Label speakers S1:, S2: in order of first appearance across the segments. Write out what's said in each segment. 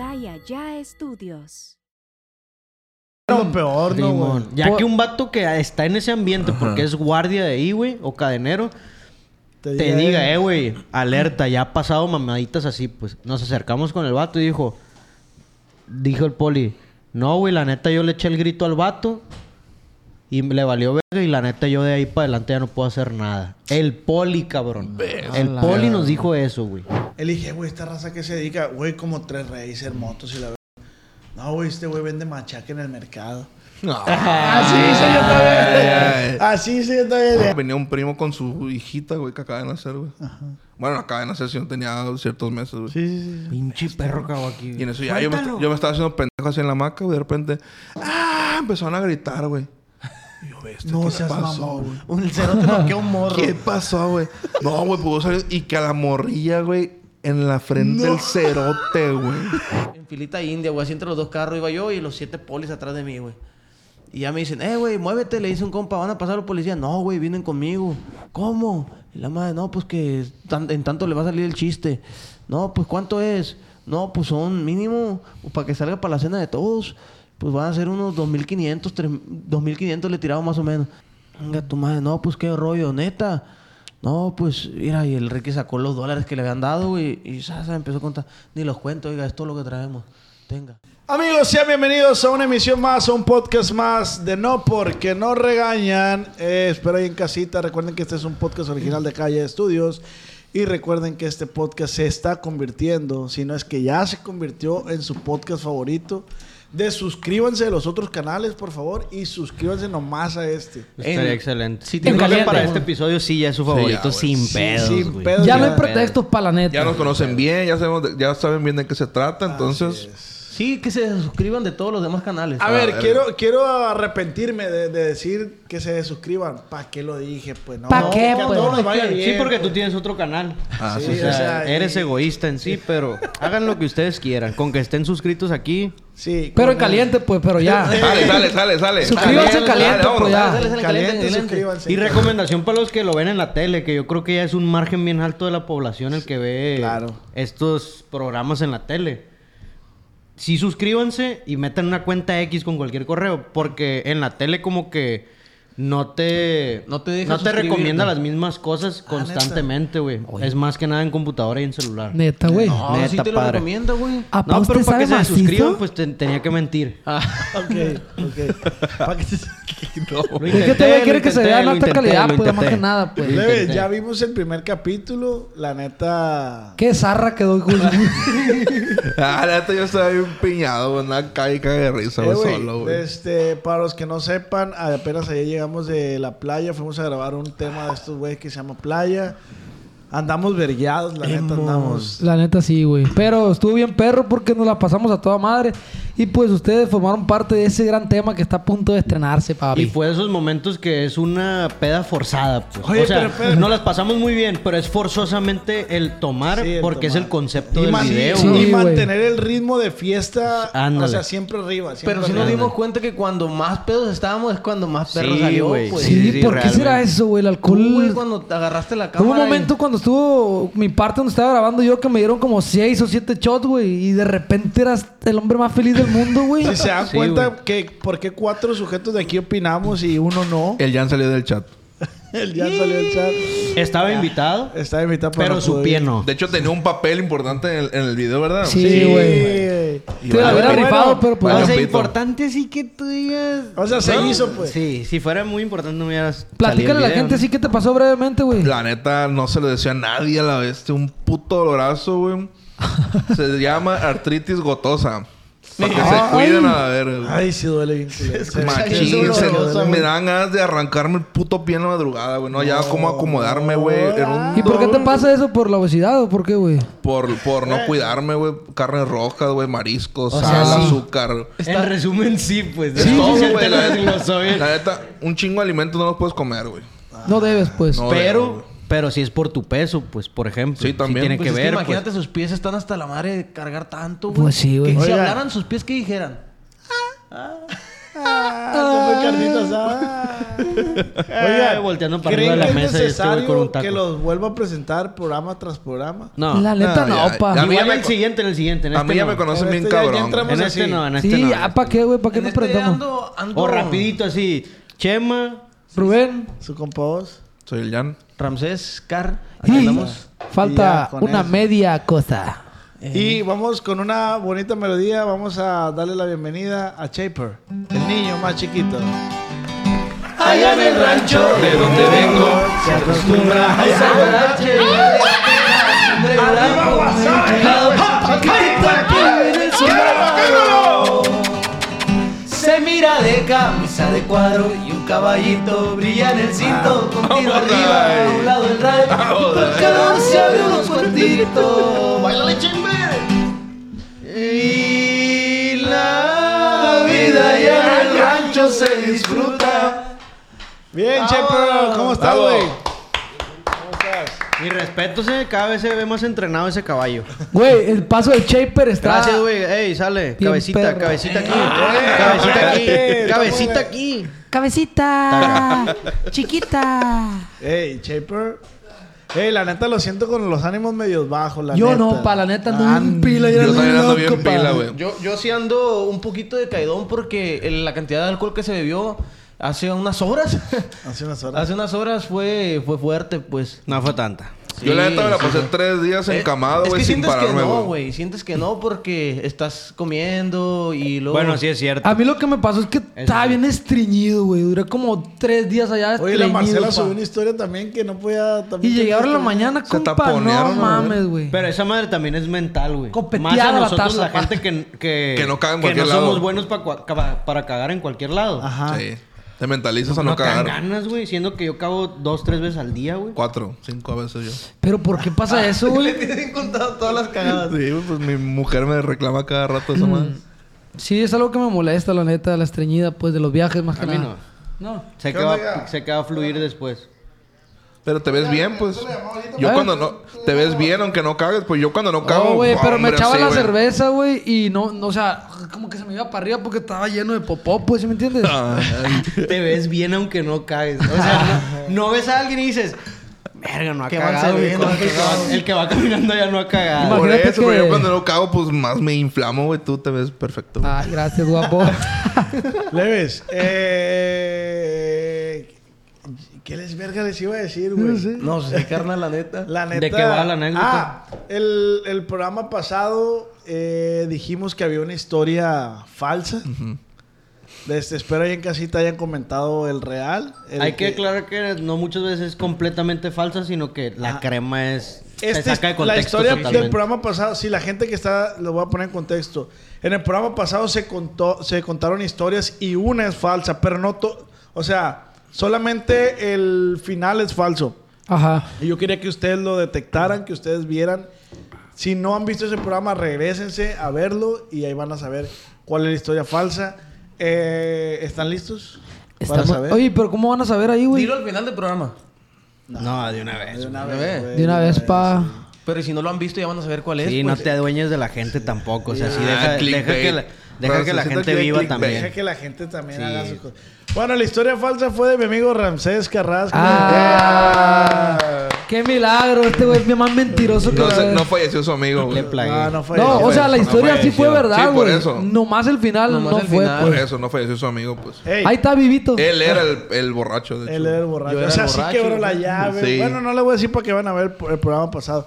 S1: Allá Estudios.
S2: Lo peor, no, güey.
S3: Simón. Ya
S4: Por-
S3: que un vato que está en ese ambiente porque es guardia de ahí, güey, o cadenero, te diga, eh, güey, alerta, ya ha pasado mamaditas así, pues. Nos acercamos con el vato y dijo, dijo el poli, no, güey, la neta yo le eché el grito al vato y le valió verga y la neta yo de ahí para adelante ya no puedo hacer nada. El poli, cabrón. El
S4: A Ah, la
S3: poli
S4: verga.
S3: nos dijo eso, güey.
S2: Elige, güey, esta raza que se dedica, güey, como tres racer, motos y la verga. No, güey, este güey vende machaca en el mercado.
S5: No.
S2: Así hice yo también. Así hice yo también.
S5: Venía un primo con su hijita, güey, que acaba de nacer, güey. Bueno, acaba de nacer, si no tenía ciertos meses, güey.
S2: Sí, sí, sí.
S3: Pinche perro cago aquí.
S5: Y en eso ya yo me, est- yo me estaba haciendo pendejo así en la maca, güey. De repente, ¡ah! Empezaron a gritar, güey. Y yo, "Bestia,
S2: No
S5: ¿qué
S2: seas
S5: pasó,
S2: mamón, güey.
S3: Un cero te noqueó un morro.
S5: ¿Qué pasó, güey? No, güey, pudo salir. Y que a la morrilla, güey, en la frente el cerote, güey.
S6: En filita india, güey. Así entre los dos carros iba yo y los siete polis atrás de mí, güey. Y ya me dicen, eh, güey, muévete. Le dice un compa, ¿van a pasar los policías? No, güey, vienen conmigo. ¿Cómo? Y la madre, no, pues que tan- en tanto le va a salir el chiste. No, pues ¿cuánto es? No, pues son mínimo pues, para que salga para la cena de todos. Pues van a ser unos 2.500, tres- 2.500 le tiramos más o menos. Venga, tu madre, no, pues qué rollo, neta. No, pues, mira, y el Ricky sacó los dólares que le habían dado, güey, y Sasa empezó a contar. Ni los cuento, oiga, esto es lo que traemos. Tenga.
S2: Amigos, sean bienvenidos a una emisión más, a un podcast más de No Porque No Regañan. Eh, espero ahí en casita. Recuerden que este es un podcast original de Calle Estudios. Y recuerden que este podcast se está convirtiendo, si no es que ya se convirtió en su podcast favorito. De suscríbanse a los otros canales, por favor, y suscríbanse nomás a este.
S3: Pues Estaría
S6: En-
S3: excelente.
S6: Sí,
S3: Si
S6: tiene
S3: tienen que
S6: caliente.
S3: para este episodio, sí, ya es su favorito.
S5: ya, güey.
S3: sin
S2: Sí,
S3: pedos,
S2: sin
S3: güey.
S2: pedos, ya.
S3: Ya
S4: Ya no hay
S2: Sin
S4: pretextos para la neta.
S5: Ya nos conocen bien, ya sabemos, de- ya saben bien de qué se trata, entonces.
S6: Sí, que se suscriban de todos los demás canales.
S2: A ver,
S5: ver.
S2: quiero, quiero arrepentirme de, de decir que se suscriban. ¿Para qué lo dije? Pues no.
S4: ¿Pa'
S2: no,
S4: qué,
S2: que a
S4: pues?
S2: todos nos vaya
S3: sí,
S2: bien,
S3: porque
S2: pues.
S3: tú tienes otro canal.
S5: Ah,
S2: Sí,
S3: O sea,
S2: o sea, y-
S3: eres egoísta en sí, pero hagan lo que ustedes quieran. Con que estén suscritos aquí.
S2: Sí.
S4: Pero
S2: con
S4: en caliente, pues, pero ya.
S5: Sale, sale, sale, sale.
S4: Suscríbanse
S5: Sale,
S4: caliente,
S5: vámonos.
S4: pues, ya.
S6: Sale,
S2: el-
S6: sale,
S2: Caliente,
S6: caliente,
S2: suscríbanse.
S3: Y recomendación para los que lo ven en la tele, que yo creo que ya es un margen bien alto de la población el que ve
S2: claro.
S3: estos programas en la tele. Sí, suscríbanse y metan una cuenta X con cualquier correo, porque en la tele como que no te
S6: No te deja suscribirte.
S3: recomienda las mismas cosas constantemente, güey. Es más que nada en computadora y en celular.
S4: Neta, güey.
S6: No,
S3: Neta,
S6: Ah, sí te lo
S3: padre.
S6: recomiendo, güey.
S4: ¿A pa'
S3: No, pero
S4: usted
S3: para
S4: sabe
S3: que se
S4: más
S3: suscriban, pues te- tenía que mentir.
S6: Ah,
S2: Ok, ok. Pa' que te-
S3: Lo
S4: Es que
S3: intenté,
S4: te voy
S3: lo
S4: quiere que se
S3: intenté,
S4: vea en
S3: lo
S4: alta
S3: intenté,
S4: calidad,
S3: lo
S4: pues, más que
S3: intenté.
S4: nada, pues.
S2: Leve,
S3: intenté.
S2: ya vimos el primer capítulo. La neta.
S4: Qué zarra quedó, hijo de su-
S5: Ah, la neta, yo estaba bien piñado, güey. Una caica de risa,
S2: Eh,
S5: güey,
S2: güey,
S5: solo, güey.
S2: Este, para los que no sepan, apenas ayer llegamos de la playa, fuimos a grabar un tema de estos güeyes que se llama Playa. Andamos vergueados, la neta, andamos.
S4: La neta, sí, güey. Pero estuvo bien perro porque nos la pasamos a toda madre. Y pues ustedes formaron parte de ese gran tema que está a punto de estrenarse, papi.
S3: Y fue de esos momentos que es una peda forzada, pues.
S2: Oye,
S3: o sea,
S2: pero, pero-
S3: no las pasamos muy bien, pero es forzosamente el tomar
S2: Sí, el
S3: porque es
S2: tomar.
S3: el concepto
S2: Y,
S3: del
S2: man-
S3: video.
S2: y
S4: Sí, güey.
S2: mantener el ritmo de fiesta, o
S3: Ándale.
S2: sea, siempre arriba. siempre
S6: Pero sí nos
S2: arriba.
S6: dimos cuenta que cuando más pedos estábamos es cuando más perros
S3: Sí,
S6: salió,
S3: güey.
S6: pues.
S4: Sí,
S3: sí,
S4: ¿por qué será
S3: realmente.
S4: eso, güey? El
S6: Tú,
S4: alcohol.
S6: güey, cuando te agarraste la
S4: Hubo
S6: cámara.
S4: un momento cuando estuvo mi parte donde estaba grabando yo que me dieron como seis o siete shots, güey. Y de repente eras el hombre más feliz del mundo, güey.
S2: Si se dan
S3: Sí,
S2: cuenta
S3: güey.
S2: que por qué cuatro sujetos de aquí opinamos y uno no,
S5: El Jan salió del chat.
S3: Eh.
S2: él ya salió el chat.
S3: Estaba invitado,
S2: Está invitado
S3: pero su pie
S6: Ah.
S3: no.
S5: De hecho, tenía un papel importante en el, en el video, ¿verdad?
S4: Sí, güey. Te la
S5: valió
S4: hubiera
S5: pito.
S4: rifado, pero pues.
S5: Valió
S3: o sea,
S5: pito.
S3: importante sí que tú digas.
S2: O sea, se hizo, pues.
S3: Sí, si fuera muy importante no hubieras.
S4: Platícale a la
S3: salido el
S4: gente
S3: video,
S4: así que te pasó brevemente, güey.
S5: La neta, no se lo decía a nadie a la vez. Un puto dolorazo, güey. se llama artritis gotosa. Para que se cuiden a la verga.
S2: Ay, sí duele bien culero. Se- se-
S5: Machín, se-
S2: doloroso,
S5: me
S2: güey.
S5: dan ganas de arrancarme el puto pie en la madrugada, güey. No hallaba cómo acomodarme, güey. Era un
S4: ¿Y por qué te
S5: dolor
S4: pasa eso? ¿Por la obesidad o por qué, güey?
S5: Por, por
S3: Eh.
S5: no cuidarme, güey. Carnes rojas, güey. Mariscos, sal, azúcar.
S3: En resumen, sí, pues.
S5: Es todo,
S3: Sí,
S5: güey.
S3: te lo
S5: La,
S3: desglosó bien.
S5: la neta, un chingo de alimentos no los puedes comer, güey.
S4: No debes, pues.
S5: No debo,
S3: Pero,
S5: güey.
S3: pero si es por tu peso, pues, por ejemplo.
S5: Sí, también.
S3: tiene
S5: Pues
S3: que
S6: es que
S3: ver.
S6: imagínate,
S3: pues.
S6: sus pies están hasta la madre de cargar tanto, güey.
S4: Pues sí, güey.
S6: Que Si
S2: Oigan.
S6: hablaran sus pies, ¿qué dijeran?
S2: Ah, come carnita asada.
S3: Eh, volteando para
S2: ¿creen
S3: arriba de la
S2: que es
S3: mesa y este güey
S2: necesario
S3: con un taco?
S2: que los vuelva a presentar programa tras programa?
S3: No.
S4: La neta
S5: Ah,
S4: no,
S5: ya,
S4: pa.
S5: ya
S3: a mí
S5: Igual
S3: ya me
S5: en
S3: el
S5: el
S3: siguiente, en el siguiente. En
S5: A mí ya me conocen
S2: En
S5: bien
S2: este ya- ya
S5: cabrón. güey.
S2: entramos.
S3: En este
S2: así.
S3: no, en este
S4: sí,
S3: no. en
S4: ya,
S3: este
S4: ¿para qué, güey? ¿Para qué
S6: En
S4: nos
S6: este
S4: presentamos?
S6: ando-
S3: no.
S6: ando-
S3: O rapidito así. Chema,
S4: Rubén.
S3: este
S2: Su compa vos.
S5: Soy el Jan.
S6: Ramsés, Car, aquí
S4: Y
S6: andamos.
S2: Y ya,
S4: falta
S2: con
S4: una
S2: eso.
S4: media cosa.
S3: Eh.
S2: Y vamos con una bonita melodía. Vamos a darle la bienvenida a Chaper, el niño más chiquito.
S6: Allá en el rancho de donde vengo se acostumbra a esa Se mira de camisa de cuadro y un caballito brilla en el cinto. Contigo
S5: Ah, vamos,
S6: arriba,
S5: ay.
S6: a un lado el rayo.
S5: Vamos,
S6: Por
S5: ay.
S6: cada se abre unos cuartitos. ¡Bailale, Y la vida ya en el rancho se disfruta.
S2: Bien,
S6: Bravo.
S2: Chaper, ¿cómo estás,
S5: Bravo.
S2: güey?
S3: mi respeto, se cada vez se ve más entrenado ese caballo.
S4: Güey, el paso del Shaper está.
S3: Gracias, güey. Ey, sale.
S4: Bien
S3: Cabecita,
S4: perro.
S3: cabecita aquí. Ah,
S2: Eh,
S3: cabecita aquí.
S2: eh,
S3: cabecita
S2: estamos
S3: aquí.
S1: Cabecita. Chiquita.
S2: Hey, Chaper. Hey, la neta lo siento con los ánimos medios bajos, la
S4: Yo
S2: neta.
S4: no, pa, la neta, ando bien
S2: Ando-
S4: pila, yo
S5: Yo
S4: ando
S5: también ando
S4: loco,
S5: bien
S4: pa.
S5: pila, güey.
S6: Yo, yo sí ando un poquito de caidón porque el- la cantidad de alcohol que se bebió hace unas horas,
S2: Hace unas horas.
S6: hace unas horas fue, fue fuerte, pues.
S3: No fue tanta.
S5: Yo la neta me la
S6: Sí, sí,
S5: pasé
S6: sí.
S5: tres días
S6: Eh,
S5: encamado,
S6: Es
S5: güey,
S6: que
S5: sin
S6: sientes que
S5: pararme,
S6: no,
S5: güey.
S6: güey. Sientes que no porque estás comiendo y luego...
S3: Bueno, sí es cierto.
S4: A mí lo que me pasó es que estaba
S3: sí.
S4: bien estreñido, güey. Duré como tres días allá
S2: Oye, la
S4: estreñido,
S2: Marcela
S4: pa.
S2: subió una historia también que no podía... También
S4: Y llegué ahora en la mañana,
S5: Se
S4: compa. No
S5: taponearon, ¿no?
S4: mames, güey.
S3: Pero esa madre también es mental, güey.
S4: Copeteada
S3: Más a
S4: la
S3: nosotros,
S4: taza,
S3: la,
S4: pa.
S3: gente que, que,
S5: Que no caga en
S3: que
S5: cualquier
S3: no
S5: lado.
S3: somos buenos pa cua- cava- para cagar en cualquier lado.
S2: Ajá.
S5: Sí. Te mentalizas a
S3: No,
S5: no
S3: cagan
S5: cagar.
S3: ganas, güey. Siendo que yo cago dos, tres veces al día, güey.
S5: Cuatro, cinco veces yo.
S4: Pero ¿por qué pasa eso, güey?
S6: He contado todas las cagadas.
S5: Sí, güey, pues mi mujer me reclama cada rato esa madre.
S4: Sí, es algo que me molesta, la neta, la estreñida, pues, de los viajes más
S3: A
S4: que
S3: mí
S4: nada. No.
S3: Sé
S2: ¿Qué
S3: que,
S2: onda,
S3: va,
S2: ya?
S3: sé que va a fluir después.
S5: Pero te ves bien, pues. Yo
S4: ¿Eh?
S5: cuando no... Te ves bien aunque no cagues. Pues yo cuando no cago...
S4: No, Oh, güey, pero me
S5: hombre,
S4: echaba
S5: así,
S4: la
S5: güey.
S4: cerveza, güey, y no, no, o sea, como que se me iba para arriba porque estaba lleno de popó, pues, ¿sí ¿me entiendes?
S5: Ah. Ay,
S3: Te ves bien aunque no cagues. O sea, no, no ves a alguien y dices... Verga, no ha
S6: Qué
S3: cagado,
S6: mal se
S3: güey.
S6: ve, no ha
S3: El que va-
S6: cagado".
S3: El que va caminando ya no ha cagado.
S5: Por
S4: Imagínate
S5: eso, pero
S4: que-
S5: yo cuando no cago, pues más me inflamo, güey. Tú te ves perfecto. güey.
S4: Ay, gracias, guapo.
S2: Leves, eh... ¿Qué les verga les iba a decir, güey?
S6: No sé, carnal, la neta.
S2: La neta.
S3: ¿De qué va la anécdota?
S2: Ah, el, el programa pasado eh, dijimos que había una historia falsa. Desde espero ahí en casita hayan comentado el real. el
S3: Hay que aclarar que no muchas veces es completamente falsa, sino que la
S2: Ah.
S3: crema es... se
S2: Este
S3: saca de
S2: es- la
S3: contexto
S2: historia del
S3: totalmente.
S2: programa pasado, sí, la gente que está, lo voy a poner en contexto. En el programa pasado se contó, se contaron historias y una es falsa, pero no to- o sea, solamente el final es falso.
S4: Ajá.
S2: Y yo quería que ustedes lo detectaran, que ustedes vieran. Si no han visto ese programa, regresense a verlo y ahí van a saber cuál es la historia falsa. Eh, ¿Están listos?
S4: Estamos-
S2: Para saber.
S4: Oye, pero ¿cómo van a saber ahí, güey?
S6: Dilo al final del programa.
S3: No, de una vez.
S2: de una
S6: de
S2: vez.
S6: una vez.
S2: güey,
S4: De una vez, pa.
S6: Pero si no lo han visto ya van a saber cuál es.
S3: Sí, no
S6: pues.
S3: te adueñes de la gente tampoco. O sea, sí,
S5: Ah,
S3: deja,
S5: clickbait.
S3: deja que la, deja
S5: Pero
S3: que la
S5: se siente
S3: gente
S5: que hay
S3: viva
S5: clickbait.
S2: Deja
S3: también.
S2: que la gente también
S3: Sí.
S2: haga sus cosas. Bueno, la historia falsa fue de mi amigo Ramsés Carrasco. Eh.
S4: Ah. ¡Qué milagro! Este güey es más mentiroso que
S5: No,
S4: la
S5: se-
S4: vez.
S5: no falleció su amigo,
S3: Le
S5: güey.
S3: plagué.
S2: No, no fue.
S4: No,
S2: eso.
S4: o sea, la
S5: pues, no
S4: historia sí fue
S5: falleció. Sí,
S4: verdad,
S5: por
S4: güey.
S5: eso.
S4: Nomás el final
S6: Nomás
S4: no
S6: el
S4: fue,
S6: final.
S4: pues.
S5: Por eso no falleció su amigo, pues.
S2: Ey,
S4: Ahí está vivito.
S5: Él era el, el borracho, de hecho.
S2: Él era el borracho.
S6: Yo era
S2: o sea,
S6: el
S2: sí
S6: borracho,
S2: quebró la
S6: ¿no?
S2: llave.
S5: Sí.
S2: Bueno, no le voy a decir para que van a ver el programa pasado.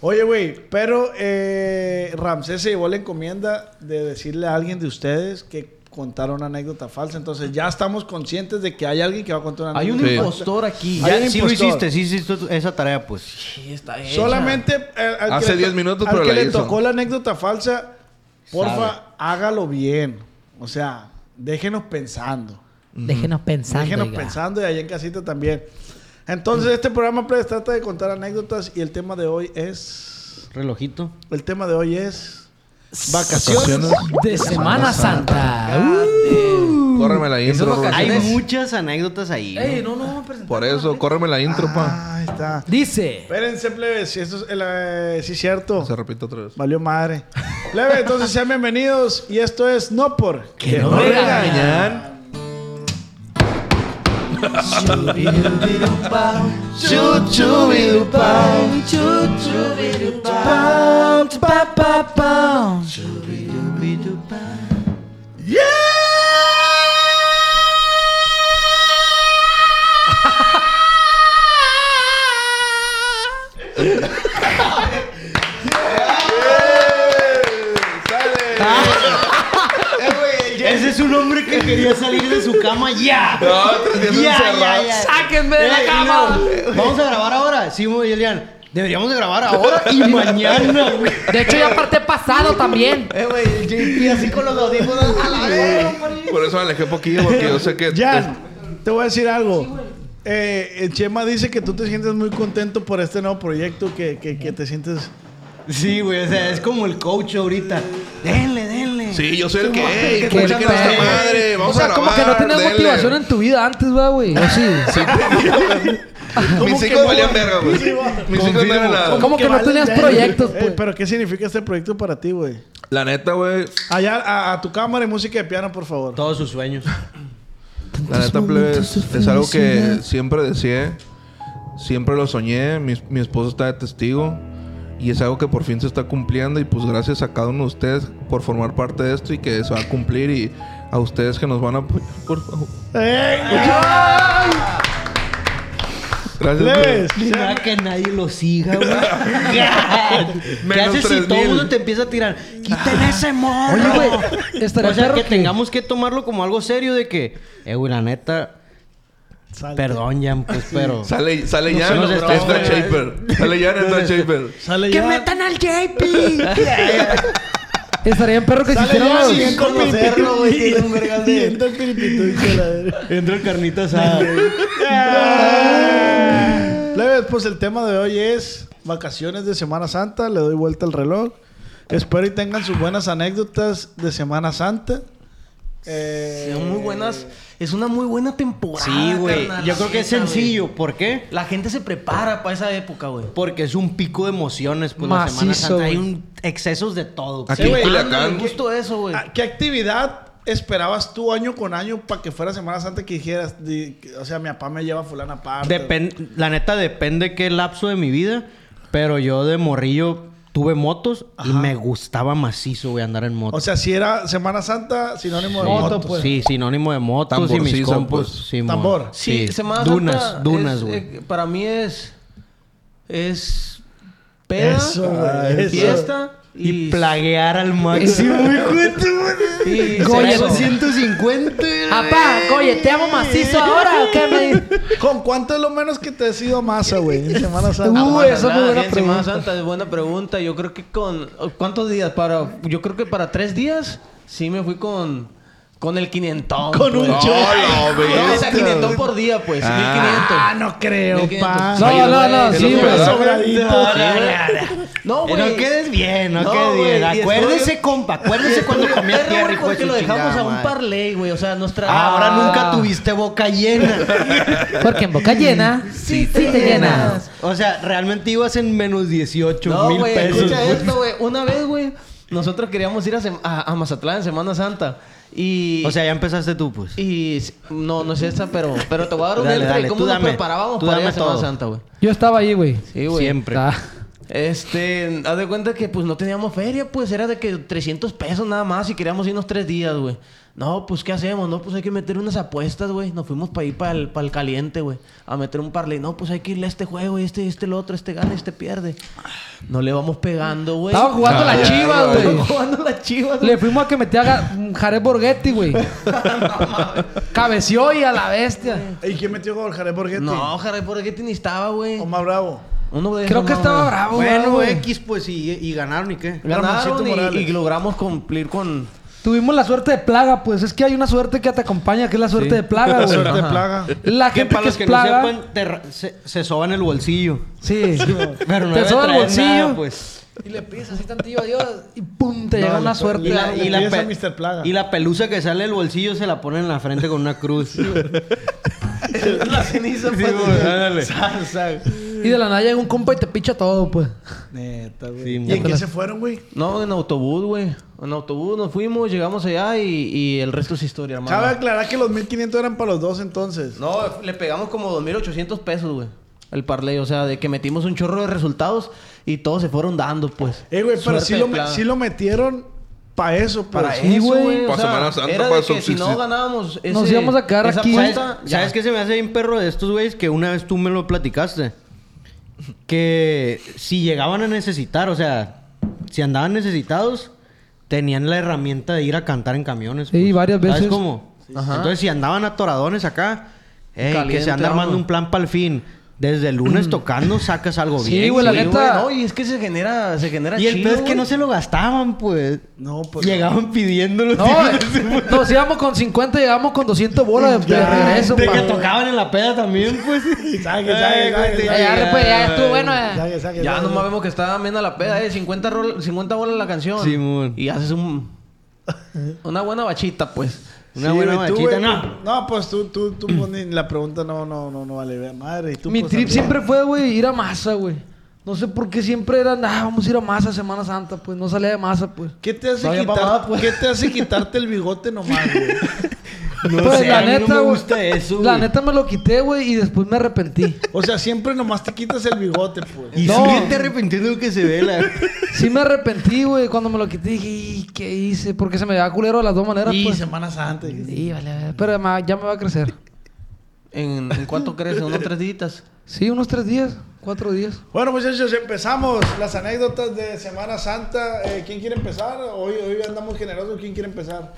S2: Oye, güey, pero eh, Ramsés se llevó la encomienda de decirle a alguien de ustedes que contara una anécdota falsa. Entonces ya estamos conscientes de que hay alguien que va a contar una
S6: Hay un
S2: anécdota
S5: Sí.
S2: falsa.
S6: impostor aquí.
S2: Hay
S3: Ya,
S2: un
S3: sí lo
S2: impostor.
S3: hiciste, sí hiciste tu- esa tarea, pues.
S6: Sí, está hecha.
S2: Solamente eh, al que
S5: Hace
S2: le to-
S5: 10 minutos,
S2: al
S5: pero
S2: que
S5: la
S2: le
S5: hizo.
S2: tocó la anécdota falsa, porfa,
S3: Sabe.
S2: hágalo bien. O sea, déjenos pensando.
S1: Déjenos pensando.
S2: Déjenos
S1: oiga.
S2: pensando y allá en casita también. Entonces, este programa pues, trata de contar anécdotas y el tema de hoy es.
S3: Relojito.
S2: El tema de hoy es. Vacaciones. Ah,
S4: De Semana Santa.
S5: Córreme la intro,
S6: Eso es lo
S5: Rubén.
S6: que-
S3: Hay
S6: ¿Tienes?
S3: muchas anécdotas ahí. ¿no?
S4: Ey, no, no, vamos a presentar.
S5: Por eso, córreme la intro, pa.
S2: Ah, ahí está.
S4: Dice.
S2: Espérense, plebes. si Esto es el, eh, sí, cierto.
S5: Se repite otra vez.
S2: Valió madre. Plebe, entonces sean bienvenidos. Y esto es No Por. Que no regañan.
S3: Ese es un hombre que quería salir de su cama ya.
S5: No, te sientes encerrado.
S4: ¡Sáquenme de la
S3: Eh, y
S4: cama!
S3: luego, Vamos a grabar ahora. Sí, muy Elian. Deberíamos de grabar ahora y mañana, güey.
S4: De hecho, ya parte pasado también.
S3: Eh, güey, el JP así con los audífonos. a la verga, güey.
S5: Por eso me alejé poquillo, porque yo sé que.
S2: Jan, te voy a decir algo. Eh, eh, Chema dice que tú te sientes muy contento por este nuevo proyecto, que, que- que te sientes...
S3: Sí, güey, o sea, es como el coach ahorita. Denle, denle.
S5: Sí, yo soy el que.
S4: Qué
S5: Que esta
S4: pedo.
S5: madre. Vamos
S4: o sea,
S5: a
S4: como que no
S5: grabar,
S4: tenías
S5: dele.
S4: motivación en tu vida antes, va, güey. O sí.
S5: Mis hijos valían verga, güey. Mis hijos no eran nada.
S4: Como que no
S2: vales
S4: tenías
S2: verga.
S4: proyectos,
S2: Eh,
S4: pues.
S2: Pero ¿qué significa este proyecto para ti, güey?
S5: La neta, güey.
S2: Allá, a, a tu cámara y música de piano, por favor.
S3: Todos sus sueños.
S5: La neta, plebes, es algo que siempre deseé. Siempre lo soñé. Mi, mi esposo está de testigo. Y es algo que por fin se está cumpliendo. Y pues gracias a cada uno de ustedes por formar parte de esto y que se va a cumplir. Y a ustedes que nos van a apoyar, por favor.
S2: ¡Eh,
S5: Gracias. plebes.
S2: Leves.
S3: Ni nada que nadie lo siga, güey. ¿Qué haces si
S5: 3000?
S3: todo el mundo te empieza a tirar? ¡Quiten ese morro!
S4: Oye, güey, estaría
S3: O sea,
S4: perro
S3: que
S4: que-
S3: tengamos que tomarlo como algo serio de que... Eh, güey, la neta... Perdón, Jan, pues, pero...
S5: Sale, sale ya,
S3: nos
S5: está
S3: logró, güey.
S5: Shaper. Sale ya, está Shaper.
S2: Sale
S1: ¡Que
S2: ya.
S1: metan al JP!
S4: Estaría en perro que se
S2: Sale
S4: hicieran
S2: ya,
S4: los...
S2: sin conocerlo, güey. Tiene un vergal de...
S3: Entra el carnita asada.
S2: Plebes, pues el tema de hoy es vacaciones de Semana Santa. Le doy vuelta al reloj. Espero y tengan sus buenas anécdotas de Semana Santa. Eh,
S6: Son muy buenas. Es una muy buena temporada.
S3: Sí, güey.
S6: carnal,
S3: Yo
S6: la
S3: creo que es
S6: neta,
S3: sencillo. ¿Por qué?
S6: güey. La gente se prepara para esa época, güey.
S3: Porque es un pico de emociones, pues, la Semana
S4: Macizo,
S3: Santa. Hay
S4: güey.
S3: un excesos de todo.
S5: Aquí
S3: Sí,
S5: en
S3: güey.
S5: Culiacán.
S6: Ándale, Justo eso, güey.
S2: ah, ¿Qué actividad esperabas tú año con año para que fuera Semana Santa que dijeras? di- que- o sea, mi papá me lleva a fulana aparte.
S3: Depen- la neta depende qué lapso de mi vida, pero yo de morrillo tuve motos y me gustaba macizo, güey, andar en moto.
S2: O sea, si era Semana Santa, sinónimo de
S3: Sí.
S2: moto,
S4: moto, pues.
S3: Sí, sinónimo de motos y mis
S5: Tamborcizo,
S3: compos.
S5: pues.
S3: Simón.
S2: Tambor.
S6: Sí, Semana
S3: dunas,
S6: Santa
S3: dunas,
S6: es,
S3: güey.
S6: eh, para mí es. Es. Peda.
S2: Eso, güey, eso.
S6: Fiesta.
S3: y plaguear al máximo, hijo de tu madre.
S6: y
S4: Goya,
S6: sexo.
S4: güey.
S3: 150.
S4: Apá, oye, ¿te amo macizo ahora o qué me
S2: ¿Con cuánto es lo menos que te has ido a masa, güey? En Semana Santa.
S4: Uh,
S6: Vamos a
S4: esa es muy
S6: hablar
S4: buena
S6: bien, Semana
S4: pregunta.
S6: Santa es buena pregunta. Yo creo que con ¿cuántos días para? Yo creo que para tres días sí me fui con con el quinientón.
S2: Con un
S6: pues.
S2: chorro.
S5: No, lo
S6: No, o sea,
S5: ves.
S6: quinientón por día, pues.
S2: Ah, no creo,
S6: 1500.
S2: pa.
S4: No, no, no,
S5: güey,
S4: sí,
S5: es lo que
S4: güey.
S5: da.
S2: Sobradito.
S6: No,
S3: 150. Eh, No
S6: güey.
S3: quedes bien, no,
S6: No,
S3: quedes
S6: güey,
S3: bien.
S6: y estoy-
S3: Acuérdese, compa, acuérdese cuando comía
S6: Qué
S3: tierra,
S6: raro,
S3: hijo de
S6: porque
S3: su
S6: lo dejamos
S3: chingada
S6: a un
S3: madre.
S6: parlay, güey. O sea, nuestra...
S3: Ahora nunca
S4: Ah.
S3: tuviste boca llena.
S4: Porque en boca llena, sí, te llenas.
S3: o sea, realmente ibas en menos 18
S6: No,
S3: mil
S6: güey,
S3: pesos.
S6: escucha
S3: güey.
S6: esto, güey. Una vez, güey, nosotros queríamos ir a, Sem- a- a Mazatlán en Semana Santa. Y...
S3: O sea, ya empezaste tú, pues.
S6: Y s- no, no es esta, pero, pero te voy a dar un
S3: Dale,
S6: extra de
S3: dale,
S6: cómo
S3: tú
S6: nos
S3: dame,
S6: preparábamos
S3: tú
S6: para ir a
S3: dame
S6: Semana
S3: todo.
S6: Santa, güey.
S4: Yo estaba ahí, güey.
S6: Sí, güey.
S3: Siempre.
S4: Ah.
S6: Este, haz de cuenta que pues no teníamos feria, pues era de que 300 pesos nada más y queríamos irnos tres días, güey. No, pues ¿qué hacemos? No, pues hay que meter unas apuestas, güey. Nos fuimos para ir para el, caliente, güey. A meter un parlay. No, pues hay que irle a este juego, este, este, el otro, este gana, este pierde. No le vamos pegando, güey.
S4: Estaba jugando
S5: Ah, ya,
S4: la chiva,
S5: güey.
S4: güey.
S6: Estaba jugando las chivas, güey.
S4: Le fuimos a que metía ga- mm, Jared Borghetti, güey. Cabeció y a la bestia.
S2: ¿Y quién metió gol? Jared Borghetti.
S6: No, Jared, ¿por qué te ni estaba, güey?
S2: Omar Bravo.
S6: Uno de
S4: Creo
S6: esos,
S4: que
S6: no,
S4: estaba
S6: güey.
S4: bravo,
S3: bueno,
S4: güey.
S3: X, pues, y, y ganaron y qué.
S6: Ganaron
S2: Ramoncito
S6: y- y,
S2: Morales.
S6: logramos cumplir con...
S4: Tuvimos la suerte de plaga, pues. Es que hay una suerte que te acompaña, que es la suerte de plaga,
S2: La
S4: güey.
S2: suerte de plaga.
S4: La
S3: Que
S4: gente
S3: para
S4: que
S3: los
S4: es
S3: que no
S4: plaga.
S3: sepan, te ra- se, se soban el bolsillo.
S4: Sí.
S3: Pero no
S4: te
S3: debe
S4: soba el
S3: traer
S4: bolsillo.
S3: nada, pues.
S4: Y le pides así tantillo a Dios y pum, te
S2: No,
S4: llega una
S2: le-
S4: suerte.
S3: Y la, y, la
S2: Empieza
S3: pe-
S2: Mr. Plaga.
S3: y la pelusa que sale del bolsillo se la pone en la frente con una cruz.
S6: la ceniza.
S3: Sí, güey, ándale.
S4: Y de la nada llega un compa y te picha todo, pues.
S2: Neta, güey.
S3: Sí,
S2: ¿Y en
S3: mo-
S2: qué se fueron, güey?
S6: No, en autobús, güey. En autobús nos fuimos, llegamos allá y, y el resto es historia, hermano.
S2: Cabe aclarar que los 1500 eran para los dos entonces.
S6: No, le pegamos como 2.800 pesos, güey. El parlay, o sea, de que metimos un chorro de resultados y todos se fueron dando, pues.
S2: Eh, güey, pero
S6: Suerte
S2: sí
S6: de
S2: lo, me-
S6: plana.
S2: sí lo metieron para eso, pues.
S6: Para
S4: sí,
S6: eso,
S4: güey.
S6: güey. o
S5: Pa'
S6: sea,
S5: Semana Santa,
S6: era de
S5: pa'
S6: que si no
S5: subsistir.
S6: ganábamos ese-
S4: Nos íbamos a quedar
S6: esa
S4: aquí.
S3: ¿Sabes,
S6: apuesta, ya.
S3: ¿Sabes qué se me hace bien perro de estos güeyes? Que una vez tú me lo platicaste. Que si llegaban a necesitar, o sea, si andaban necesitados, tenían la herramienta de ir a cantar en camiones. pues.
S4: Sí, varias veces.
S3: ¿Sabes cómo?
S6: Ajá.
S3: Entonces, si andaban atoradones acá, ey, que
S6: Caliente,
S3: se anda armando
S6: vamos.
S3: un plan para el fin. Desde el lunes tocando, sacas algo
S4: Sí,
S3: bien.
S4: güey, la
S3: sí.
S6: Sí,
S4: neta-
S6: güey, no, y es que se genera, se genera
S3: Y el
S6: chido,
S3: peor es que
S6: güey.
S3: no se lo gastaban, pues.
S2: No, pues.
S3: Llegaban pidiéndolo.
S4: No, eh, nos íbamos con 50, llegamos con 200 bolas de, de
S2: Ya,
S4: regreso,
S3: De que
S4: pa.
S3: tocaban en la peda también, pues.
S2: Saque, saque, saque,
S4: Ya,
S2: saque,
S4: ya, pues, ya estuvo bueno. eh.
S2: saque, saque,
S6: Ya
S2: saque.
S6: nomás vemos que está amena la peda, eh. 50, rol- 50 bolas la canción.
S3: Simón.
S6: Y haces un... Una buena bachita, pues.
S3: Una
S2: Sí,
S3: buena
S2: güey, tú,
S3: bachita,
S2: güey,
S3: no.
S2: No, pues tú, tú, tú, pues, ni la pregunta no, no, no, no vale ver madre. Y tú,
S4: Mi
S2: pues,
S4: trip
S2: también.
S4: siempre fue, güey, ir a masa, güey. No sé por qué siempre era, ah, vamos a ir a masa Semana Santa, pues. No salía de masa, pues.
S2: ¿Qué te hace,
S4: Vaya
S2: quitar-
S4: mamada, pues.
S2: ¿Qué te hace quitarte el bigote nomás, güey?
S3: No
S4: pues
S3: sé, a mí no me
S4: güey,
S3: gusta eso,
S4: La
S3: güey.
S4: neta me lo quité, güey, y después me arrepentí.
S2: O sea, siempre nomás te quitas el bigote, pues.
S3: Y
S4: No.
S3: sí te arrepintiendo que se ve la...
S4: Sí me arrepentí, güey. Cuando me lo quité dije, "Y, ¿qué hice? Porque se me va culero de las dos maneras,
S2: Y
S4: pues.
S2: semanas antes.
S4: Sí, vale, vale. Pero ma- ya me va a crecer.
S6: ¿En, en cuánto crees? ¿En unos tres días?
S4: Sí, unos tres días, cuatro días.
S2: Bueno, muchachos, empezamos las anécdotas de Semana Santa. Eh, ¿Quién quiere empezar? Hoy, hoy andamos generosos. ¿Quién quiere empezar?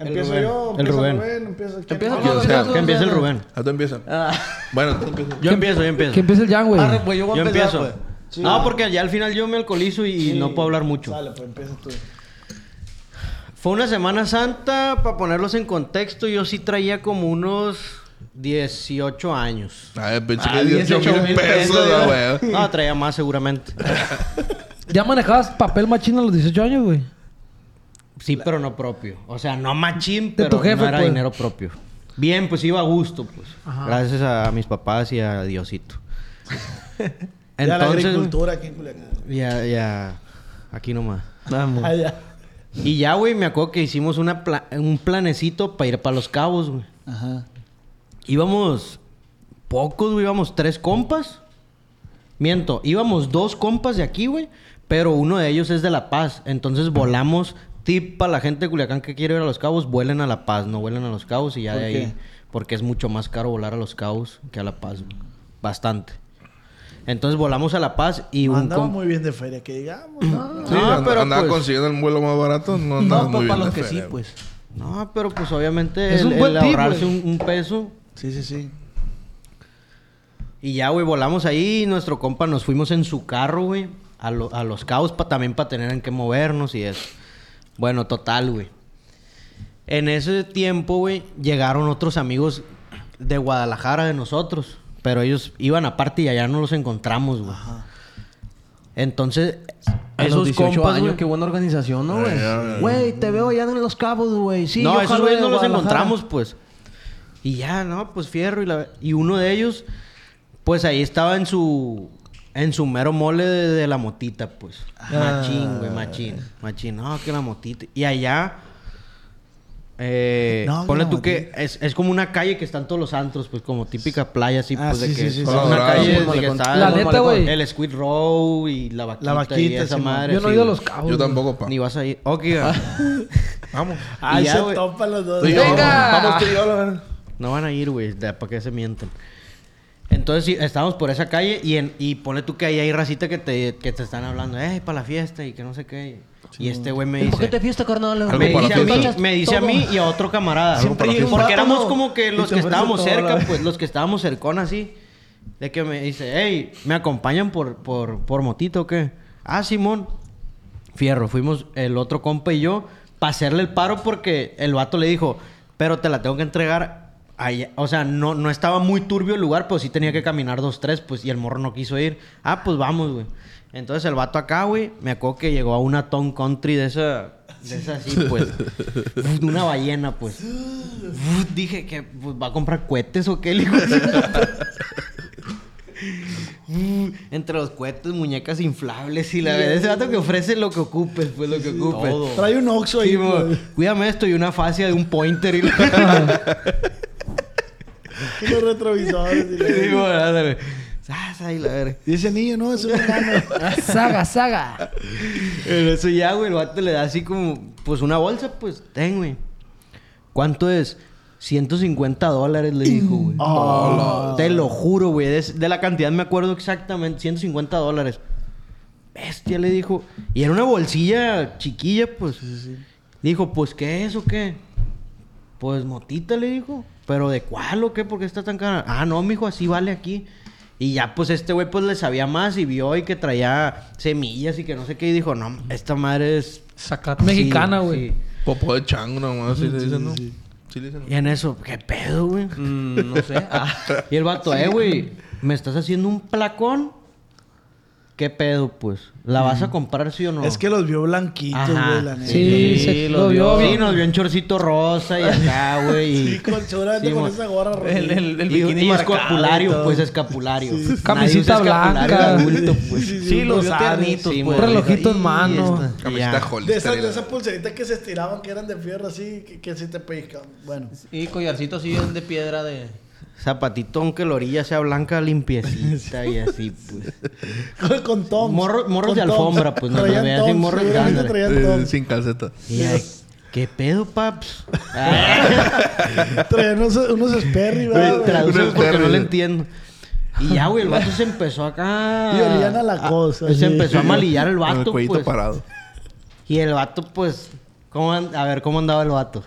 S2: ¿Empiezo
S3: Rubén.
S2: yo?
S3: El
S2: ¿Empieza
S3: Rubén.
S2: ¿Empieza quién?
S6: Empieza
S2: No,
S5: yo.
S2: no,
S5: o sea,
S3: que empiece el Rubén.
S5: Ah, tú empieza. Bueno, tú empieza.
S3: Yo empiezo, yo empiezo.
S4: Que empiece el Jan, güey.
S6: Arre, pues, yo voy
S3: yo
S6: a empezar,
S3: empiezo.
S6: pues.
S2: Sí.
S3: No, porque ya al final yo me alcoholizo y
S2: sí.
S3: no puedo hablar mucho.
S2: Sale, pues empieza tú.
S3: Fue una Semana Santa, para ponerlos en contexto, yo sí traía como unos 18 años.
S5: Ay, pensé
S6: Ah,
S5: que 18 mil
S6: 18,000
S5: pesos,
S6: pesos,
S5: la
S6: ya.
S5: wea.
S3: No, Ah, traía más seguramente.
S4: ¿Ya manejabas papel machino a los 18 años, güey?
S3: Sí, pero no propio. O sea, no machín,
S4: De
S3: pero
S4: tu jefe,
S3: no era
S4: pues.
S3: dinero propio. Bien, pues iba a gusto, pues. Gracias a mis papás y a Diosito.
S2: ya la
S3: Entonces,
S2: agricultura aquí en Culiacán.
S3: ya, ya, aquí nomás.
S6: Vamos.
S2: Ah, ya.
S3: Y ya, güey, me acuerdo que hicimos una pla- un planecito para ir para los cabos, güey.
S2: Ajá.
S3: Íbamos pocos, güey. Íbamos tres compas. Miento, íbamos dos compas de aquí, güey. Pero uno de ellos es de La Paz. Entonces volamos. Tip para la gente de Culiacán que quiere ir a Los Cabos, vuelen a La Paz, no vuelen a Los Cabos y ya
S2: ¿Por
S3: de
S2: qué?
S3: ahí. Porque es mucho más caro volar a Los Cabos que a La Paz. güey. Bastante. Entonces volamos a La Paz y
S2: No
S3: un
S2: andaba
S3: compa-
S2: muy bien de feria, que digamos. ¿no?
S5: Sí,
S3: No,
S5: and-
S3: pero
S5: andaba
S3: pues-
S5: consiguiendo el vuelo más barato. No, andaba
S6: No,
S5: muy
S6: pues
S5: bien
S6: para los
S5: de
S6: que sí,
S5: feria.
S6: pues.
S3: No, pero pues obviamente
S4: Es
S3: el,
S4: un buen
S3: el
S4: tip,
S3: ahorrarse
S4: güey.
S3: un, un peso.
S2: Sí, sí, sí.
S3: Y ya, güey, volamos ahí y nuestro compa nos fuimos en su carro, güey, a, lo- a los cabos pa- también para tener en qué movernos y eso. Bueno, total, güey. En ese tiempo, güey, llegaron otros amigos de Guadalajara de nosotros, pero ellos iban aparte y allá no los encontramos, güey. Entonces,
S6: A los
S3: esos
S6: 18
S3: compas,
S6: años,
S3: güey,
S6: qué buena organización, ¿no, güey?
S5: Eh,
S6: Güey, te veo allá en Los Cabos, güey. Sí,
S3: no,
S6: yo
S3: esos
S6: jalo
S3: güeyes
S6: de
S3: no los
S6: Guadalajara.
S3: encontramos, pues. Y ya, no, pues fierro y la... Y uno de ellos, pues ahí estaba en su... En su mero mole de, de la motita, pues. Machín, güey, machín. Machín, no, que la motita. Y allá... Eh,
S2: No,
S3: ponle
S2: la
S3: tú que es, es como una calle que están todos los antros, pues como típica playa así,
S2: Ah,
S3: pues de
S2: sí,
S3: que
S2: sí, sí,
S3: es
S2: sí.
S3: una
S5: Colorado,
S3: calle
S5: pues,
S3: de que
S6: malecón.
S3: está
S4: La
S3: el-
S4: neta, güey.
S3: el Squid Row y la vaquita, y
S2: vaquita,
S3: esa
S2: sí,
S3: madre.
S4: Yo no he
S3: sí,
S4: ido a
S3: güey.
S4: los cabos.
S5: Yo
S4: güey.
S5: tampoco, pa.
S3: Ni vas a ir. Ok, güey.
S5: Vamos.
S2: Ahí
S3: ya,
S2: se
S3: güey.
S2: topan los dos.
S5: Tú y yo.
S4: Venga.
S5: Vamos tú y yo, la verdad.
S3: No van a ir, güey. ¿Para qué se mienten? Entonces, sí, estábamos por esa calle y, en, y ponle tú que ahí hay racita que te, que te están hablando. ¡Ey, para la fiesta! Y que no sé qué. Y este güey me
S6: ¿Y ¿Por qué
S3: dice...
S6: te fiesta, carnal?
S5: Algo
S3: Me
S5: para
S3: dice,
S5: la
S3: a mí,
S5: fiesta.
S3: me dice a mí y a otro camarada.
S5: Algo para la fiesta.
S3: Porque éramos
S6: Plátano.
S3: como que
S6: Y
S3: los
S6: te
S3: que
S6: ofrecen
S3: estábamos
S6: todo, la
S3: cerca,
S6: verdad.
S3: pues los que estábamos cercón así. De que me dice, hey, ¿me acompañan por, por, por motito o qué? Ah, Simón. Fierro, fuimos el otro compa y yo para hacerle el paro porque el vato le dijo, pero te la tengo que entregar. Allá. O sea, no, no estaba muy turbio el lugar, pero sí tenía que caminar dos, tres, pues, y el morro no quiso ir. Ah, pues vamos, güey. Entonces el vato acá, güey, me acuerdo que llegó a una Tom Country de esa, de esa así, pues, de una ballena, pues. Dije que pues, va a comprar cohetes o qué, el hijo de su- mm, entre los cohetes, muñecas inflables y la verdad. Ese vato que ofrece lo que ocupes, pues lo que ocupes.
S2: Trae un oxo ahí,
S3: Sí, mo,
S2: güey.
S3: Cuídame esto y una fascia de un pointer y la...
S2: Unos retrovisores. y la-
S3: Sí, mo, ándale. Zas, ahí la verga.
S2: Y ese niño, no, es un enano.
S4: Saga, saga.
S3: En eso ya, güey, el vato le da así como, pues una bolsa, pues, ten, güey. ¿Cuánto es? 150 dólares le dijo, güey. Te lo juro, güey. De, de la cantidad me acuerdo exactamente. 150 dólares. Bestia le dijo. Y era una bolsilla chiquilla, pues. Dijo, pues, ¿qué es o qué? Pues motita le dijo. ¿Pero de cuál o qué? ¿Por qué está tan cara? Ah, no, mijo, así vale aquí. Y ya, pues este güey, pues le sabía más y vio y que traía semillas y que no sé qué. Y dijo, no, esta madre es.
S4: Saca mexicana,
S3: sí,
S4: güey.
S3: sí".
S5: Popó de chango nomás, sí le dicen, ¿no? Sí le dicen.
S3: Y en eso, ¿qué pedo, güey?
S6: Mm, no sé. Ah.
S3: Y el vato, eh, güey, me estás haciendo un placón. ¿Qué pedo, pues? ¿La vas a comprar sí o no?
S2: Mm. Es que los vio blanquitos,
S3: Ajá.
S2: güey, la neta.
S4: Sí,
S6: Sí,
S4: se-
S6: lo
S4: lo vio.
S6: vio.
S3: Sí, nos vio en chorcito rosa y acá, güey. y-
S2: Sí, con, seguramente
S3: Sí,
S2: con
S3: mo-
S2: esa gorra roja.
S6: El, el, el
S3: y,
S6: bikini
S3: y
S6: marcado y
S3: escapulario,
S6: todo.
S3: pues escapulario. Nadie
S4: Camisita
S3: usa escapulario
S4: blanca.
S3: de adulto, pues.
S2: Sí, sí,
S6: Sí, los vio
S2: unos
S6: tiernitos,
S3: Sí,
S6: pues.
S3: mo-
S4: Relojito en
S3: Y
S4: mano.
S3: esta-
S5: Camiseta
S3: ya.
S2: De esas,
S5: Hollister.
S2: de esas pulseritas que se estiraban, que eran de fierro así, que, que sí te pellizcaban. Bueno.
S6: Y collarcito así bien de piedra de...
S3: Zapatito, aunque la orilla sea blanca, limpiecita y así, pues.
S2: Con, con toms.
S3: Morro- morros
S2: Con
S3: de
S2: toms.
S3: alfombra, pues, no, no,
S2: Traían
S3: veas, sí,
S2: toms,
S3: morros de
S2: seguramente
S3: alfombra.
S2: traían
S5: Eh,
S2: toms.
S5: sin calceta.
S3: Y ay, ¿Qué pedo, paps? Ah.
S2: Traían unos, unos Sperry,
S3: Güey,
S2: ¿verdad, güey?
S3: traduce
S5: Unos
S3: porque no
S5: términos.
S3: le entiendo. Y ya, güey, el vato se empezó acá.
S2: Y olían a la cosa,
S3: Se
S2: sí.
S3: empezó a malillar el
S5: Con
S3: vato,
S5: el cuellito
S3: pues.
S5: parado.
S3: Y el vato, pues. ¿cómo an- A ver, ¿cómo andaba el vato?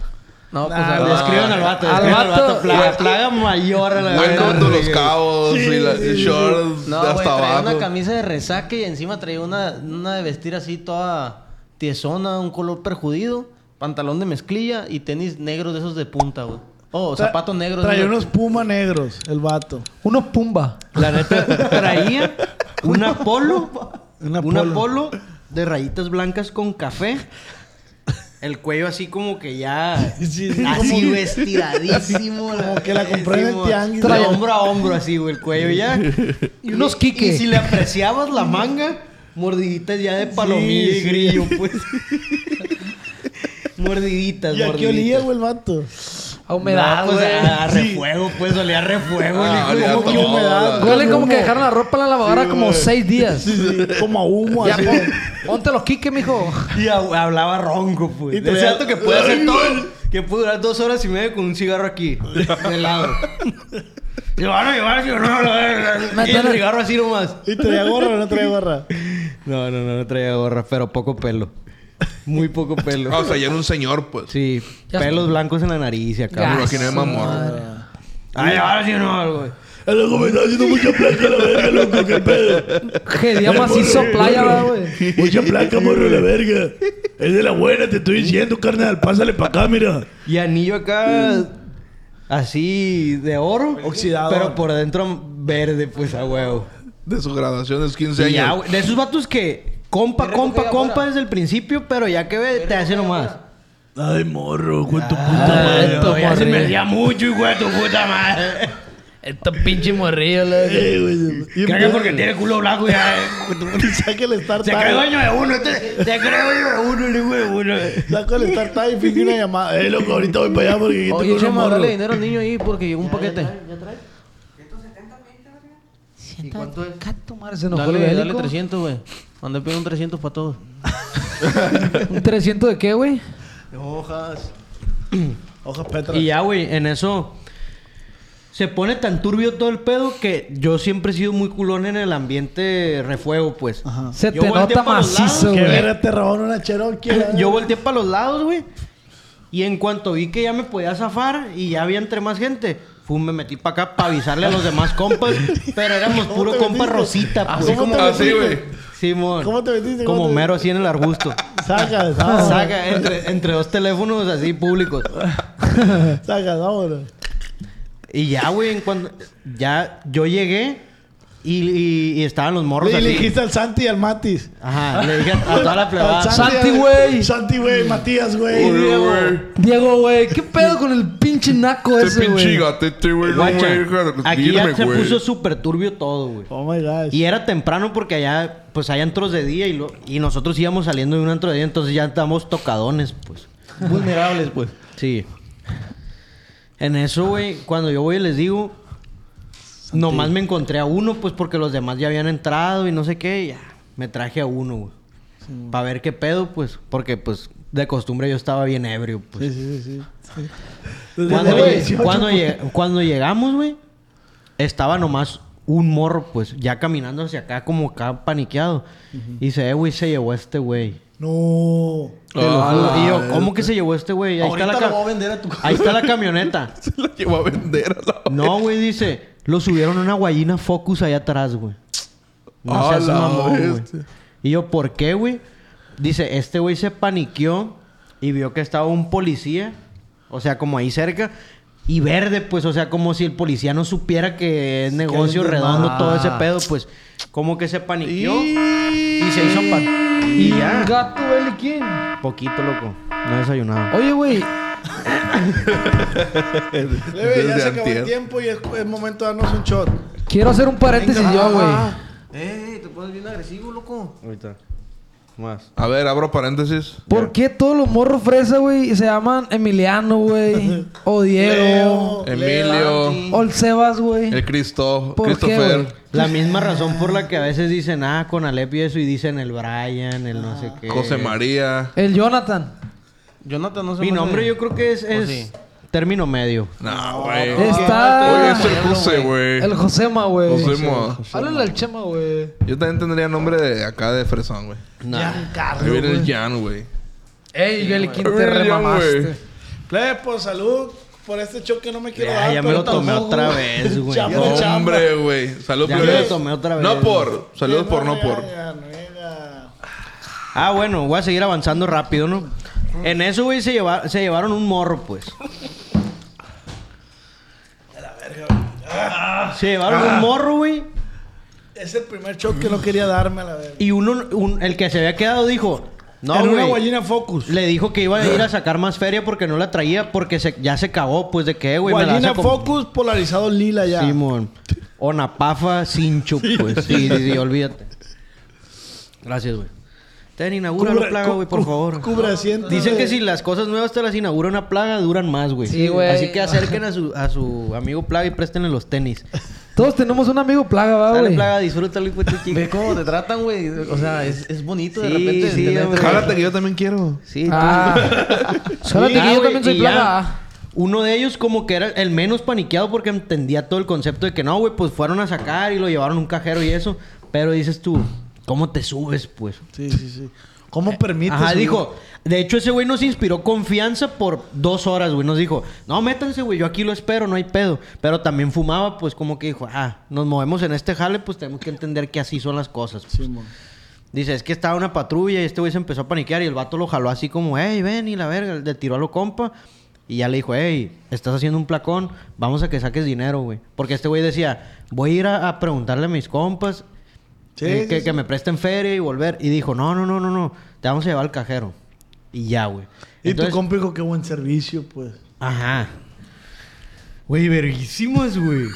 S6: No, pues...
S3: Ah,
S6: a ver.
S3: describan al vato,
S4: al
S3: describan al vato.
S4: vato.
S3: pla- plaga mayor a la verga,
S5: Blanco de los
S3: güey.
S5: cabos y la y shorts
S6: No, güey,
S5: hasta
S6: traía
S5: abajo.
S6: una camisa de resaque y encima traía una, una de vestir así toda tiesona, un color perjudido, pantalón de mezclilla y tenis negros de esos de punta, güey. Oh,
S2: Tra-
S6: zapatos negros.
S2: Traía
S6: esos de-
S2: unos puma negros, el vato.
S4: Unos pumba.
S3: La neta traía una polo,
S2: Una
S3: una
S2: polo.
S3: polo. de rayitas blancas con café. El cuello así como que ya
S2: Sí, sí,
S3: así
S2: como-
S3: vestiradísimo.
S2: como que la compré en el
S3: decimos,
S2: tianguis.
S3: De
S2: Traía-
S3: hombro a hombro así, güey, el cuello ya.
S4: Y unos quique.
S3: Y si le apreciabas la manga, mordiditas ya de palomilla
S2: Sí,
S3: y
S2: sí.
S3: grillo, pues. mordiditas,
S2: Y aquí
S3: mordiditas.
S2: olía, güey, el vato.
S4: A humedad,
S3: No, pues,
S4: güey.
S3: a, a refuego, pues, olía a refuego.
S5: Ah,
S3: hijo.
S5: olía
S2: como que
S5: todo,
S2: humedad,
S5: la-
S2: güey.
S4: Huele como que
S2: humo.
S4: dejaron la ropa en la lavadora como seis días.
S2: Sí, sí, como a humo,
S4: Ya,
S2: así.
S4: pon- ponte los quiques, mijo.
S3: Y hab- hablaba ronco, pues.
S2: Y
S3: De ese
S2: traía-
S3: vato que puede hacer todo. Que puede durar dos horas y media con un cigarro aquí. De lado. Y lo van a llevar, si no, no, no, no.
S4: Me
S3: Y el
S4: trae-
S3: cigarro así nomás.
S2: ¿Y traía gorra o no traía gorra?
S3: No, no, no, no traía gorra, pero poco pelo. Muy poco pelo.
S5: Ah, o sea, ya era un señor, pues.
S3: Sí,
S4: Ya-
S3: pelos blancos en la nariz y
S4: Ya,
S3: acá.
S5: Me imaginé
S4: su
S5: mamorro.
S4: madre.
S3: Ay, ahora sí no, algo.
S2: El loco me está haciendo mucha placa, la verga, loco, qué pedo.
S4: Que día más hizo playa, ¿verdad, güey.
S2: Mucha placa, morro, la verga. Es de la buena, te estoy diciendo, carnal. Pásale para acá, mira.
S3: Y anillo acá. Así de oro.
S2: Oxidado.
S3: Pero por dentro verde, pues a huevo.
S5: De su graduación es 15 años.
S3: Y ya, güey, de esos vatos que compa,
S6: Y
S3: compa,
S6: recogida
S3: compa
S6: afuera.
S3: desde el principio, pero ya que ve, te hace nomás.
S2: Ay, morro, cuánto
S4: Ah,
S2: puta madre.
S4: esto,
S3: ya se
S4: morrillo.
S3: me hacía mucho, hijo de tu puta madre.
S4: Esto pinche morrillo, le
S2: Eh, güey. Y
S3: Que haga
S2: empieza-
S3: porque tiene culo blanco ya. eh.
S2: Y saca el Star
S3: Se cree
S2: Time.
S3: dueño de uno, este- se cree dueño de uno, el hijo de uno. eh.
S2: Saca el Star Time y finge una llamada. Eh, loco, ahorita voy para allá porque aquí
S6: Oye,
S2: tengo unos
S6: déjame darle
S2: morros.
S6: dinero al niño ahí porque llegó un paquete.
S4: ¿Cuánto es? Cato, madre, se enojó
S6: Dale,
S4: el
S6: dale
S4: bélico.
S6: 300, güey. Mandé pedir un 300 para todos.
S4: ¿Un 300 de qué, güey?
S6: Hojas.
S2: Hojas Petra.
S3: Y ya, güey, en eso se pone tan turbio todo el pedo que yo siempre he sido muy culón en el ambiente refuego, pues.
S2: Ajá.
S4: Se
S3: Yo
S4: te
S3: volteé
S4: nota
S3: para los
S4: macizo,
S3: lados,
S2: Que
S4: güey.
S2: verga, te robaron una Cherokee. la
S3: Yo
S2: verga.
S3: volteé para los lados, güey. Y en cuanto vi que ya me podía zafar y ya había entre más gente, fum, me metí para acá para avisarle a los demás compas. Pero éramos
S2: ¿Cómo
S3: puro
S2: te
S3: compa
S2: metiste? Ah,
S3: rosita,
S2: ¿Cómo
S3: pues.
S2: te
S5: Así,
S2: metiste?
S5: güey.
S3: Simón.
S2: ¿Cómo te metiste? ¿Cómo
S3: Como
S2: te- Ah.
S3: mero así en el arbusto.
S2: Sacas, vámonos.
S3: Saca entre, entre dos teléfonos así públicos.
S2: Sacas, vámonos.
S3: Y ya, güey, en cuando... Ya yo llegué Y, y- y estaban los morros
S2: Le
S3: así.
S2: dijiste al Santi y al Matis.
S3: Ajá, le dije a a toda la plebada.
S2: Al
S4: Santi, güey.
S2: Santi, güey. Matías, güey.
S4: Diego, güey, ¿qué pedo con el pinche naco
S5: Este
S4: ese,
S5: pinche
S4: güey?
S5: gatete, güey. No
S3: Guacha,
S5: me deja
S3: aquí ya
S5: irme,
S3: se
S5: güey.
S3: puso súper turbio todo, güey.
S2: Oh my gosh.
S3: Y era temprano porque allá, pues hay antros de día y, lo- y nosotros íbamos saliendo de un antro de día, entonces ya estábamos tocadones, pues.
S6: Vulnerables, pues.
S3: Sí. En eso, güey, cuando yo voy y les digo, nomás me encontré a uno, pues porque los demás ya habían entrado y no sé qué, y ya me traje a uno, güey. Para ver qué pedo, pues, porque pues de costumbre yo estaba bien ebrio,
S2: Sí,
S3: pues.
S2: sí, sí. sí. Desde pues.
S3: Cuando,
S2: luego,
S3: lleg-
S2: 18
S3: cuando lleg- cuando llegamos, güey, estaba nomás un morro, pues, ya caminando hacia acá, como acá paniqueado. Y dice, eh, güey, se llevó a este güey.
S2: No.
S3: Te lo juro. y yo, ¿cómo que se llevó este güey? Ahí, está la
S6: Ah, Ahorita
S3: ca-
S6: lo voy a vender a tu
S3: ahí está la camioneta.
S5: Se la llevó a vender a la...
S3: No, güey, dice, lo subieron a una guayina Focus allá atrás, güey. No
S5: A
S3: seas
S5: la
S3: mamón, güey.
S5: bestia.
S3: Y yo, ¿por qué, güey? Dice, este güey se paniqueó y vio que estaba un policía, o sea, como ahí cerca, y verde, pues, o sea, como si el policía no supiera que es negocio
S2: un
S3: redondo
S2: desmadre.
S3: todo ese pedo, pues, como que se paniqueó y, se hizo pan. Y ya,
S4: Gato, güey, ¿quién?
S3: poquito, loco. No he desayunado.
S4: Oye, güey,
S2: Leve, ya
S5: Desde
S2: se acabó
S5: antier.
S2: el tiempo y es, es momento de darnos un shot.
S4: quiero hacer un paréntesis yo, güey.
S6: Eh, te pones bien agresivo, loco.
S3: Ahorita. Más.
S5: A ver, abro paréntesis.
S4: ¿Por qué todos los morros fresa, güey, se llaman Emiliano, güey? o Diego.
S2: Leo.
S5: Emilio,
S4: O el Sebas, güey.
S5: el Cristo,
S4: ¿Por qué,
S5: Christopher.
S4: güey?
S3: La misma razón por la que a veces dicen, ah, con Alep y eso, y dicen el Brian, el no
S2: Ah.
S3: sé qué.
S5: José María.
S4: El Jonathan.
S6: Jonathan no se
S3: Mi
S6: me hace-
S3: nombre yo creo que es, es
S6: sí.
S3: término medio.
S5: No, güey. Oye,
S4: Está
S5: es el José, güey.
S4: el Josema, güey.
S5: Josema.
S4: Háblale al Chema, güey.
S5: Yo también tendría nombre de acá de Fresón, güey. Ahí viene el Jan, güey.
S4: Ey, Joel, ¿quién
S5: Oye,
S4: te
S5: ya,
S4: remamaste?
S5: güey.
S2: Plebe, pues salud por este choque no me quiero
S3: Ya,
S2: dar.
S3: ya me
S2: pero
S3: lo tomé
S2: tampoco,
S3: otra
S2: güey.
S3: vez, güey.
S2: Chamba,
S5: No,
S2: chamba.
S5: hombre, güey. Salud
S3: Ya
S5: por
S3: me lo
S5: eso.
S3: tomé otra vez.
S5: No por. Saludos por, no por.
S2: regañan, venga.
S3: Ah, bueno, voy a seguir avanzando rápido, ¿no? En eso, güey, se, lleva- se llevaron un morro, pues. Se llevaron
S2: Ah.
S3: un morro, güey.
S2: Es el primer shot que no quería darme a la verga.
S3: Y uno, un- el que se había quedado dijo, no,
S2: en una
S3: güey.
S2: guayina Focus.
S3: Le dijo que iba a ir a sacar más feria porque no la traía porque se- ya se cagó, pues de qué, güey. Me la vas a
S2: guayina
S3: comp-
S2: Focus polarizado lila ya.
S3: Simón. Onapafa Sincho, pues. Sí, sí, sí, olvídate. Gracias, güey. Ten, inaugura la
S2: Cubre-
S3: plaga,
S2: cu-
S3: güey, por
S2: cu-
S3: favor.
S2: Cubre asiento.
S3: Dicen que si las cosas nuevas te las inaugura una plaga, duran más, güey.
S4: Sí, güey.
S3: Así que acerquen a su, a su amigo plaga y préstenle los tenis.
S4: Todos tenemos un amigo plaga, va,
S3: Dale,
S4: Ah, güey.
S3: plaga, disfrútalo, hijo de tu
S6: Ve
S3: chica.
S6: cómo te tratan, güey. O sea, es, es bonito de
S3: Sí,
S6: repente.
S3: sí,
S6: tener-
S3: hombre.
S5: Jálate que yo también quiero.
S3: Sí,
S4: Ah. Solo que
S3: Ah,
S4: yo
S3: güey,
S4: también
S3: y
S4: soy
S3: ya.
S4: plaga.
S3: Uno de ellos como que era el menos paniqueado porque entendía todo el concepto de que no, güey, pues fueron a sacar y lo llevaron a un cajero y eso. Pero dices tú, ¿cómo te subes, pues?
S2: Sí, sí, sí. ¿Cómo permites?
S3: Eh, Ajá,
S2: güey?
S3: dijo. De hecho, ese güey nos inspiró confianza por dos horas, güey. Nos dijo, no, métanse, güey, yo aquí lo espero, no hay pedo. Pero también fumaba, pues como que dijo, ah, nos movemos en este jale, pues tenemos que entender que así son las cosas. pues".
S2: Simón.
S3: Dice, es que estaba una patrulla y este güey se empezó a paniquear y el vato lo jaló así como, hey, ven y la verga, le tiró a lo compa. Y ya le dijo, hey, estás haciendo un placón, vamos a que saques dinero, güey. Porque este güey decía, voy a ir a, a preguntarle a mis compas
S2: Sí,
S3: eh,
S2: sí,
S3: que,
S2: sí.
S3: que me presten feria y volver. Y dijo, no, no, no, no, no, te vamos a llevar al cajero. Y ya, güey.
S2: Y
S3: Entonces-
S2: tu compa dijo qué buen servicio, pues.
S3: Ajá. Güey, verguísimos, güey.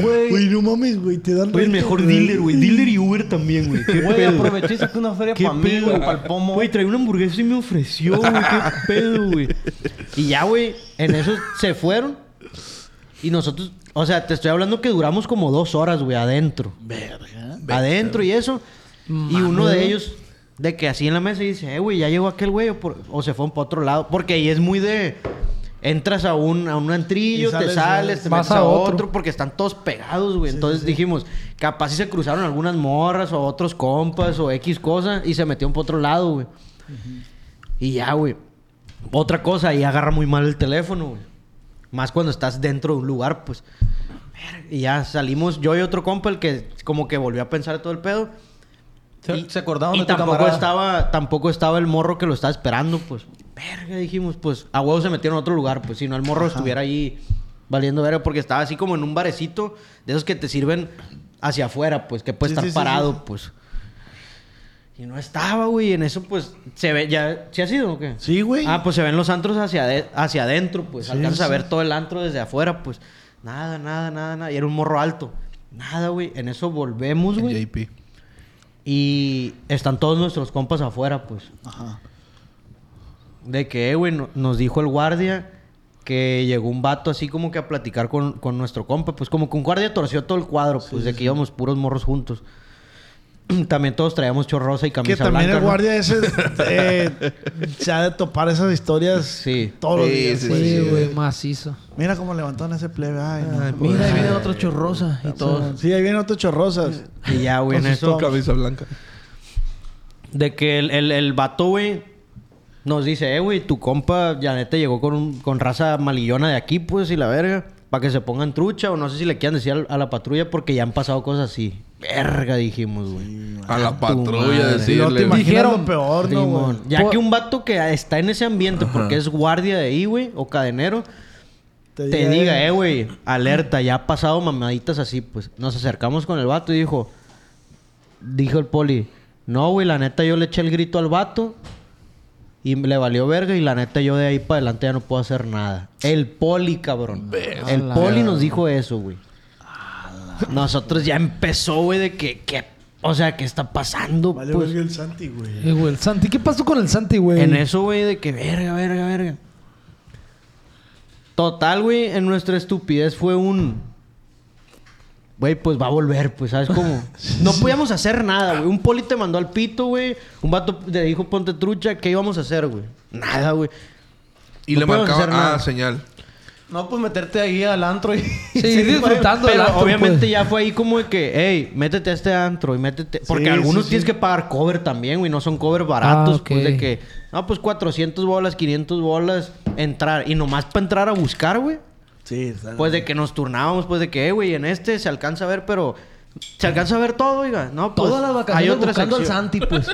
S2: Güey, no mames, güey, te dan
S3: Güey, el
S2: reto,
S3: mejor dealer, güey. Dealer y Uber también, güey. Qué
S6: Güey,
S3: pedo.
S6: aproveché y saqué una feria
S3: ¿Qué
S6: para mí,
S3: pedo?
S6: güey, para el pomo.
S3: Güey, traía una hamburguesa y me ofreció, güey. Qué pedo, güey. Y ya, güey, en eso se fueron. Y nosotros, o sea, te estoy hablando que duramos como dos horas, güey, adentro. Verga. Adentro y eso. Y uno de ellos, de que así en la mesa, dice, eh, güey, ya llegó aquel güey. O, por- o se fue para otro lado. Porque ahí es muy de. Entras a un, a un antrillo,
S2: Y sales,
S3: te sales,
S2: sales.
S3: te
S4: Vas
S3: metes
S4: a
S3: a
S4: otro.
S3: otro porque están todos pegados, güey. Entonces dijimos, capaz si se cruzaron algunas morras o otros compas o X cosa y se metieron por otro lado, güey. Y ya, güey. Otra cosa, ahí agarra muy mal el teléfono, güey. Más cuando estás dentro de un lugar, pues. Verga, Y ya salimos yo y otro compa, el que como que volvió a pensar todo el pedo.
S6: Se,
S3: y,
S6: se acordaron
S3: y
S6: de tu
S3: tampoco
S6: camarada.
S3: estaba, tampoco estaba el morro que lo estaba esperando, pues. Verga, dijimos, pues, a huevo se metieron a otro lugar, pues. Si no, el morro estuviera ahí valiendo verga, porque estaba así como en un barecito de esos que te sirven hacia afuera, pues, que puede
S2: Sí,
S3: estar
S2: sí, sí,
S3: parado,
S2: sí.
S3: pues. Y no estaba, güey. En eso, pues, se ve, ya, ¿sí ha sido o qué?
S2: Sí, güey.
S3: Ah, pues se ven los antros hacia, ade- hacia adentro, pues.
S2: Sí,
S3: Alcanzas a
S2: sí.
S3: ver todo el antro desde afuera, pues. Nada, nada, nada, nada. Y era un morro alto. Nada, güey. En eso volvemos,
S5: El
S3: pues, güey.
S5: JP.
S3: Y están todos nuestros compas afuera, pues.
S2: Ajá.
S3: De que, "Eh, güey, no- nos dijo el guardia que llegó un vato así como que a platicar con, con nuestro compa. Pues como que un guardia torció todo el cuadro, pues, de que íbamos puros morros juntos. también todos traíamos chorrosa y
S2: Que
S3: camisa
S2: también
S3: blanca,
S2: el
S3: ¿no?
S2: guardia ese eh, se ha de topar esas historias
S3: Sí.
S2: todos los
S5: Sí,
S2: días.
S5: sí,
S3: Pues,
S2: güey.
S5: sí.
S4: Sí, güey, macizo.
S2: Mira cómo levantaron ese plebe. Ay, no.
S6: Mira, ahí
S5: Ay, pobre.
S6: viene otro chorrosa y todo.
S2: Sí, ahí vienen otros chorrosas.
S3: Y ya, güey, en
S2: Entonces,
S3: eso...
S5: Camisa blanca.
S3: De que el, el, el vato, güey, nos dice, eh, güey, tu compa, ya neta, llegó con, un- con raza malillona de aquí, pues, y la verga. Para que se pongan trucha o no sé si le quieran decir al- a, la patrulla porque ya han pasado cosas así. Verga, dijimos, güey.
S5: A la
S3: Ah, tu
S5: patrulla
S3: madre.
S2: no te
S5: decirle.
S2: imaginas
S5: güey.
S2: lo
S4: Dijeron,
S2: peor, ¿no, güey?
S3: Simón. ya
S4: Por-
S3: que un vato que está en ese ambiente porque es guardia de ahí, güey, o cadenero, te diga, eh, güey, alerta, ya ha pasado mamaditas así, pues. Nos acercamos con el vato y dijo, dijo el poli, no, güey, la neta yo le eché el grito al vato y le valió verga y la neta yo de ahí para adelante ya no puedo hacer nada. El poli, cabrón. El
S4: Ala.
S3: poli nos dijo eso, güey. Nosotros ya empezó, güey, de que, que, o sea, ¿qué está pasando?
S2: Vale,
S3: pues?
S2: verga el Santi, güey.
S4: Eh, güey, el Santi, ¿qué pasó con el Santi, güey?
S3: En eso, güey, de que verga, verga, verga. Total, güey, en nuestra estupidez fue un. Güey, pues va a volver, pues, ¿sabes cómo? No podíamos hacer nada, güey. Un poli te mandó al pito, güey. Un vato te dijo ponte trucha, ¿qué íbamos a hacer, güey? Nada, güey.
S5: Y
S3: No
S5: le
S3: podemos
S5: marcaban.
S3: hacer nada.
S5: Ah, señal.
S6: No, pues meterte ahí al antro y.
S4: Sí, disfrutando del
S3: Pero
S4: antro,
S3: obviamente
S4: pues.
S3: ya fue ahí como de que, hey, métete a este antro y métete. Porque
S2: Sí,
S3: algunos
S2: sí,
S3: tienes que pagar cover también, güey. No son cover baratos,
S4: Ah, ok.
S3: pues de que, no, pues 400 bolas, 500 bolas, entrar. Y nomás para entrar a buscar, güey.
S2: Sí, está-
S3: Pues de que nos turnábamos, pues de que, eh, güey, en este se alcanza a ver, pero. Se alcanza a ver todo, oiga. No, pues.
S6: Todas las vacaciones
S3: hay otra
S6: buscando al
S3: sección.
S6: Santi, pues.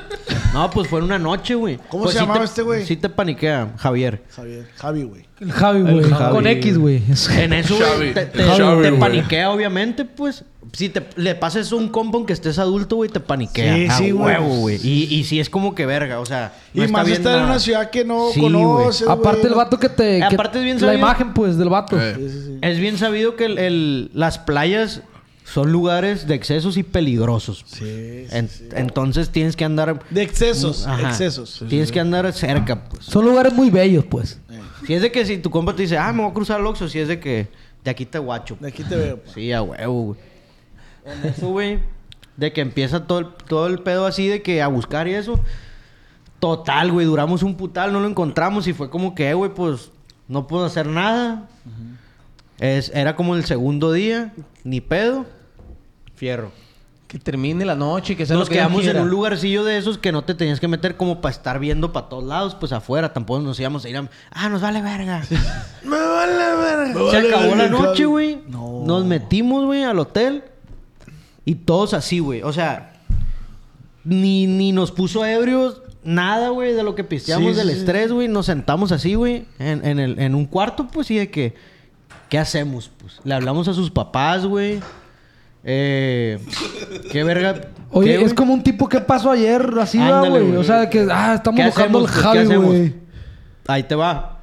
S3: No, pues fue en una noche, güey.
S2: ¿Cómo
S3: Pues
S2: se
S3: sí
S2: llamaba
S3: te-
S2: este güey?
S3: Sí te paniquea, Javier.
S2: Javier, Javi, güey.
S4: El Javi, güey.
S3: Javi.
S4: Con X, güey. Es-
S3: En eso,
S5: Xavi,
S3: güey, te, te-
S5: el Xavi,
S3: te
S5: güey.
S3: paniquea, obviamente, pues. Si te, le pases un combo aunque estés adulto, güey, te paniquea.
S2: Sí,
S3: a
S2: sí, güey.
S3: huevo, güey. Y, y sí es como que verga, o sea.
S2: Y más
S3: bien
S2: estar en
S3: nada.
S2: una ciudad que no
S3: Sí,
S2: conoces, güey.
S4: Aparte el vato que te... que-
S3: Eh, Aparte es bien
S4: La
S3: sabido.
S4: imagen, pues, del vato.
S5: Eh.
S2: Sí, sí, sí.
S3: Es bien sabido que el- el- las playas son lugares de excesos y peligrosos. pues.
S2: Sí, sí,
S3: En- Entonces tienes que andar.
S2: De excesos,
S3: Ajá.
S2: excesos.
S3: Tienes que andar cerca, pues.
S4: Son lugares muy bellos, pues.
S3: Si es de que si tu compa te dice, ah, me voy a cruzar el Oxxo, si es de que de aquí te guacho.
S2: De aquí te veo. pues. pa.
S3: Sí, a huevo, güey. En eso, güey, de que empieza todo el, todo el pedo así de que a buscar y eso. Total, güey, duramos un putal, no lo encontramos y fue como que, eh, güey, pues no puedo hacer nada. Es, era como el segundo día, ni pedo. Fierro.
S6: Que termine la noche, que sea
S3: Nos
S6: lo que Dios
S3: quedamos en
S6: quiera.
S3: un lugarcillo de esos que no te tenías que meter como para estar viendo para todos lados, pues afuera. Tampoco nos íbamos a ir a... Ah, nos vale verga.
S2: Me vale verga.
S3: Se acabó la noche, güey.
S2: No.
S3: Nos metimos, güey, al hotel. Y todos así, güey. O sea, ni, ni nos puso ebrios, nada, güey, de lo que pisteamos
S2: Sí,
S3: del
S2: sí, sí.
S3: estrés, güey. Nos sentamos así, güey, en, en el- en un cuarto, pues, y de que, ¿qué hacemos? Pues le hablamos a sus papás, güey. Eh, qué verga.
S4: Oye,
S3: qué,
S4: es
S3: güey?
S4: como un tipo que pasó ayer así, va,
S3: Ándale,
S4: güey.
S3: güey.
S4: O sea, de que, ah, estamos
S3: ¿Qué
S4: buscando al
S3: hacemos, pues? ¿Qué
S4: Javi, güey.
S3: hacemos? Ahí te va.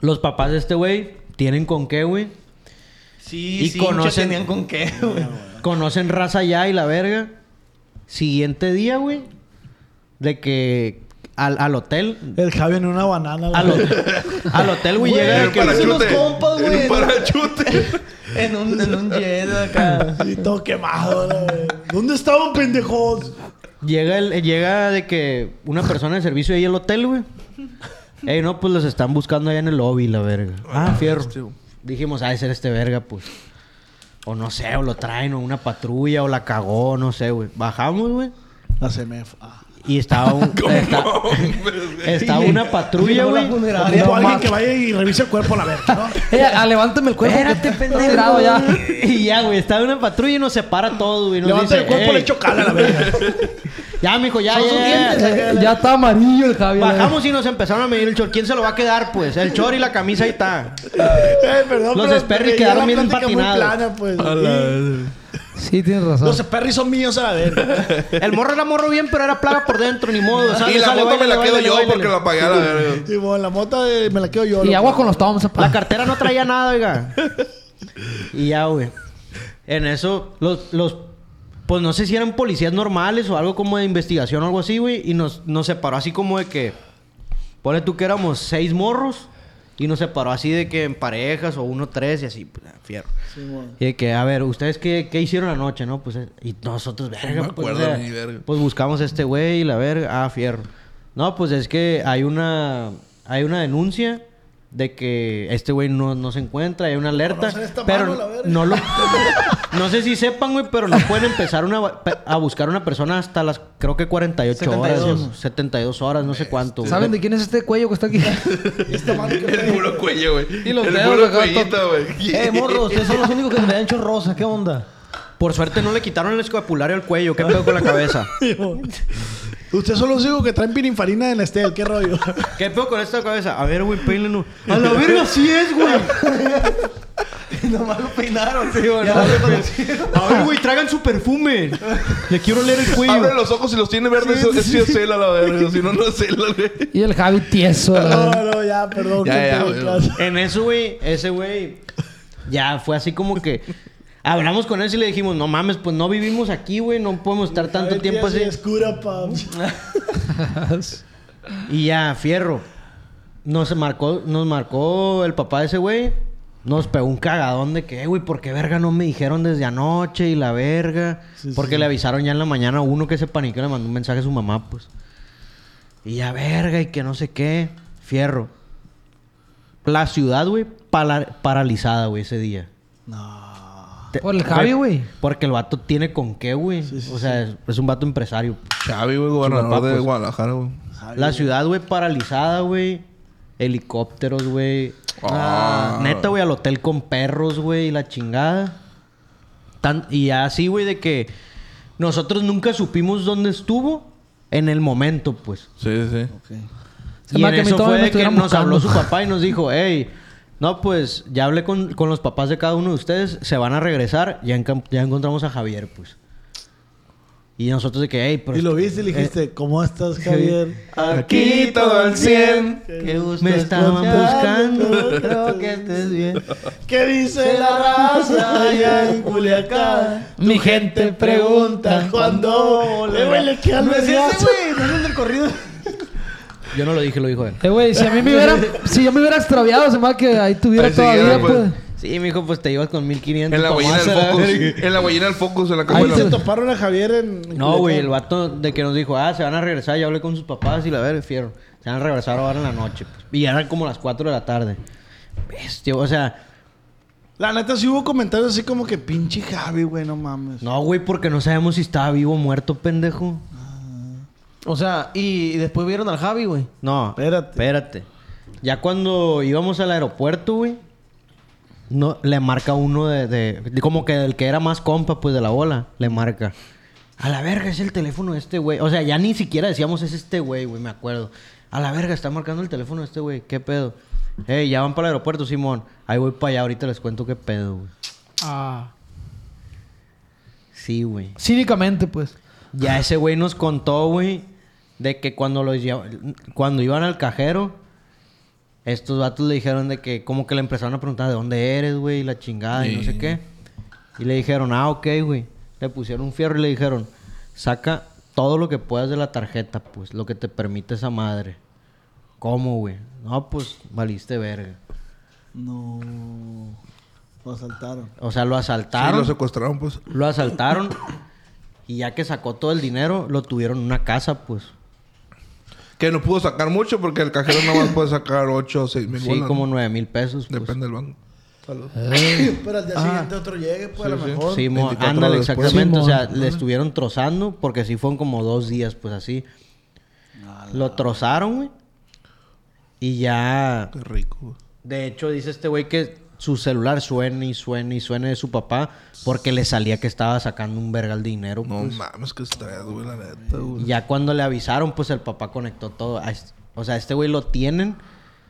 S3: Los papás de este güey tienen con qué, güey.
S6: Sí,
S3: Y
S6: sí,
S3: conocen-
S6: conocen... tenían con qué, güey.
S3: Conocen raza ya y la verga. Siguiente día, güey. De que al, al hotel.
S2: El Javi en una banana.
S3: Al,
S2: güey.
S3: ho- al hotel, güey, llega de
S5: En un
S3: que.
S6: unos
S5: parachute.
S6: compas,
S5: En
S6: güey.
S5: un parachute.
S6: En un, en un jet acá.
S2: Y todo quemado, güey. ¿Dónde estaban, pendejos?
S3: Llega, el- llega de que una persona de servicio ahí al hotel, güey. Ey, no, pues los están buscando allá en el lobby, la verga. Ah, fierro. Dijimos, ha de ser este verga, pues. O no sé, o lo traen, o una patrulla, o la cagó, no sé, güey. Bajamos, güey.
S2: La CMF. Ah.
S3: Y estaba un- esta- estaba una patrulla,
S6: Llegó la
S3: güey.
S6: funeraria.
S2: Ocupo a alguien que vaya y revise el cuerpo a la verga, ¿no?
S4: Eh, ah, levántame el cuerpo. que
S3: Espérate,
S4: está
S3: pendejo.
S4: tirado ya.
S3: Y ya, güey, está una patrulla y nos separa todo, güey. Nos
S2: Levanta
S3: dice,
S2: el cuerpo, le
S3: "Ey,
S2: echo cal a la verga. Eh,
S3: Ya, mijo, ya,
S6: Son
S3: ya,
S6: sus
S3: ya, ya".
S4: Eh, ya está amarillo el Javi. la
S3: Bajamos y nos empezaron a medir el short. ¿Quién se lo va a quedar, pues? El short y la camisa ahí está.
S2: Eh, perdón,
S3: Los
S2: pero
S3: Sperry
S2: ya
S3: quedaron
S2: la
S3: bien
S2: plática muy
S3: empatinados.
S2: plana, pues. Y-
S4: Sí, tienes razón.
S2: Los Perry son míos a la verga.
S3: El morro era morro bien, pero era plaga por dentro, ni modo. Sale,
S5: y la
S3: sale,
S5: moto me
S3: báilale,
S5: la quedo
S3: báilale,
S5: yo
S3: báilale.
S5: porque la pagué a la verga.
S2: Y bueno, la mota eh, me la quedo yo.
S4: y
S2: loco.
S4: agua con los tomos, papá.
S3: La cartera no traía nada, oiga. Y ya, güey. En eso, los, los... Pues no sé si eran policías normales o algo como de investigación o algo así, güey. Y nos, nos separó así como de que... Pone tú que éramos seis morros. Y nos separó así de que en parejas o uno, tres y así. Pues, ah, fierro. y de que, a ver, ¿ustedes qué, qué hicieron anoche, no? Pues... eh, Y nosotros, verga,
S5: me
S3: pues,
S5: acuerdo
S3: o sea,
S5: ni verga.
S3: pues buscamos a este güey y la verga. Ah, fierro. No, pues es que hay una... Hay una denuncia de que este güey no, no se encuentra. Hay una alerta.
S2: Conocen esta
S3: Pero
S2: mano, la verga.
S3: no lo... no sé si sepan, güey, pero no pueden empezar una, a buscar a una persona hasta las... Creo que 48 horas.
S6: 72.
S3: 72 horas, no sé cuánto. güey.
S4: ¿Saben de quién es este cuello que está aquí?
S5: El puro cuello, güey.
S4: Y los
S5: el
S4: dedos
S5: puro
S4: acá,
S5: cuellito, güey.
S6: Eh, morros, ustedes son los únicos que se me han hecho rosa. ¿Qué onda?
S3: Por suerte no le quitaron el escapulario al cuello. ¿Qué pedo con la cabeza?
S2: Ustedes son los únicos que traen pininfarina en Estel. ¿Qué rollo?
S3: ¿Qué pedo con esta cabeza? A ver, güey, peínenlo. A la verga, sí es, güey.
S6: Nomás lo peinaron. Sí,
S3: A ver, güey, tragan su perfume. Le quiero leer el cuello.
S5: Abre los ojos y los tiene verdes. eso- eso es cela, la verga. Si no, no es cela, güey.
S4: y el Javi tieso. la
S2: No,
S4: verdad.
S2: no, ya, perdón.
S5: Ya,
S2: que
S5: ya,
S2: te doy
S5: güey.
S2: clase.
S3: En eso, güey, ese güey ya fue así como que hablamos con él y le dijimos, no mames, pues no vivimos aquí, güey, no podemos estar
S2: A
S3: tanto
S2: ver,
S3: tiempo
S2: tía, sí,
S3: así.
S2: Es cura, pa.
S3: Y ya, fierro. Nos marcó, nos marcó el papá de ese güey. Nos pegó un cagadón de que, "Eh, güey, ¿por qué verga no me dijeron desde anoche y la verga? Porque le avisaron ya en la mañana a uno que se paniqueó, le mandó un mensaje a su mamá, pues. Y ya, verga, y que no sé qué. Fierro. La ciudad, güey, pala- paralizada, güey, ese día. No.
S4: Por el Javi, güey.
S3: Porque el vato tiene con qué, güey. o sea, es- es un vato empresario.
S5: Chavi, güey, gobernador de
S3: Chumapapos.
S5: Guadalajara, güey.
S3: La ciudad, güey, paralizada, güey. Helicópteros, güey.
S5: Ah.
S3: Neta, güey, al hotel con perros, güey, y la chingada. Tan- y así, güey, de que nosotros nunca supimos dónde estuvo en el momento, pues.
S5: Sí, sí.
S4: Se
S3: y
S4: me
S3: en
S4: que a mí
S3: eso
S4: todavía me
S3: fue de que
S4: estuvieran
S3: nos
S4: buscando.
S3: habló su papá y nos dijo, hey, no, pues ya hablé con, con los papás de cada uno de ustedes, se van a regresar, ya, encam- ya encontramos a Javier, pues. Y nosotros de que, hey, pero...
S2: Y lo
S3: es que-
S2: viste y le dijiste, ¿cómo estás, Javier?
S3: Javier?
S5: Aquí todo al 100.
S6: Qué gusto
S3: Me estaban
S6: escucharte,
S3: buscando.
S6: Creo que estés bien.
S2: ¿Qué dice la raza allá en Culiacán?
S4: Mi gente pregunta.
S2: cuando Eh, le huele que
S5: Pues
S2: al vergazo.
S6: no es el del corrido.
S3: Yo no lo dije, lo dijo él.
S4: Eh, güey, si a mí me hubiera, si yo me hubiera extraviado, se me va que ahí tuviera
S5: Ahí
S4: todavía,
S5: siguiera, pues.
S4: pues.
S3: Sí, mijo, pues te ibas con 1500.
S5: En la
S3: pa'
S5: guayina del
S3: más, a la
S5: Focus.
S3: verga.
S5: En la guayina del Focus, en la
S2: Ahí
S5: cajuela.
S2: se toparon a Javier en. en
S3: No, güey, el
S2: Culiacán.
S3: vato de que nos dijo, ah, se van a regresar, ya hablé con sus papás y la verga, fierro. Se van a regresar ahora en la noche. pues. Y ya eran como las 4 de la tarde. Bestia, o sea,
S2: La neta, sí hubo comentarios así como que pinche Javi, güey, no mames.
S3: no, güey, porque no sabemos si estaba vivo o muerto, pendejo.
S6: O sea, y, y después vieron al Javi, güey.
S3: No,
S2: Espérate.
S3: espérate. Ya cuando íbamos al aeropuerto, güey, no, le marca uno de, de- de- Como que del que era más compa, pues de la bola, le marca. A la verga es el teléfono de este güey. O sea, ya ni siquiera decíamos es este güey, güey, me acuerdo. A la verga está marcando el teléfono de este güey, qué pedo. Ey, ya van para el aeropuerto, Simón. Ahí voy para allá, ahorita les cuento qué pedo, güey.
S4: Ah.
S3: Sí, güey.
S4: Cínicamente, pues.
S3: Ya ese güey nos contó, güey, de que cuando los llev- cuando iban al cajero, estos vatos le dijeron de que como que le empezaron a preguntar de dónde eres, güey, y la chingada y no sé qué. Y le dijeron, "Ah, ok, güey." Le pusieron un fierro y le dijeron, "Saca todo lo que puedas de la tarjeta, pues, lo que te permite esa madre." ¿Cómo, güey? No, pues valiste verga.
S2: No. Lo asaltaron.
S3: O sea, lo
S5: Sí,
S3: asaltaron.
S5: lo secuestraron, pues.
S3: Lo asaltaron y ya que sacó todo el dinero, lo tuvieron en una casa, pues.
S5: Que no pudo sacar mucho porque el cajero nada más puede sacar 8 o 6 mil
S3: Sí,
S5: bolas,
S3: como
S5: ¿no?
S3: 9 mil pesos. pues.
S5: Depende del banco. Salud.
S2: Pero al día
S5: Ah.
S2: siguiente otro llegue, pues a lo
S5: Sí, sí.
S2: mejor.
S3: Sí, mo-
S5: 24
S3: ándale,
S5: horas después.
S4: pues.
S3: exactamente.
S4: Sí,
S3: o sea,
S4: mo-
S3: le estuvieron trozando porque sí fueron como dos días, pues así. Lo trozaron, güey. Y ya.
S5: Qué rico, güey.
S3: De hecho, dice este güey que su celular suene y suene y suene de su papá porque le salía que estaba sacando un vergal de dinero.
S5: No pues.
S3: pues.
S5: mames, que estrés, güey, la neta,
S3: Y
S5: güey.
S3: ya cuando le avisaron, pues el papá conectó todo. A este- O sea, este güey lo tienen.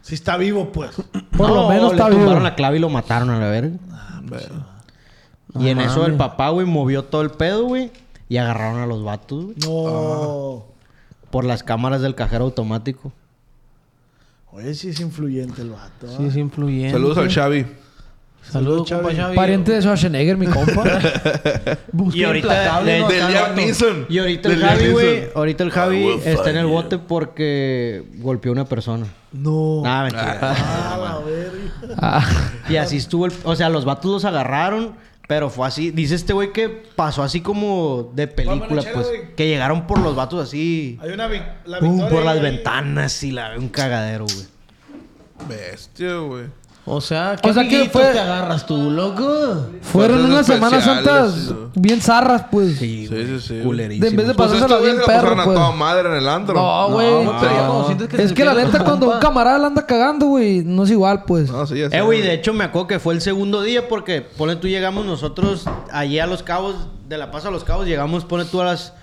S2: Si está vivo, pues.
S4: Por lo menos
S3: le
S4: está vivo.
S3: tumbaron la clave y lo mataron a la verga.
S5: Verga.
S3: y en eso el papá, güey, movió todo el pedo, güey. Y agarraron a los vatos, güey.
S2: No.
S5: Ah.
S3: Por las cámaras del cajero automático.
S2: Oye, sí es influyente el vato. ¿eh?
S6: Sí, es influyente.
S5: Saludos al Xavi.
S6: Saludos,
S2: Saludos,
S6: compa
S2: Xavi.
S6: Xavi.
S4: Pariente de Schwarzenegger, mi compa.
S6: Busca
S3: Y ahorita,
S6: implacable,
S3: le-
S6: ¿no?
S5: del
S6: Acá,
S5: Liam
S6: no, no.
S5: Neeson.
S3: Y ahorita el
S5: Del Liam
S3: Javi, güey,
S5: Neeson.
S3: ahorita el
S5: I
S3: Javi
S5: will
S3: está en el
S5: find
S3: bote porque golpeó a una persona.
S2: No.
S3: Nada, mentira.
S2: A ver.
S4: Ah,
S3: Y así estuvo el... O sea, los vatos los agarraron, pero fue así. Dice este güey que pasó así como de película,
S2: chela,
S3: pues.
S2: güey.
S3: Que llegaron por los vatos así...
S2: Hay una vic- la
S3: pum,
S2: victoria
S3: por las
S2: ahí.
S3: ventanas y la un cagadero, güey.
S5: Bestia, güey.
S6: O sea,
S4: O sea, ¿qué
S6: amiguitos
S4: fue?
S6: te agarras tú, loco?
S4: Fueron
S5: Cosas
S4: unas semanas
S5: especiales,
S4: santas
S5: sí, ¿no?
S4: bien zarras, pues.
S5: Sí, sí, sí.
S4: De en vez de
S5: Pues
S4: pasársela
S5: estos güeyes
S4: bien
S5: la
S4: perro,
S5: pasaron a
S4: pues.
S5: toda madre en el antro.
S4: No, güey. Ah.
S6: no, pero ya cuando sientes que se
S4: es
S6: te
S4: que la
S6: pierde
S4: neta,
S6: la
S4: cuando un
S6: compa.
S4: camarada la anda cagando, güey, no es igual, pues.
S5: No, sí, ya
S3: Eh,
S5: sé,
S3: güey, de hecho me acuerdo que fue el segundo día porque, pone tú, llegamos nosotros allí a Los Cabos, de La Paz a Los Cabos, llegamos, pone tú, a las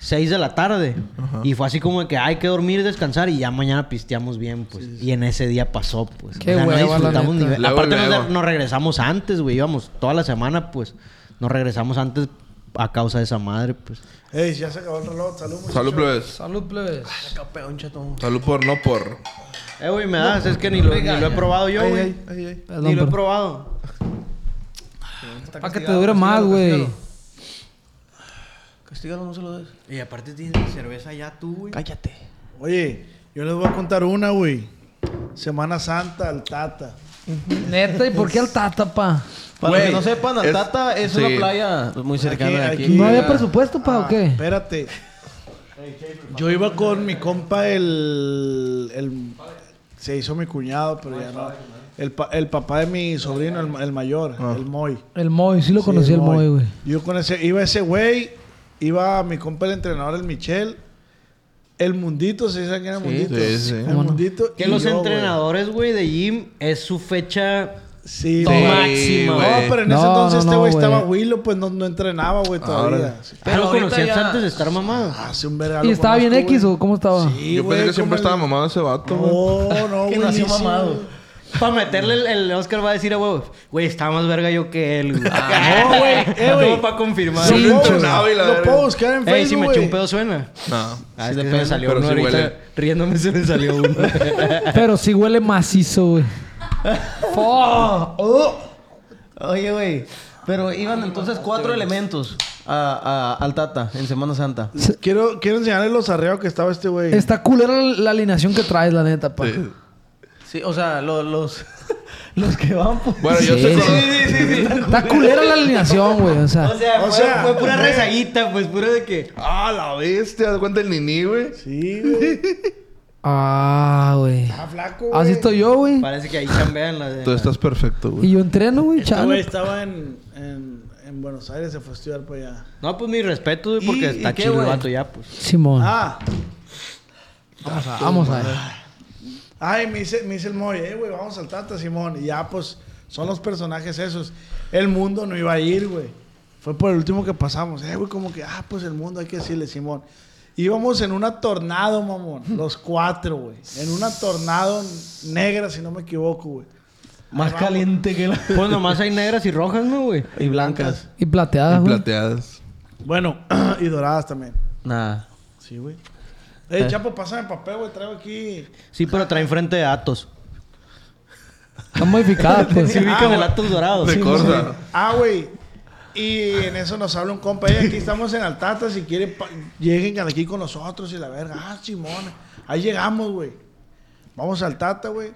S3: 6 de la tarde. Y fue así como de que hay que dormir, descansar y ya mañana pisteamos bien, pues. Y en ese día pasó, pues.
S4: Qué
S3: no
S4: hueva, la
S3: disfrutamos
S4: neta.
S3: ni ver-
S5: Luego,
S3: Aparte nos-
S5: luego.
S3: Nos, regresamos antes, güey, íbamos toda la semana, pues. Nos regresamos antes a causa de esa madre, pues.
S2: Ey, ya se acabó el reloj. Salud, muchachos.
S5: Salud, plebes.
S4: Salud, plebes.
S6: Campeón, chato.
S5: Salud por no por.
S3: Eh, güey, me das, es que ni lo, ni lo he probado yo, güey. Ni
S4: Perdón,
S3: lo he
S4: pero-
S3: probado.
S4: Para que te dure más, güey.
S6: Castígalo, no se lo des.
S3: Y aparte tienes cerveza ya tú, güey.
S6: Cállate.
S2: Oye, yo les voy a contar una, güey. Semana Santa, al Tata.
S4: Neta, ¿y por qué al tata, pa?
S6: Para
S5: Güey,
S6: los que no sepan,
S5: es-
S6: Atata es,
S5: sí.
S6: una playa muy cercana de aquí.
S2: aquí.
S4: ¿No había
S2: Ah,
S4: presupuesto, pa, o qué?
S2: Espérate. Yo iba con mi compa el... el- se hizo mi cuñado, pero ya no. El, pa- el papá de mi sobrino, el, el mayor,
S5: Ah.
S2: el Moy.
S4: El Moy, sí lo
S2: Sí,
S4: conocí el Moy, güey.
S2: Yo con ese, iba ese güey, iba mi compa el entrenador, el Michel, el Mundito, ¿se dicen que era el
S5: Sí,
S2: Mundito?
S5: sí, sí.
S2: El
S4: ¿Cómo no?
S2: Mundito.
S3: Que
S2: y
S3: los
S2: yo, güey.
S3: entrenadores, güey, de gym es su fecha.
S2: Sí,
S3: Sí,
S2: güey.
S3: máximo.
S2: No,
S5: güey.
S2: pero en
S4: No,
S2: ese entonces
S4: no,
S2: este
S4: no,
S2: güey
S4: güey.
S2: estaba Willow, pues no, no entrenaba, güey, todavía.
S5: Ahora.
S3: Ah, lo
S6: ahorita
S3: conocías
S6: ya-
S3: antes de estar mamado.
S2: Hace un verga.
S4: ¿Y
S2: lo
S4: estaba bien
S2: conozco,
S4: X
S2: güey.
S4: o cómo estaba?
S2: Sí,
S5: Yo
S2: güey,
S5: pensé que siempre
S2: con
S5: estaba
S2: el-
S5: mamado ese vato, güey.
S2: No, no,
S6: Que
S2: güey.
S6: nació
S2: sí,
S6: mamado.
S3: Para meterle el, el Oscar va a decir a huevo, güey, estaba más verga yo que él, güey.
S6: Ah,
S3: Ah, no,
S2: güey, eh, güey.
S3: para confirmar.
S2: Sí,
S5: Lo
S2: lo, puedo,
S5: entrenaba y la
S2: lo
S5: verga.
S2: puedo buscar en
S3: Ey, si
S2: Facebook,
S3: me eché un
S2: güey.
S3: pedo suena.
S5: No.
S3: Ah,
S5: Sí,
S3: es que se
S5: depende,
S3: me salió
S5: pero
S3: uno
S5: sí
S3: ahorita.
S5: huele.
S3: Riéndome se me salió uno.
S4: Pero sí huele macizo, güey.
S6: ¡Oh! ¡Oh! Oye, güey. Pero iban entonces cuatro elementos a, a- al Tata en Semana Santa.
S2: Quiero, quiero enseñarles los arreos que estaba este güey.
S4: Está culera la, la alineación que traes, la neta, pa.
S5: Sí.
S6: Sí, o sea, lo- los, los que van por...
S5: Bueno, yo
S4: Sí,
S5: sé
S4: sí,
S5: con-
S4: Está culera la alineación, güey. O sea,
S3: sea,
S2: O sea, güey.
S3: rezaguita, pues pura de que.
S5: Ah, la bestia. ¿Te cuenta el niní, güey?
S2: Sí, güey.
S4: ah, güey.
S2: Está flaco, güey.
S4: Así estoy yo, güey.
S3: Parece que ahí chambean las de.
S5: Tú estás perfecto,
S4: Y
S5: güey.
S4: yo entreno, güey,
S2: Este güey
S4: chale.
S2: estaba en, en, en Buenos Aires, se fue a estudiar para allá.
S3: No, pues mi respeto, güey,
S6: ¿Y-
S3: porque
S6: y
S3: está
S6: qué,
S3: chido el
S6: güey?
S3: vato ya, pues.
S4: Simón.
S2: Ah,
S4: Vamos a, vamos a ver.
S2: ay, me dice, me dice el Moy, eh, güey, vamos al Tata Simón. Y ya, pues, son los personajes esos. El mundo no iba a ir, güey. Fue por el último que pasamos. Eh, güey, como que, ah, pues el mundo hay que decirle, Simón. Íbamos en una tornado, mamón. Los cuatro, güey. En una tornado negra, si no me equivoco, güey.
S6: Más caliente que la...
S3: Pues nomás hay negras y rojas, ¿no, güey?
S6: Y blancas.
S4: Y plateadas,
S5: Y
S4: güey.
S5: plateadas.
S2: Bueno, y doradas también.
S6: Nada.
S2: Sí, güey. Eh, Chapo, pásame papel, güey. Traigo aquí.
S3: Sí, pero trae enfrente de Atos.
S4: Están modificadas, pues.
S3: Sí, ubican el Atos dorado.
S5: De corta.
S2: Ah, güey. Y en eso nos habla un compa. "Ey, aquí estamos en Altata. Si quieren, pa- lleguen aquí con nosotros y la verga. Ah, Simón. Ahí llegamos, güey. Vamos a Altata, güey.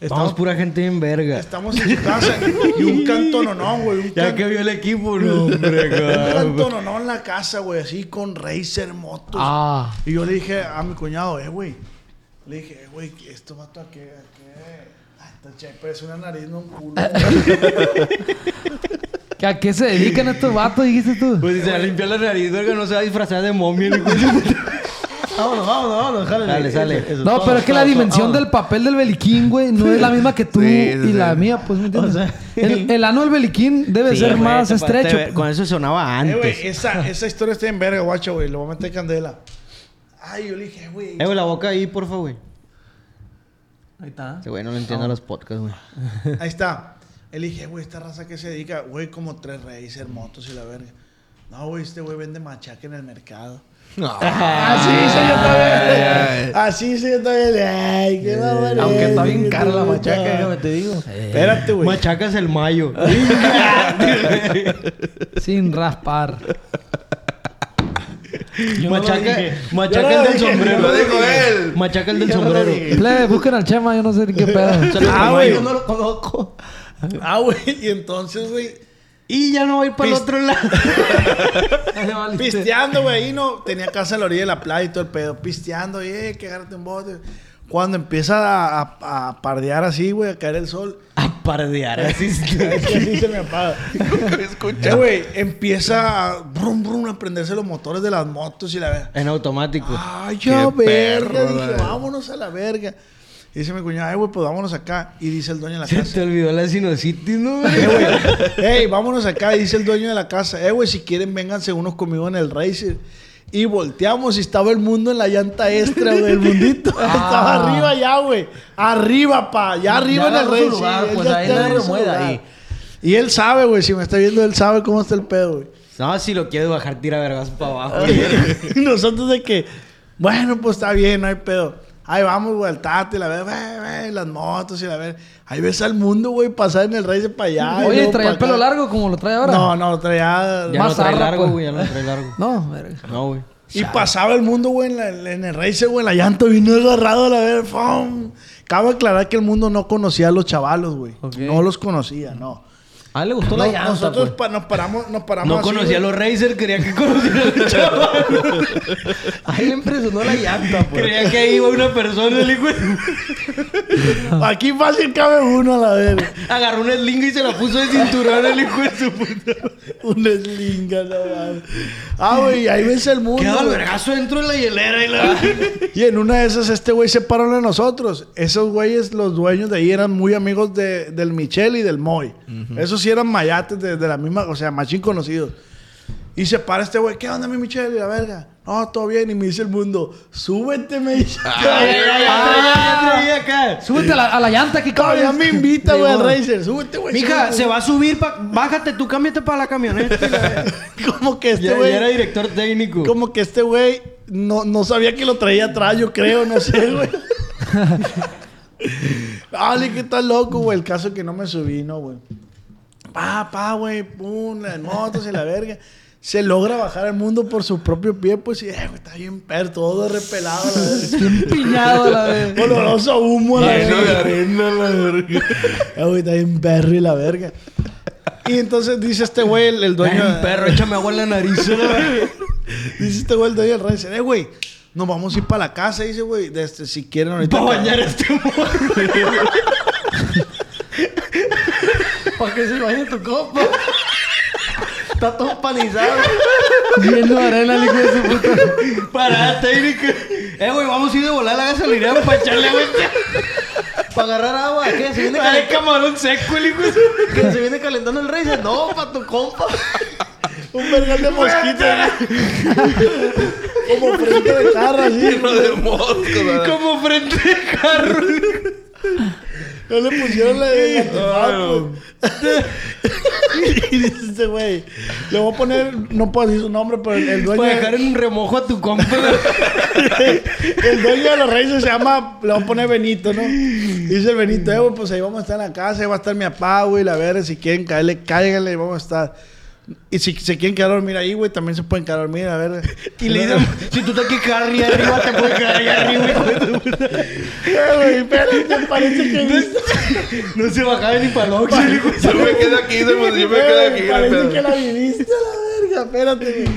S3: Estamos
S2: Estamos,
S3: pura gente en verga.
S2: estamos en su casa. y un cantononón, güey. Un,
S3: Ya
S2: can-
S3: que vio el equipo, no, hombre,
S2: un
S3: cabrón.
S2: cantononón en la casa, güey. Así con Racer Motos.
S4: Ah.
S2: Y yo le dije a mi cuñado, eh, güey. Le dije, eh, güey, esto va a qué? ¿A qué? Ah, esta chepa es una nariz, no un culo.
S4: ¿Que ¿A qué se dedican estos vatos, dijiste tú?
S3: Pues si se va a limpiar la nariz, verga, no se va a disfrazar de momia. ni cosa.
S6: Vámonos, vámonos, vámonos. Jálale,
S3: Dale, sale.
S6: Eso, eso,
S4: No,
S6: todo,
S4: pero es que la
S6: todo,
S4: dimensión
S6: todo,
S4: del papel del beliquín, güey, no es la misma que tú
S5: Sí, sí,
S4: y la
S5: sí.
S4: mía, pues, ¿me entiendes?
S6: O sea,
S4: el, el ano del beliquín debe
S3: Sí,
S4: ser
S3: güey,
S4: más
S3: te- te-
S4: estrecho.
S3: Con eso sonaba
S2: Eh,
S3: antes.
S2: güey, esa, esa historia está en verga, guacho, güey. Le voy a meter candela. Ay, yo le dije, güey.
S3: Eh, güey, la boca ahí, porfa, güey.
S6: vámonos. Ahí está.
S3: Ese güey no le entiendo a los podcasts, güey.
S2: Ahí está. Elige, güey, esta raza que se dedica, güey, como tres reyes, motos y la verga. No, güey, este güey vende machaca en el mercado.
S5: Ah.
S2: Así hice yo también. Así hice yo también. Ay, qué mamón.
S6: Eh. Aunque está bien
S2: eres,
S6: cara la
S2: puta.
S6: machaca, déjame te digo.
S2: Espérate, güey.
S3: Machacas el mayo.
S4: Sin raspar.
S3: Machaca,
S2: Yo no
S3: machaca
S2: lo
S3: el del
S2: dije,
S3: sombrero.
S5: Lo dijo él.
S3: Machaca el del sombrero.
S4: Plebe, busquen al Chema, yo no sé ni qué pedo.
S2: Ah, güey.
S6: Yo no lo conozco.
S2: Ah, güey. Y entonces, güey,
S6: Este.
S3: Y ya no voy para el
S2: Pist-
S3: otro lado.
S2: pisteando, güey. Ahí no tenía casa a la orilla de la playa y todo el pedo. Pisteando, y eh, que agárrate un bote. Cuando empieza a, a- a pardear así, güey, a caer el sol.
S3: A pardear. Así
S2: Es que así se me apaga. Eh, güey, empieza a brum, brum, a prenderse los motores de las motos y la verga.
S3: En automático.
S2: Ay, ya
S5: Qué
S2: verga.
S5: perro,
S2: dije,
S5: güey.
S2: vámonos a la verga. Y dice mi cuñada, ay, güey, pues vámonos acá. Y dice el dueño de la
S3: Se
S2: casa.
S3: te olvidó la sinusitis, ¿no? güey?
S2: Eh, güey, Ey, vámonos acá, dice el dueño de la casa. Eh, güey, si quieren, vénganse unos conmigo en el Racer. Y volteamos y estaba el mundo en la llanta extra, güey, el mundito. Estaba arriba ya, güey. Arriba, pa. Ya arriba en el
S6: agarró su
S2: Racer.
S6: lugar,
S2: Él
S6: pues,
S2: ya
S6: ahí
S2: está
S6: nadie
S2: en
S6: lo
S2: su
S6: mueve
S2: lugar.
S6: ahí.
S2: Y él sabe, güey. Si me está viendo, él sabe cómo está el pedo, güey.
S3: No, si lo quieres bajar, tira vergas para abajo. güey.
S2: Y nosotros de que, bueno, pues está bien, no hay pedo. Ahí vamos, güey, al tate, la ver, las motos y la ver. Ahí ves al mundo, güey, pasar en el race para allá. y
S4: Oye,
S2: luego
S4: traía
S2: pa'
S4: el pelo
S2: acá.
S4: largo como lo trae ahora.
S2: No, no, traía.
S3: Ya no
S4: Más
S3: trae
S4: arra,
S3: largo,
S4: pues.
S3: güey. Ya no trae largo.
S4: No, verga.
S3: No, güey.
S2: Y pasaba el mundo, güey, en, la- en el racer, güey, la llanta vino agarrado a la ver, ¡fum! Cabe aclarar que el mundo no conocía a los chavalos, güey. No los conocía, no.
S3: Ah, le gustó
S2: No,
S3: la llanta,
S2: nosotros pa-
S3: pues.
S2: nos paramos, nos paramos.
S3: No
S2: así,
S3: conocía a
S2: güey.
S3: los Razer, quería que conociera a los chavales.
S6: Ahí le impresionó la llanta, pues.
S3: Creía que ahí iba una persona, el hijo de-
S2: Aquí fácil cabe uno a la ver.
S3: Agarró una slinga y se la puso de cinturón el hijo de su puta.
S2: Una eslinga, no mames. Ah, güey, ahí ves el mundo.
S3: Quedaba el
S2: güey.
S3: vergazo dentro de la hielera y la...
S2: Y en una de esas, este güey se paró de nosotros. Esos güeyes, los dueños de ahí, eran muy amigos de- del Michel y del Moy. Esos sí eran mayates de, de la misma, o sea, machín conocidos. Y se para este güey, ¿qué onda, mi Michel? Y la verga. No, todo bien. Y me dice el mundo, súbete, me dice.
S3: acá.
S4: Súbete a la, a la llanta que
S2: Todavía
S4: cabes.
S2: me invita, güey, al
S4: Simón.
S2: Racer. Súbete, güey.
S3: Mija,
S2: súbete".
S3: se va a subir, pa- bájate tú, cámbiate para la camioneta. y la-
S2: Como que este
S3: Ya, ya
S2: güey...
S3: era director técnico.
S2: Como que este güey no, no sabía que lo traía atrás, yo creo, no sé, güey. Dale, que está loco, güey. El caso es que no me subí, no, güey. Pa, pa, güey, pum, las motos y la verga. Se logra bajar al mundo por su propio pie, pues, y, eh, güey, está bien per, todo repelado, la verga.
S4: Piñado a la vez.
S2: Oloroso a humo, la
S5: Lleno de
S2: verga.
S5: arena, la verga.
S2: Eh, güey, está bien perro y la verga. Y entonces dice este güey, el, el dueño...
S3: Ay, perro, échame agua en la nariz.
S2: Dice este güey, el dueño del radio, dice, eh, güey, nos vamos a ir para la casa. Dice, güey, de este, si quieren ahorita...
S3: Para bañar a este morro.
S6: ¿Para qué se vaya tu copa? Está todo panizado.
S4: Lleno de arena, el hijo de su puta.
S3: Parada técnica. Eh, güey, vamos a ir de volar a la gasolinera para echarle agua.
S6: Para agarrar agua. ¿Qué? ¿Se viene,
S3: Dale
S6: calen-
S3: camarón seco, el hijo. de su-
S6: que se viene calentando el racer? No, para tu compa.
S3: Pues,
S2: Un vergal de mosquito. güey. Como frente de carro, así.
S5: Lleno de moscas, la verga.
S3: Como frente de carro.
S2: No le pusieron la el antifaz, pues. Y dice este güey, le voy a poner, no puedo decir su nombre, pero el, el dueño...
S6: Pues,
S3: Para dejar en un remojo a tu compa.
S2: El dueño de los reyes se llama, le voy a poner Benito, ¿no? Dice el Benito, eh, güey, pues ahí vamos a estar en la casa, ahí va a estar mi papá, güey, la verga, si quieren caerle, cáiganle, ahí vamos a estar. Y si se quieren quedar a dormir ahí, güey, también se pueden quedar a dormir, a ver.
S3: Y le dicen, si tú te quieres quedar arriba, arriba, te puedes quedar allá arriba. hijo de tu puta.
S2: Eh, güey, espérate, parece que
S3: No se bajaba ni para el Oxxo, el hijo de su-
S5: Yo me quedé aquí, se me- yo me
S2: Güey,
S5: quedé aquí. no hay
S2: Parece que
S5: pedo.
S2: la viviste a la verga, espérate, güey.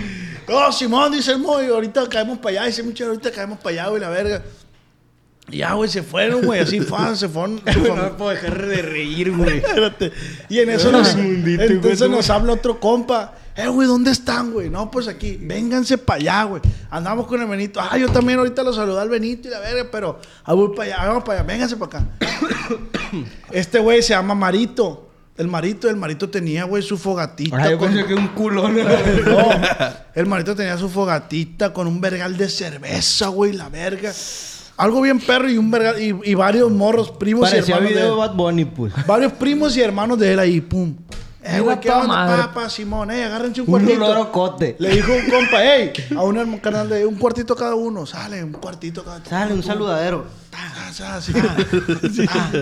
S2: No, Simón, dice el Moy, ahorita caemos para allá, dice mucho, ahorita caemos para allá, güey, la verga. Y Ya, güey, se fueron, güey, así fan, se fueron. su
S3: Güey,
S2: fam-
S3: No me puedo dejar de reír, güey.
S2: Espérate. Y en eso nos,
S3: Mundito,
S2: entonces
S3: güey, tú.
S2: nos habla otro compa. Eh, güey, ¿dónde están, güey? No, pues aquí. Vénganse para allá, güey. Andamos con el Benito. Ah, yo también ahorita lo saludé al Benito y la verga, pero ah, voy para allá, vamos para allá, vénganse para acá. este güey se llama Marito. El Marito, el Marito tenía, güey, su fogatita.
S3: Ahora yo
S2: con-
S3: pensé que un culón.
S2: no, el marito tenía su fogatita con un vergal de cerveza, güey, la verga. Algo bien perro y un verga- y, y varios morros, primos y
S3: Parecía
S2: hermanos.
S3: video de
S2: de él.
S3: Bad Bunny, pues.
S2: Varios primos y hermanos de él ahí, pum. Eh,
S4: Mira
S2: güey, ¿qué
S4: toda
S2: onda,
S4: madre.
S2: papá, Simón? Eh, agárrense un
S3: Un
S2: cuartito.
S3: lorocote.
S2: Le dijo un compa, hey, a un hermano canal de un cuartito cada uno. Sale, un cuartito cada uno.
S3: Sale un saludadero.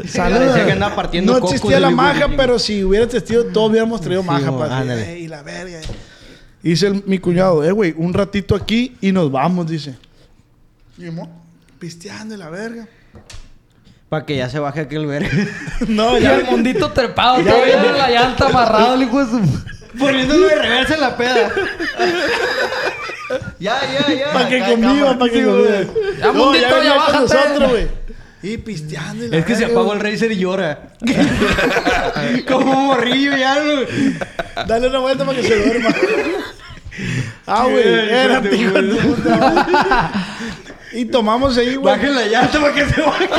S4: Sale,
S3: Parecía que andaba partiendo
S2: No
S3: cocos
S2: existía
S3: el
S2: la
S3: hijo de
S2: maja,
S3: King.
S2: pero si hubiera existido, todos hubiéramos traído maja.
S3: mo,
S2: para
S3: ándale.
S2: y la verga. Dice el- mi cuñado, eh, güey, un ratito aquí y nos vamos, dice. Y mo, pisteando y la verga.
S3: Para que ya se baje aquel ver.
S2: No,
S4: Y
S2: ya.
S4: el mundito trepado,
S2: Ya,
S4: todavía
S2: ya.
S4: en la llanta amarrado, el hijo de su...
S3: Poniéndolo de reversa en la peda.
S6: Ya, ya, ya.
S2: Para que
S6: Acá, cámara.
S2: conviva, para que conviva.
S4: Ya,
S2: No,
S4: mundito,
S2: venía
S4: ya
S2: con
S4: bájate.
S2: nosotros, güey. Y pisteando y la
S3: Es que se
S2: verga,
S3: apagó el racer y llora. Como un morrillo ya, güey.
S2: Dale una vuelta para que se duerma. ah, güey.
S3: Qué
S2: Era
S3: hijo de
S2: hijo de puta. Y tomamos ahí, güey.
S3: Bajen la llanta para que se baje.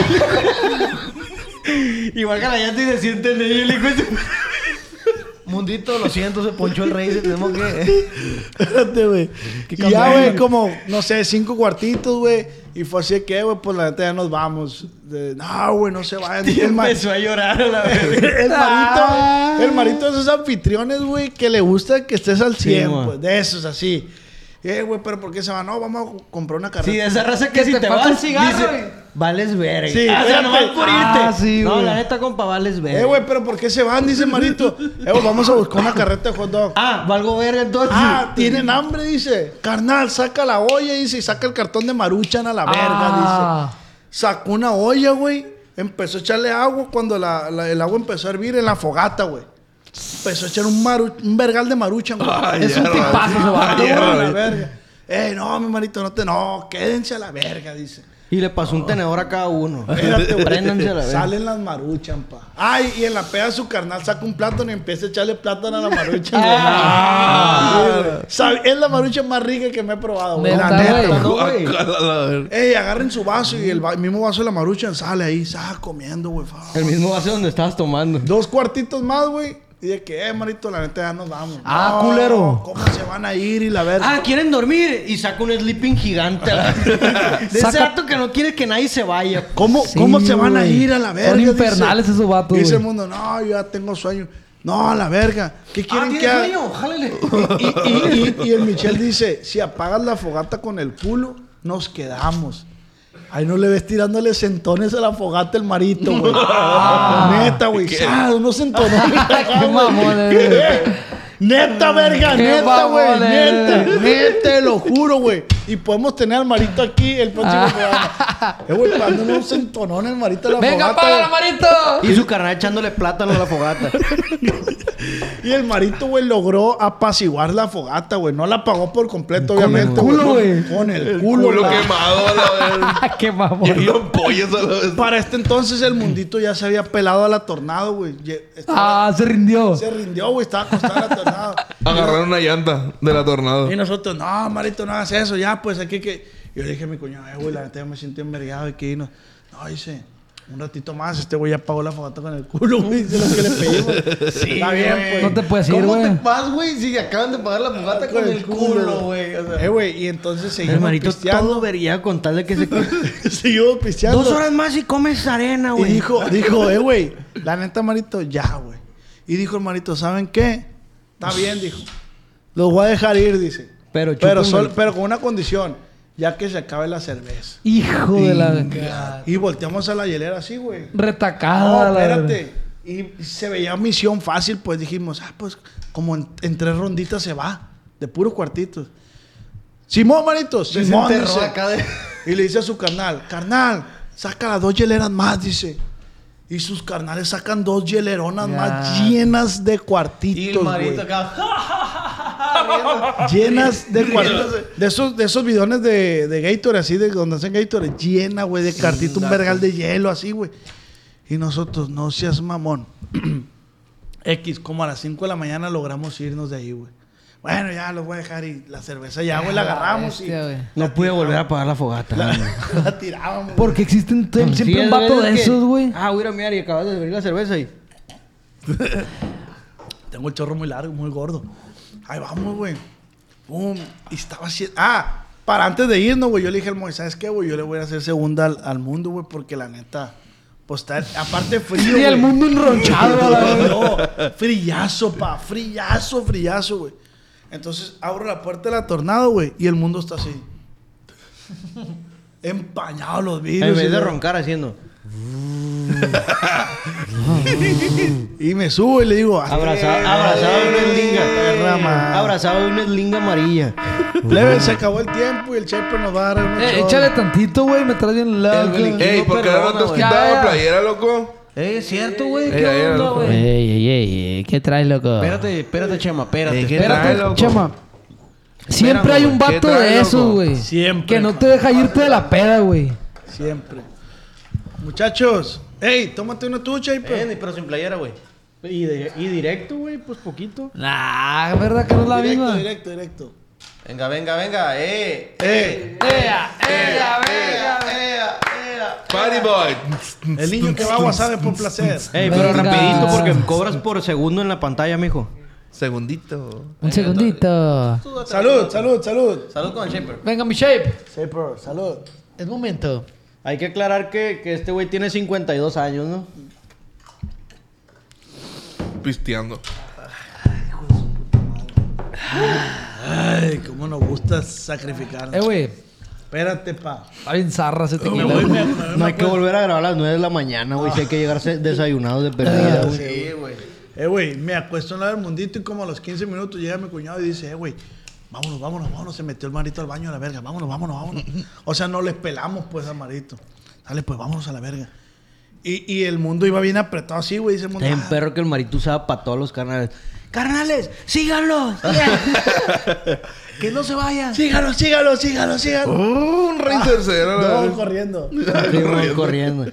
S3: Y baja la llanta y se siente en ella el hijo de su-
S6: Mundito, lo siento, se ponchó el rey. Tenemos que.
S2: Espérate, güey. Y ya, güey, como, no sé, cinco cuartitos, güey. Y fue así que, güey, pues la neta ya nos vamos. De, no, güey, no se vayan.
S3: Y
S2: El, ma-
S3: empezó Ah. a llorar a la verga.
S2: el marito, el marito de esos anfitriones, güey, que le gusta que estés al 100,
S3: mo.
S2: pues, de esos así. Eh, güey, pero ¿por qué se van? No, vamos a comprar una carreta.
S3: Sí, de esa raza que
S4: Que
S3: si
S4: te
S3: te
S4: falta
S3: vas,
S4: un cigarro
S3: dice, vales verga.
S2: Sí,
S3: Ah, o sea,
S2: espérate.
S3: nomás por irte.
S4: Ah, sí,
S3: no,
S4: güey.
S3: la neta, compa, vales verga.
S2: Eh, güey, pero ¿por qué se van? Dice Marito. Eh, güey, vamos a buscar una carreta de hot dog.
S3: Ah, valgo verga entonces.
S2: Ah, tienen hambre, dice. Carnal, saca la olla, dice, y saca el cartón de maruchan a la verga,
S4: Ah.
S2: dice. Sacó una olla, güey. Empezó a echarle agua cuando la- la- el agua empezó a hervir en la fogata, güey. Empezó a echar un, maru- un vergal de maruchan, güey.
S4: Es un tipazo ese
S2: Ah,
S4: vato.
S2: güey, a la
S5: güey.
S2: verga. Eh, no, mi marito, no te... No, quédense a la verga, dice.
S3: Y le pasó un tenedor a cada uno.
S2: Espérate, güey.
S3: Préndanse a la verga.
S2: Salen las maruchan, pa. Ay, y en la peda su carnal saca un plátano y empieza a echarle plátano a la maruchan. güey. Sí, güey. Sabe- es la marucha más rica que me he probado, güey.
S4: Ah. Neta,
S2: La neta.
S4: güey.
S3: No, güey.
S5: Guácala, la verga.
S2: Ey, agarren su vaso y el, va- mismo vaso de la maruchan sale ahí, está comiendo, güey. fa.
S3: El mismo vaso donde estabas tomando.
S2: Dos cuartitos más, güey. Y de que, eh, marito, la neta ya nos vamos.
S4: Ah, culero.
S2: ¿Cómo se van a ir y la verga?
S3: Ah, ¿quieren dormir? Y saca un sleeping gigante. a la- De ese
S4: Saca-
S3: rato que no quiere que nadie se vaya.
S6: Ah,
S2: ¿Cómo,
S4: Sí,
S2: ¿Cómo se van a
S4: güey.
S2: ir a la
S4: Son
S2: verga?
S4: infernales esos vatos,
S2: Dice el
S4: güey.
S2: mundo, no, yo ya tengo sueño. No, a la verga. ¿Qué quieren que haga?
S3: Jálale.
S2: Y, y- y- y el Michel dice, si apagas la fogata con el culo, nos quedamos. Ahí no le ves tirándole sentones a la fogata el marito, güey. neta, güey. Ah, unos sentones.
S4: Qué mamón, eh.
S2: Neta, verga,
S4: Qué
S2: neta, güey.
S4: mamón,
S2: Neta,
S4: eh.
S2: neta, te lo juro, güey. Y podemos tener al marito aquí el
S4: Ah.
S2: próximo programa. Eh, güey, dándole un sentonón al marito a la
S4: ¡Venga,
S2: fogata.
S4: págala,
S2: güey.
S4: marito!
S3: Y su carnal echándole plátano a la fogata.
S2: Y el marito, güey, logró apaciguar la fogata, güey. No la apagó por completo, obviamente.
S4: el culo,
S2: güey.
S4: güey.
S2: Con el culo,
S5: Culo
S2: güey.
S5: quemado, a la verga.
S4: Ah, ¡Qué mamón!
S5: Lleno de pollas a la vez.
S2: Para este entonces el mundito ya se había pelado a la tornado, güey. Ye- estaba-
S4: ¡Ah, se rindió!
S2: Se rindió, güey. Estaba acostado en la tornado.
S5: Agarraron una llanta de la tornado.
S2: Y nosotros, no, marito, no hagas eso. Ya, pues aquí que... Yo le dije a mi cuñado, eh, güey, la neta ya me siento envergado y que irnos. No, dice... Un ratito más, este güey ya apagó la fogata con el culo, güey. Dice lo que le pedimos. Sí, Está bien, pues.
S4: No te puedes ir,
S6: ¿Cómo te
S4: güey.
S6: vas, güey? Si acaban de pagar la
S3: Ah,
S6: fogata con el culo, güey. O sea,
S2: Eh, güey, y entonces seguimos
S3: El marito
S2: pisteando.
S3: todo vería con tal de que se...
S2: Seguimos pisteando.
S3: Dos horas más y comes arena,
S2: Y
S3: güey.
S2: dijo, dijo, eh, güey, la neta, marito, ya, güey. Y dijo el marito, ¿saben qué? Está bien, dijo. Los voy a dejar ir, dice.
S3: Pero
S2: pero,
S3: chúpenme.
S2: sol- pero con una condición, ya que se acabe la cerveza.
S4: ¡Hijo de la...
S2: Y volteamos a la hielera así, güey.
S4: Retacada,
S2: No,
S4: la verdad.
S2: espérate. Y se veía misión fácil, pues dijimos, ah, pues como en, en tres ronditas se va, de puros cuartitos. Simón, marito, Simón.
S6: se enterró
S2: dice.
S6: acá de.
S2: Y le dice a su carnal, carnal, saca las dos hieleras más, dice. Y sus carnales sacan dos hieleronas más llenas de
S6: Y el
S2: cuartitos, güey.
S6: marito acá.
S2: Llenas de cuartitos. De esos, de esos bidones de, de Gatorade, así, de donde hacen Gatorade, llena, güey, de cartito, un vergal de hielo, así, güey. Y nosotros, no seas mamón. X, como a las 5 de la mañana logramos irnos de ahí, güey. Bueno, ya los voy a dejar y la cerveza ya, güey, la agarramos
S4: bestia, güey.
S2: y...
S3: No pude volver a apagar la fogata.
S2: La tirábamos.
S4: Porque existen te-
S3: Sí,
S4: siempre
S3: es
S4: un vato de
S3: veces que-
S4: esos, güey.
S3: Ah, voy a ir a mirar y acabas de abrir la cerveza y...
S2: Tengo el chorro muy largo, muy gordo. Ahí vamos, güey. Pum. Y estaba así. Ah, Para antes de irnos, güey, yo le dije al Moy, ¿sabes qué, güey? Yo le voy a hacer segunda al, al mundo, güey, porque la neta, pues está, aparte frío.
S4: Y el
S2: güey.
S4: mundo enronchado a la vez.
S2: No, frillazo, pa, frillazo, frillazo, güey. Entonces abro la puerta de la tornado, güey, y el mundo está así. Empañado los vidrios.
S3: En vez
S2: y
S3: de
S2: la-
S3: roncar haciendo.
S2: Y me subo y le digo, "Hasta
S3: Abrazado,
S2: que-
S3: abrazado a una
S2: Ay,
S3: eslinga.
S2: perra, man".
S3: Abrazado a una eslinga amarilla.
S2: Leve, se acabó el tiempo y el chepe nos va a dar un
S4: Eh, échale tantito, güey, me traes bien loco.
S6: Beliquín.
S5: Ey, ¿por qué ahora no te has
S6: Perdona,
S4: güey.
S5: quitado la
S4: Ya, ya.
S5: playera, loco?
S6: Eh, es cierto, güey.
S5: Ey,
S6: ¿Qué
S5: ahí,
S6: onda,
S5: loco.
S6: güey?
S4: Ey, ey, ey, ¿qué traes, loco?
S6: Espérate, espérate, Chema, espérate.
S5: Ey, ¿qué
S6: espérate.
S5: traes,
S4: Espérate,
S5: loco?
S4: Chema. Siempre
S6: Espérame,
S4: hay un
S5: güey, ¿qué
S4: vato
S5: traes,
S4: de esos,
S5: loco?
S4: güey.
S2: Siempre,
S4: Que no te deja irte de la peda, güey.
S2: Siempre. Muchachos, ey, tómate una tú, chepe.
S6: Eh, ni- pero sin playera, güey.
S3: Y, de- y directo, güey, pues poquito.
S4: Nah, ¿verdad que no es la
S2: directo,
S4: misma?
S2: directo, directo.
S6: Venga, venga, venga. Eh,
S2: Eh,
S4: Ea, ea, ea,
S5: Party boy.
S2: el niño que va a WhatsApp es por placer.
S3: Ey, pero
S4: Venga.
S3: rapidito porque me cobras por segundo en la pantalla, mijo.
S5: Segundito.
S4: Un segundito.
S2: Salud, salud, salud.
S6: Salud con el Shaper.
S4: Venga, mi shape.
S2: Chepe, salud.
S4: Es momento.
S3: Hay que aclarar que, que este güey tiene 52 años, ¿no?
S5: Pisteando.
S2: Ay, cómo nos gusta sacrificar.
S4: Eh, güey.
S2: Espérate, pa.
S4: Está bien zarra ese
S2: Me
S4: tequila.
S2: voy, me, me-
S3: No hay que volver a grabar a las 9 de la mañana, güey. Si hay que llegarse desayunados de perdida, güey.
S6: Sí, güey.
S2: Eh, güey, me acuesto en el mundito y como a los 15 minutos llega mi cuñado y dice, eh, güey, vámonos, vámonos, vámonos. Se metió el marito al baño a la verga. Vámonos, vámonos, vámonos. O sea, no les pelamos, pues, al marito. Dale, pues, vámonos a la verga. Y, y el mundo iba bien apretado así, güey. Dice el mundo,
S3: Está bien
S2: "Ah,
S3: perro que el marito usaba para todos los carnales. ¡Carnales! ¡Síganlos!
S6: Que no se vaya.
S2: sígalo, sígalo, sígalo, sígalo.
S5: Uh, Oh, Un rey tercero, la
S2: No,
S5: verdad.
S2: corriendo.
S3: Sí, güey, corriendo.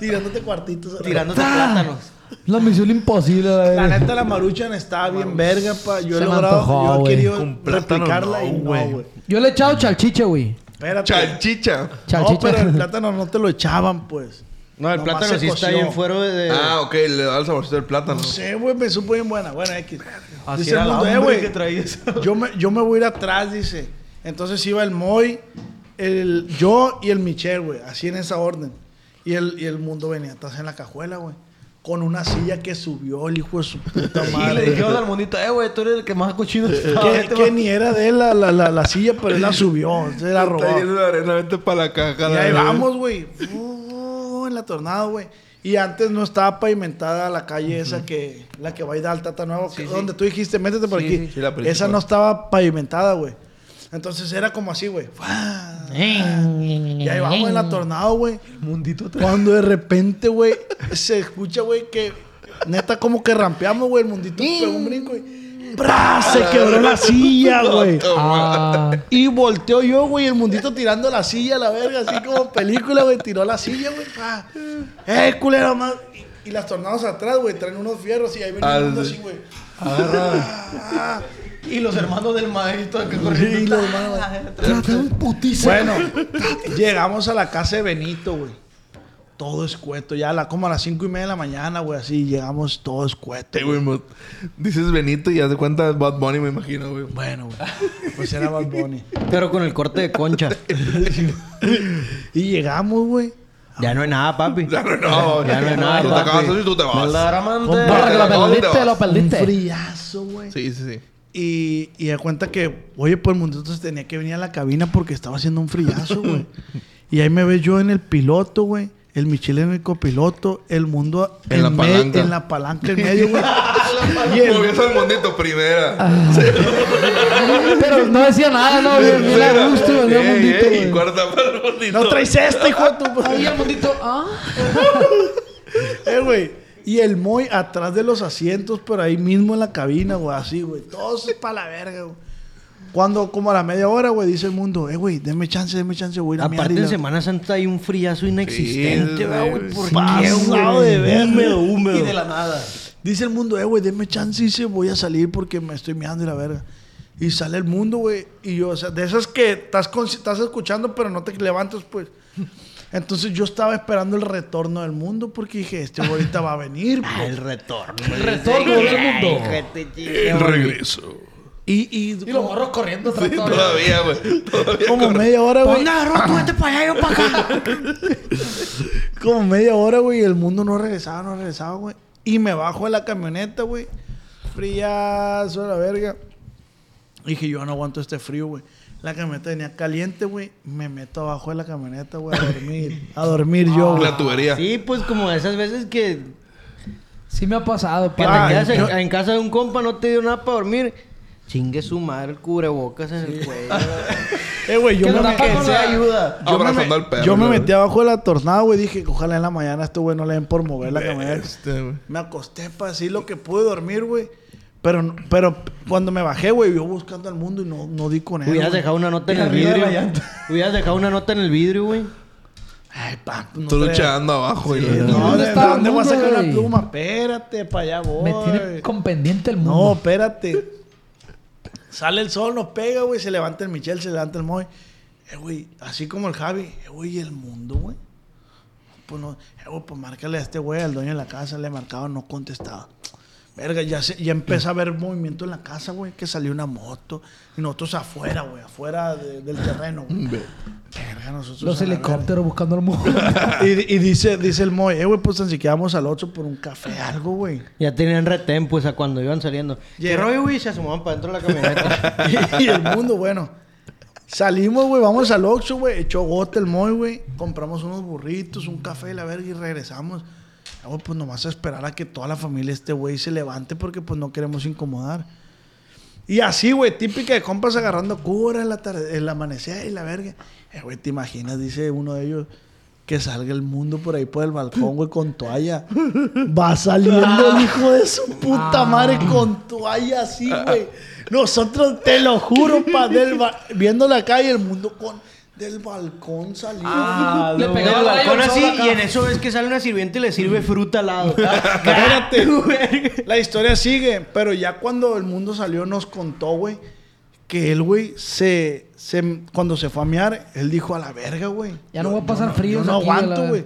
S2: Tirándote cuartitos.
S3: Tirándote
S6: Ah,
S3: plátanos.
S4: La misión imposible,
S2: La
S4: güey.
S2: neta, la maruchan está bien verga, pa. Yo he
S4: Se me
S2: logrado,
S4: antojó,
S2: yo he
S4: güey.
S2: querido
S5: Con plátano
S2: replicarla
S5: no,
S2: y no,
S5: güey.
S2: güey.
S4: Yo le he echado chalchicha, güey.
S2: Espérate.
S5: Chalchicha.
S2: No, pero
S4: Chalchicha.
S2: el plátano no te lo echaban, pues.
S3: No, el
S2: Nomás
S3: plátano
S2: se
S3: sí está
S2: coció.
S3: bien fuera de.
S5: Ah, ok, le da el saborcito del plátano.
S2: No sé, güey, me supo bien buena. Bueno, X.
S6: Así
S2: Dice el
S6: era la
S2: mundo, eh,
S6: hambre
S2: güey,
S6: que traías.
S2: Yo me, yo me voy a ir atrás, dice. Entonces iba el Moy, el, yo y el Michel, güey. Así en esa orden. Y el, y el mundo venía atrás en la cajuela, güey. Con una silla que subió el hijo de su puta
S6: Y le
S2: madre.
S6: dijeron al monito, eh, güey, tú eres el que más cochino está. este
S2: que, que ni era de él la, la, la, la silla, pero él la subió. Se la robó.
S5: Está lleno de arena, vente para la caja.
S2: Y
S5: la
S2: ahí
S5: verdad.
S2: vamos, güey. Uh, en la tornada, güey. Y antes no estaba pavimentada la calle esa que... La que va a ir al Tata Nuevo. que- Donde tú dijiste, métete por
S5: Sí,
S2: aquí.
S5: sí. Sí, la
S2: esa
S5: principal.
S2: no estaba pavimentada, güey. Entonces era como así, güey. Y ahí vamos en la tornada, güey.
S6: Mundito
S2: Cuando de repente, güey, se escucha, güey, que... Neta, como que rampeamos, güey. El mundito pegó un brinco y... ¡Bra! Se quebró la silla, güey.
S4: Ah,
S2: Y volteo yo, güey, el mundito tirando la silla a la verga, así como película, güey, tiró la silla, güey. pa. ¡Eh, culero, más! Y, y las tornados atrás, güey, traen unos fierros y ahí venía el mundo así, güey.
S6: Y los hermanos del maestro que corrieron.
S2: Y los demás, güey. Bueno, llegamos a la casa de Benito, güey. Todo escueto, ya a la, como a las cinco y media de la mañana, güey, así llegamos todo escueto.
S5: Te, güey, mo- dices Benito y haz de cuenta Bad Bunny, me imagino, güey.
S2: Bueno, güey, pues era Bad Bunny.
S3: Pero con el corte de concha.
S2: Y llegamos, güey.
S3: Ya no hay nada, papi.
S5: Ya no, no.
S3: Ya no hay nada,
S5: Tú te
S3: papi.
S5: acabas y tú te vas.
S6: Verdaderamente.
S4: Barra que lo
S5: ¿dónde
S4: perdiste,
S5: vas?
S4: lo
S2: Un
S4: perdiste.
S2: frillazo, güey.
S5: Sí, sí, sí.
S2: Y, y da cuenta que, oye, pues el mundito se tenía que venir a la cabina porque estaba haciendo un frillazo, güey. y ahí me ves yo en el piloto, güey. El Michel en el copiloto, el mundo
S5: En la
S2: me-
S5: palanca.
S2: en la palanca en medio, güey. y
S5: Movies al mondito primera.
S4: Pero no decía nada, no, bien, bien a gusto,
S5: Ey,
S4: venía un mundito,
S5: ey,
S4: güey.
S5: Cuarta para el mondito.
S2: no traes esto, hijo de tu
S4: Ahí el mundito, ah.
S2: Eh, güey. Y el Moy atrás de los asientos, pero ahí mismo en la cabina, güey. Así, güey. Todos para la verga, güey. Cuando, como a la media hora, güey, dice el mundo, eh, güey, deme chance, deme chance, güey.
S3: Aparte en Semana Santa hay un friazo inexistente,
S5: Sí,
S3: ¿verdad, güey.
S5: güey.
S3: ¿Por qué,
S2: Pasado
S3: güey?
S2: de verme,
S6: Y de la nada.
S2: Dice el mundo, eh, güey, deme chance y se voy a salir porque me estoy mirando y la verga. Y sale el mundo, güey. Y yo, o sea, de esas que estás, con- estás escuchando, pero no te levantas, pues. Entonces yo estaba esperando el retorno del mundo porque dije, este güey ahorita va a venir.
S3: Ah,
S2: pues.
S3: El retorno.
S4: Retorno del mundo.
S5: El regreso.
S6: Y, y,
S4: Y los morros corriendo atrás
S5: Sí,
S4: todavía.
S5: todavía, güey. Todavía
S2: Como
S5: con-
S2: media hora, güey.
S1: Onda, Ro, tú vete para allá, yo para acá.
S2: Como media hora, güey. El mundo no regresaba, no regresaba, güey. Y me bajo de la camioneta, güey. Frillazo a la verga. Dije, yo no aguanto este frío, güey. La camioneta venía caliente, güey. Me meto abajo de la camioneta, güey, a dormir. A dormir yo, güey.
S5: La tubería.
S3: Sí, pues como esas veces que,
S4: Sí me ha pasado,
S3: que
S2: Ah,
S3: te quedas en,
S2: yo-
S3: en casa de un compa, no te dio nada para dormir. Chingue su madre el cubrebocas en el cuello.
S2: Eh, güey, yo
S4: Que
S2: me,
S4: la
S2: me-
S4: tapa con
S2: yo
S4: la-
S3: ayuda.
S2: me-
S5: Abrazando al perro,
S2: yo me
S5: güey.
S2: metí abajo de la tornada, güey. Dije, ojalá en la mañana a este güey no le den por mover la camioneta.
S5: Este, güey.
S2: Me acosté para decir lo que pude dormir, güey. Pero, no- pero cuando me bajé, güey, yo buscando al mundo y no, no di con él.
S3: Hubieras
S2: güey.
S3: dejado una nota en el
S4: Arriba de la
S3: vidrio.
S4: llanta.
S3: Hubieras dejado una nota en el vidrio, güey.
S2: Ay, pa, pues, no
S5: Tú
S2: traía-
S5: luchando abajo. y la-
S2: No,
S4: ¿Dónde
S2: ¿de
S4: está el
S2: dónde voy a
S4: mundo,
S2: sacar
S4: güey?
S2: la pluma? Espérate, para allá voy.
S4: Me tiene con pendiente el
S2: No,
S4: mundo.
S2: espérate. Sale el sol, nos pega, güey. Se levanta el Michel, se levanta el Moy. Eh, güey, así como el Javi. Eh, güey, ¿y el mundo, güey. Pues no, eh, güey, pues márcale a este güey, al dueño de la casa, le marcaba, no contestaba. Verga, ya, se- ya empezó a haber movimiento en la casa, güey, que salió una moto. Y nosotros afuera, güey, afuera de- del terreno, güey.
S5: Ve.
S2: Verga, nosotros
S4: Los
S2: a pues, la
S4: helicópteros buscando al mundo.
S2: y, y dice, dice el Moy, eh, güey, pues tan siquiera vamos al 8 por un café, algo, güey.
S3: Ya tenían retén, pues, a cuando iban saliendo. ¿Qué
S2: Llega-
S3: rollo, güey? Se asomaban para dentro de la camioneta.
S2: y el mundo, bueno. Salimos, güey, vamos al Oxxo, güey. Echó gota el Moy, güey. Compramos unos burritos, un café, la verga, y regresamos. Ah, güey, pues nomás a esperar a que toda la familia este güey se levante porque pues no queremos incomodar. Y así, güey, típica de compas agarrando cura en la tarde, el amanecer y la verga. Eh, güey, te imaginas, dice uno de ellos, que salga el mundo por ahí por el balcón, güey, con toalla. Va saliendo el hijo de su puta madre con toalla así, güey. Nosotros, te lo juro, pa, del ba- viendo la calle, el mundo con del balcón saliendo.
S6: Ah,
S4: Le
S3: En
S4: pegaba el
S3: el balcón
S4: rayo,
S3: así,
S4: acá.
S3: y en eso ves que sale una sirvienta y le sirve fruta al lado.
S2: Espérate. La historia sigue, pero ya cuando el mundo salió nos contó, güey, que él, güey, se, se- cuando se fue a mear, él dijo a la verga, güey.
S4: Ya no
S2: Yo-
S4: voy a pasar
S2: yo no-
S4: fríos
S2: yo no
S4: aquí, a la
S2: aguanto,
S4: verga".
S2: güey.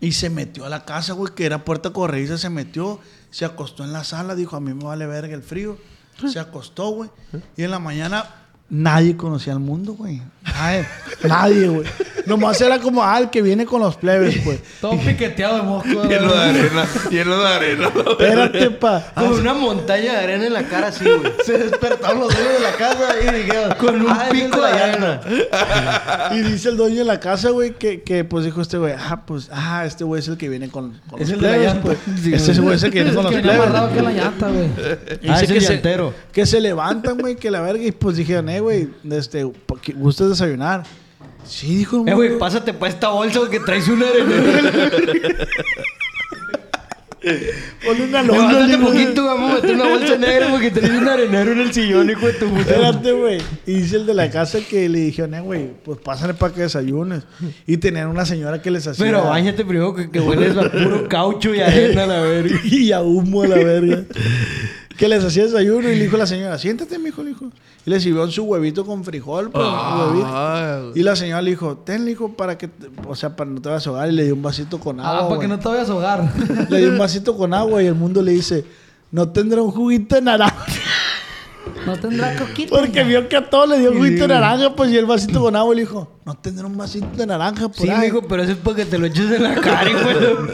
S2: Y se metió a la casa, güey, que era puerta corrediza, se metió, se acostó en la sala, dijo, a mí me vale verga el frío.
S4: Ah.
S2: Se acostó, güey. Y en la mañana nadie conocía al mundo, güey. Nadie, nadie, güey. Nomás era como, ah, el que viene con los plebes, pues". güey.
S4: Todo piqueteado de mosco.
S5: Lleno de arena. Lleno de arena.
S2: Espérate, pa.
S3: Con una montaña de arena en la cara así, güey. Ah, Se despertaron los dueños de la casa y dijeron... Con un
S6: "Ah, es el
S3: pico
S6: de
S3: de
S6: la
S3: arena.
S2: Y dice el dueño de la casa, güey, que, que pues dijo este güey, ah, pues, ah, este güey es el que viene con, con
S4: Es
S2: los
S4: el de la
S2: plebes,
S4: llanta.
S2: pues. Este güey es el que viene con los
S4: que me ha amarrado
S2: plebes.
S4: acá en la llanta, güey.
S2: Y
S3: Ah,
S2: dice
S3: es el
S2: que se-
S3: llantero.
S2: Que se levantan, güey, que la verga. Y pues dijeron, eh, güey, este, ¿pa- qué- ¿gustas desayunar? Sí, dijo el
S3: Eh, güey,
S2: mundo.
S3: pásate pa' esta bolsa que traes una arenera.
S2: Ponle una lonja,
S3: Levántate
S2: dijo.
S3: poquito, vamos a meter una bolsa negra porque traes un arenero en el sillón, hijo de tu puta.
S2: Espérate, güey. Y dice el de la casa que le dijeron, eh, güey, pues pásale para que desayunes. Y tenían una señora que les hacía...
S3: Pero báñate primero que, que hueles a puro caucho y arena, la verga.
S2: y a humo a la verga. que les hacía desayuno y le dijo a la señora, siéntate, mijo, le dijo. Y le sirvió su huevito con frijol, pues, huevito.
S5: Ah,
S2: Y la señora le dijo, ten, le dijo, para que, te- o sea, para no te vas a ahogar. Y le dio un vasito con agua,
S4: Ah, para que
S2: güey.
S4: no te vayas a ahogar.
S2: Le dio un vasito con agua y el mundo le dice, no tendrá un juguito de naranja.
S4: No tendrá coquito.
S2: Porque vio que a todos le dio juguito de naranja, pues, y el vasito con agua. Y le dijo, no tendrá un vasito de naranja por
S3: Sí,
S2: ahí".
S3: mijo, pero eso es para que te lo eches en la cara, hijo de tu-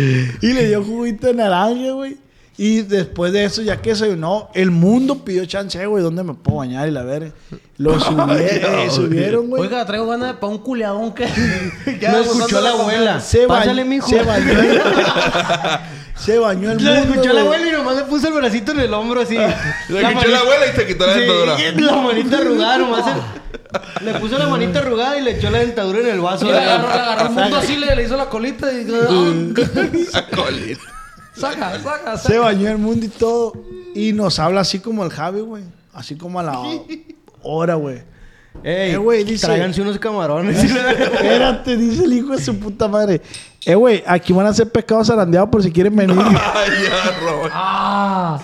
S2: Y le dio juguito de naranja, güey. Y después de eso, ya que desayunó, el mundo pidió chance, eh, güey, ¿dónde me puedo bañar? Y la verga. Lo subie- eh, subieron, güey.
S6: Oiga, traigo ganas para un culeadón que...
S3: Lo escuchó la abuela.
S2: Se, ba-
S3: Pásale, mijo.
S2: se bañó. el- se bañó el
S3: Lo
S2: mundo.
S3: escuchó la
S2: güey.
S3: abuela y nomás le puso el bracito en el hombro así.
S5: Le escuchó la
S3: mani-
S5: abuela y se quitó la dentadura.
S3: Sí, la manita arrugada nomás. el- Le puso la manita arrugada y le echó la dentadura en el vaso.
S4: Le
S3: de-
S4: agarró, le agarró el mundo así, le, le hizo la colita y... "Ah,
S5: A Colin.
S4: saca, saca,
S2: Se
S4: saca.
S2: bañó el mundo y todo. Y nos habla así como el Javi, güey. Así como a la hora, güey.
S3: Ey,
S2: Eh, güey, dice-
S3: tráiganse unos camarones.
S2: Espérate, dice el hijo de su puta madre. Eh, güey, aquí van a hacer pescado zarandeado por si quieren venir.
S5: Ay, ya, Robert.
S4: Ah,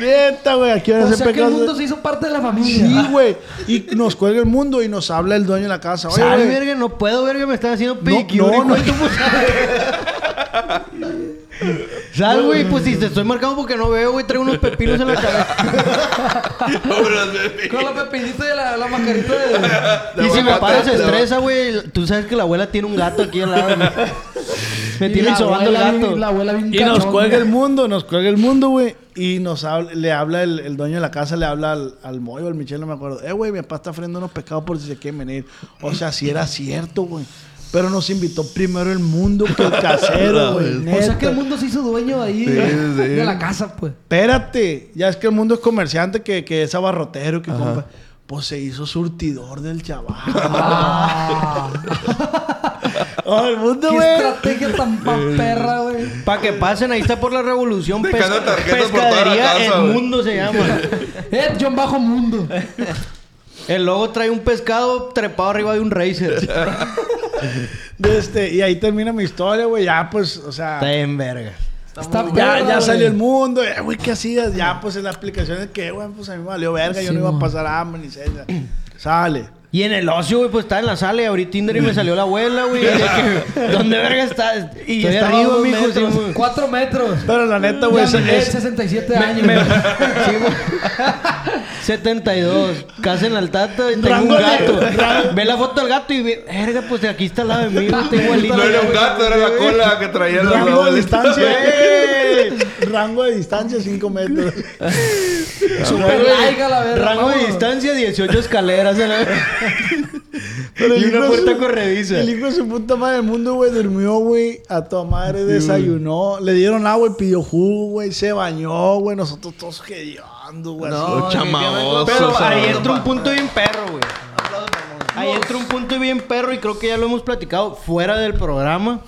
S2: Neta, güey, aquí van a
S4: o
S2: hacer
S4: sea que el
S2: pescado
S4: mundo se hizo parte de la familia. Ah,
S2: Sí, güey. Y nos cuelga el mundo y nos habla el dueño de la casa. Oye,
S3: Sal,
S2: güey,
S3: verga, no puedo, verga, me están haciendo
S2: no,
S3: pedicure.
S2: no, no.
S3: hijo de tu puta madre. ¿Sabes, güey? Pues si te estoy marcando porque no veo, güey, traigo unos pepinos en la cabeza.
S4: Con los pepinitos y la, la mascarita de...
S3: y si me paras se estresa, güey. Tú sabes que la abuela tiene un gato aquí al lado. güey. me
S4: Y
S3: tienen
S4: la
S3: sobando el
S4: abuela bien-
S3: gato.
S4: La abuela bien
S2: Y nos
S4: cachonda.
S2: cuelga el mundo, nos cuelga el mundo, güey. Y nos habla- le habla el, el dueño de la casa, le habla al, al Moy o al Michel, no me acuerdo. Eh, güey, mi papá está friendo unos pescados por si se quieren venir. O sea, si era cierto, güey. Pero nos invitó primero el mundo que el casero, güey.
S4: O sea
S2: neta.
S4: que el mundo se hizo dueño ahí
S5: Sí,
S4: de,
S5: sí.
S4: de la casa, pues.
S2: Espérate, ya es que el mundo es comerciante, que, que es abarrotero, que compra. Pues se hizo surtidor del chaval. oh, el mundo,
S4: Ah, Qué
S2: güey.
S4: estrategia tan pa' perra, güey.
S3: Para que pasen, ahí está por la revolución.
S5: Dejando
S3: pesca-
S5: tarjetas por toda la
S3: pescadería
S5: casa,
S3: El
S5: güey.
S3: Mundo se llama.
S4: Ed John Bajo Mundo.
S3: El logo trae un pescado trepado arriba de un racer. Está
S2: De este, y ahí termina mi historia, güey. Ya, pues, o sea.
S3: en verga.
S4: Está
S2: Ya,
S4: perra,
S2: ya
S4: güey.
S2: salió el mundo, eh, güey, ¿qué hacías? Ya, pues en las aplicaciones que, güey, pues a mí me valió verga, yo
S4: Sí,
S2: no iba
S4: mo.
S2: a pasar hambre ni cena. Sale.
S3: Y en el ocio, güey, pues estaba en la sala y abrí Tinder y me salió la abuela, güey. de que, ¿Dónde verga está? Y
S4: Estoy
S3: está
S4: arriba,
S3: vivo,
S4: dos
S3: mijo. sí,
S4: metros,
S3: güey.
S4: Cuatro metros.
S2: Pero la neta,
S4: Ya
S2: güey, es,
S4: Miguel,
S2: es-
S4: 67 años.
S3: 72. Casen al tato y tengo un
S2: Rango de-
S3: gato. Ve la foto del gato y ve, verga, pues de aquí está al lado de mí, güey, está igualito.
S5: No era un gato, era la cola que traía la
S2: rango de distancia. eh. rango de distancia, 5 metros.
S4: Super laica la verga.
S3: Rango de
S4: vámonos.
S3: distancia, 18 escaleras. a la verga.
S2: Pero el
S3: Y una
S2: hijo de
S3: puerta
S2: su-
S3: corrediza.
S2: El hijo de su puta madre del mundo, güey, durmió, güey, a toda madre, desayunó, le dieron agua y pidió jugo, güey, se bañó, güey, nosotros todos hediondo, güey. así.
S6: No,
S5: chamaoso,
S3: Pero ahí
S5: Sabrón.
S3: entra un punto bien perro, güey. Ahí entra un punto bien perro y creo que ya lo hemos platicado fuera del programa.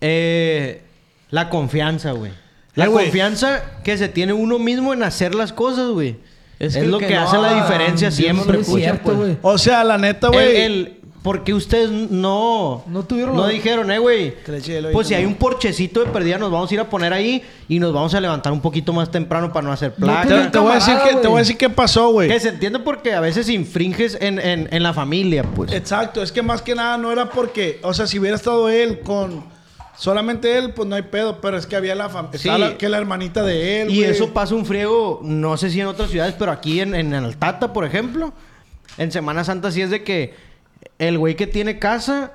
S3: Eh, la confianza, güey. La
S2: Eh, güey.
S3: confianza que se tiene uno mismo en hacer las cosas, güey. Es,
S6: Es que el
S3: lo que,
S6: que no
S3: hace la
S6: haga,
S3: diferencia
S6: Dios
S4: No
S3: siempre, pues.
S4: es
S3: güey.
S4: cierto, güey.
S2: O sea, la neta, güey.
S3: El- el- porque ustedes no...
S4: No tuvieron
S3: No
S4: la-
S3: dijeron, eh, güey.
S2: Que le eche el oído,
S3: Pues si
S2: ¿no?
S3: hay un porchecito de perdida, nos vamos a ir a poner ahí y nos vamos a levantar un poquito más temprano para no hacer
S4: No
S3: placa.
S2: Te, te voy a decir que,
S4: Camarada,
S2: te
S4: güey.
S2: voy a decir qué pasó, güey.
S3: Que se entiende porque a veces infringes en, en, en la familia, pues.
S2: Exacto, es que más que nada no era porque, o sea, si hubiera estado él con solamente él, pues no hay pedo, pero es que había la familia,
S3: Sí.
S2: que la hermanita de él.
S3: Y
S2: güey.
S3: eso pasa un friego, no sé si en otras ciudades, pero aquí en, en Altata, por ejemplo, en Semana Santa sí es de que el güey que tiene casa,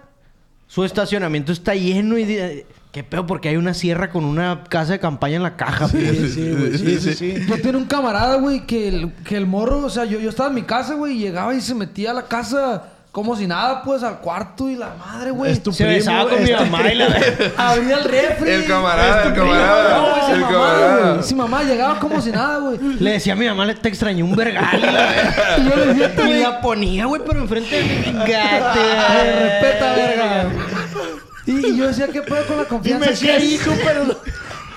S3: su estacionamiento está lleno y... de- ¿Qué pedo? Porque hay una sierra con una casa de campaña en la caja. pues.
S2: Sí, sí, güey, sí, sí, sí.
S4: Yo tenía un camarada, güey, que el, que el morro, o sea, yo, yo estaba en mi casa, güey, y llegaba y se metía a la casa como si nada, pues, al cuarto y la madre, güey.
S2: Es tu
S3: Se
S2: primo, este
S3: besaba con
S2: es
S3: mi
S2: tu
S3: mamá y la...
S4: Abría el refri.
S5: El camarada,
S4: Es tu
S5: el
S4: primo,
S5: camarada,
S4: no, güey, ese
S5: el
S4: mamá,
S5: camarada.
S4: güey. Ese mamá llegaba como si nada, güey.
S3: Le decía a mi mamá, le te extrañé un vergal. y la-
S4: Y yo le decía, "Tú,
S3: Y
S4: güey,
S3: la ponía, güey, pero enfrente de mi gato.
S4: me respeta, verga. Y, y yo decía, ¿qué pedo con la confianza? que hay?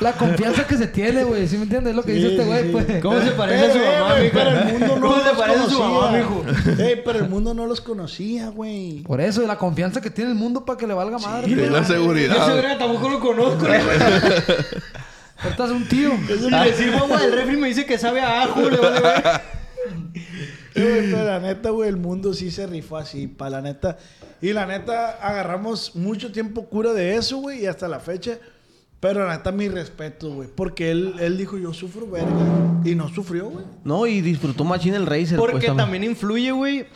S4: La confianza que se tiene, güey. ¿Sí me entiendes? Es lo que dice este güey, pues.
S3: ¿Cómo se parece a su
S2: Pero,
S3: mamá,
S2: güey,
S3: mijo?
S2: pero el mundo no
S3: ¿Cómo se
S2: los
S3: parece a su mamá,
S2: conocía.
S3: mijo?
S2: Ey, pero el mundo no los conocía, güey.
S4: Por eso, y la confianza que tiene el mundo para que le valga madre.
S5: Es la
S3: Yo
S5: seguridad.
S3: seguro tampoco lo conozco.
S4: Ahorita es un tío.
S3: Le sirvo agua del refri y me dice que sabe a ajo. Le vale ver.
S2: Sí, güey, pero la neta, güey, el mundo sí se rifó así, pa' la neta. Y la neta, agarramos mucho tiempo cura de eso, güey, y hasta la fecha. Pero la neta, mi respeto, güey. Porque él, él dijo, yo sufro verga. Y no sufrió, güey.
S6: No, y disfrutó machín el Racer.
S3: Porque
S6: pues,
S3: también influye, güey.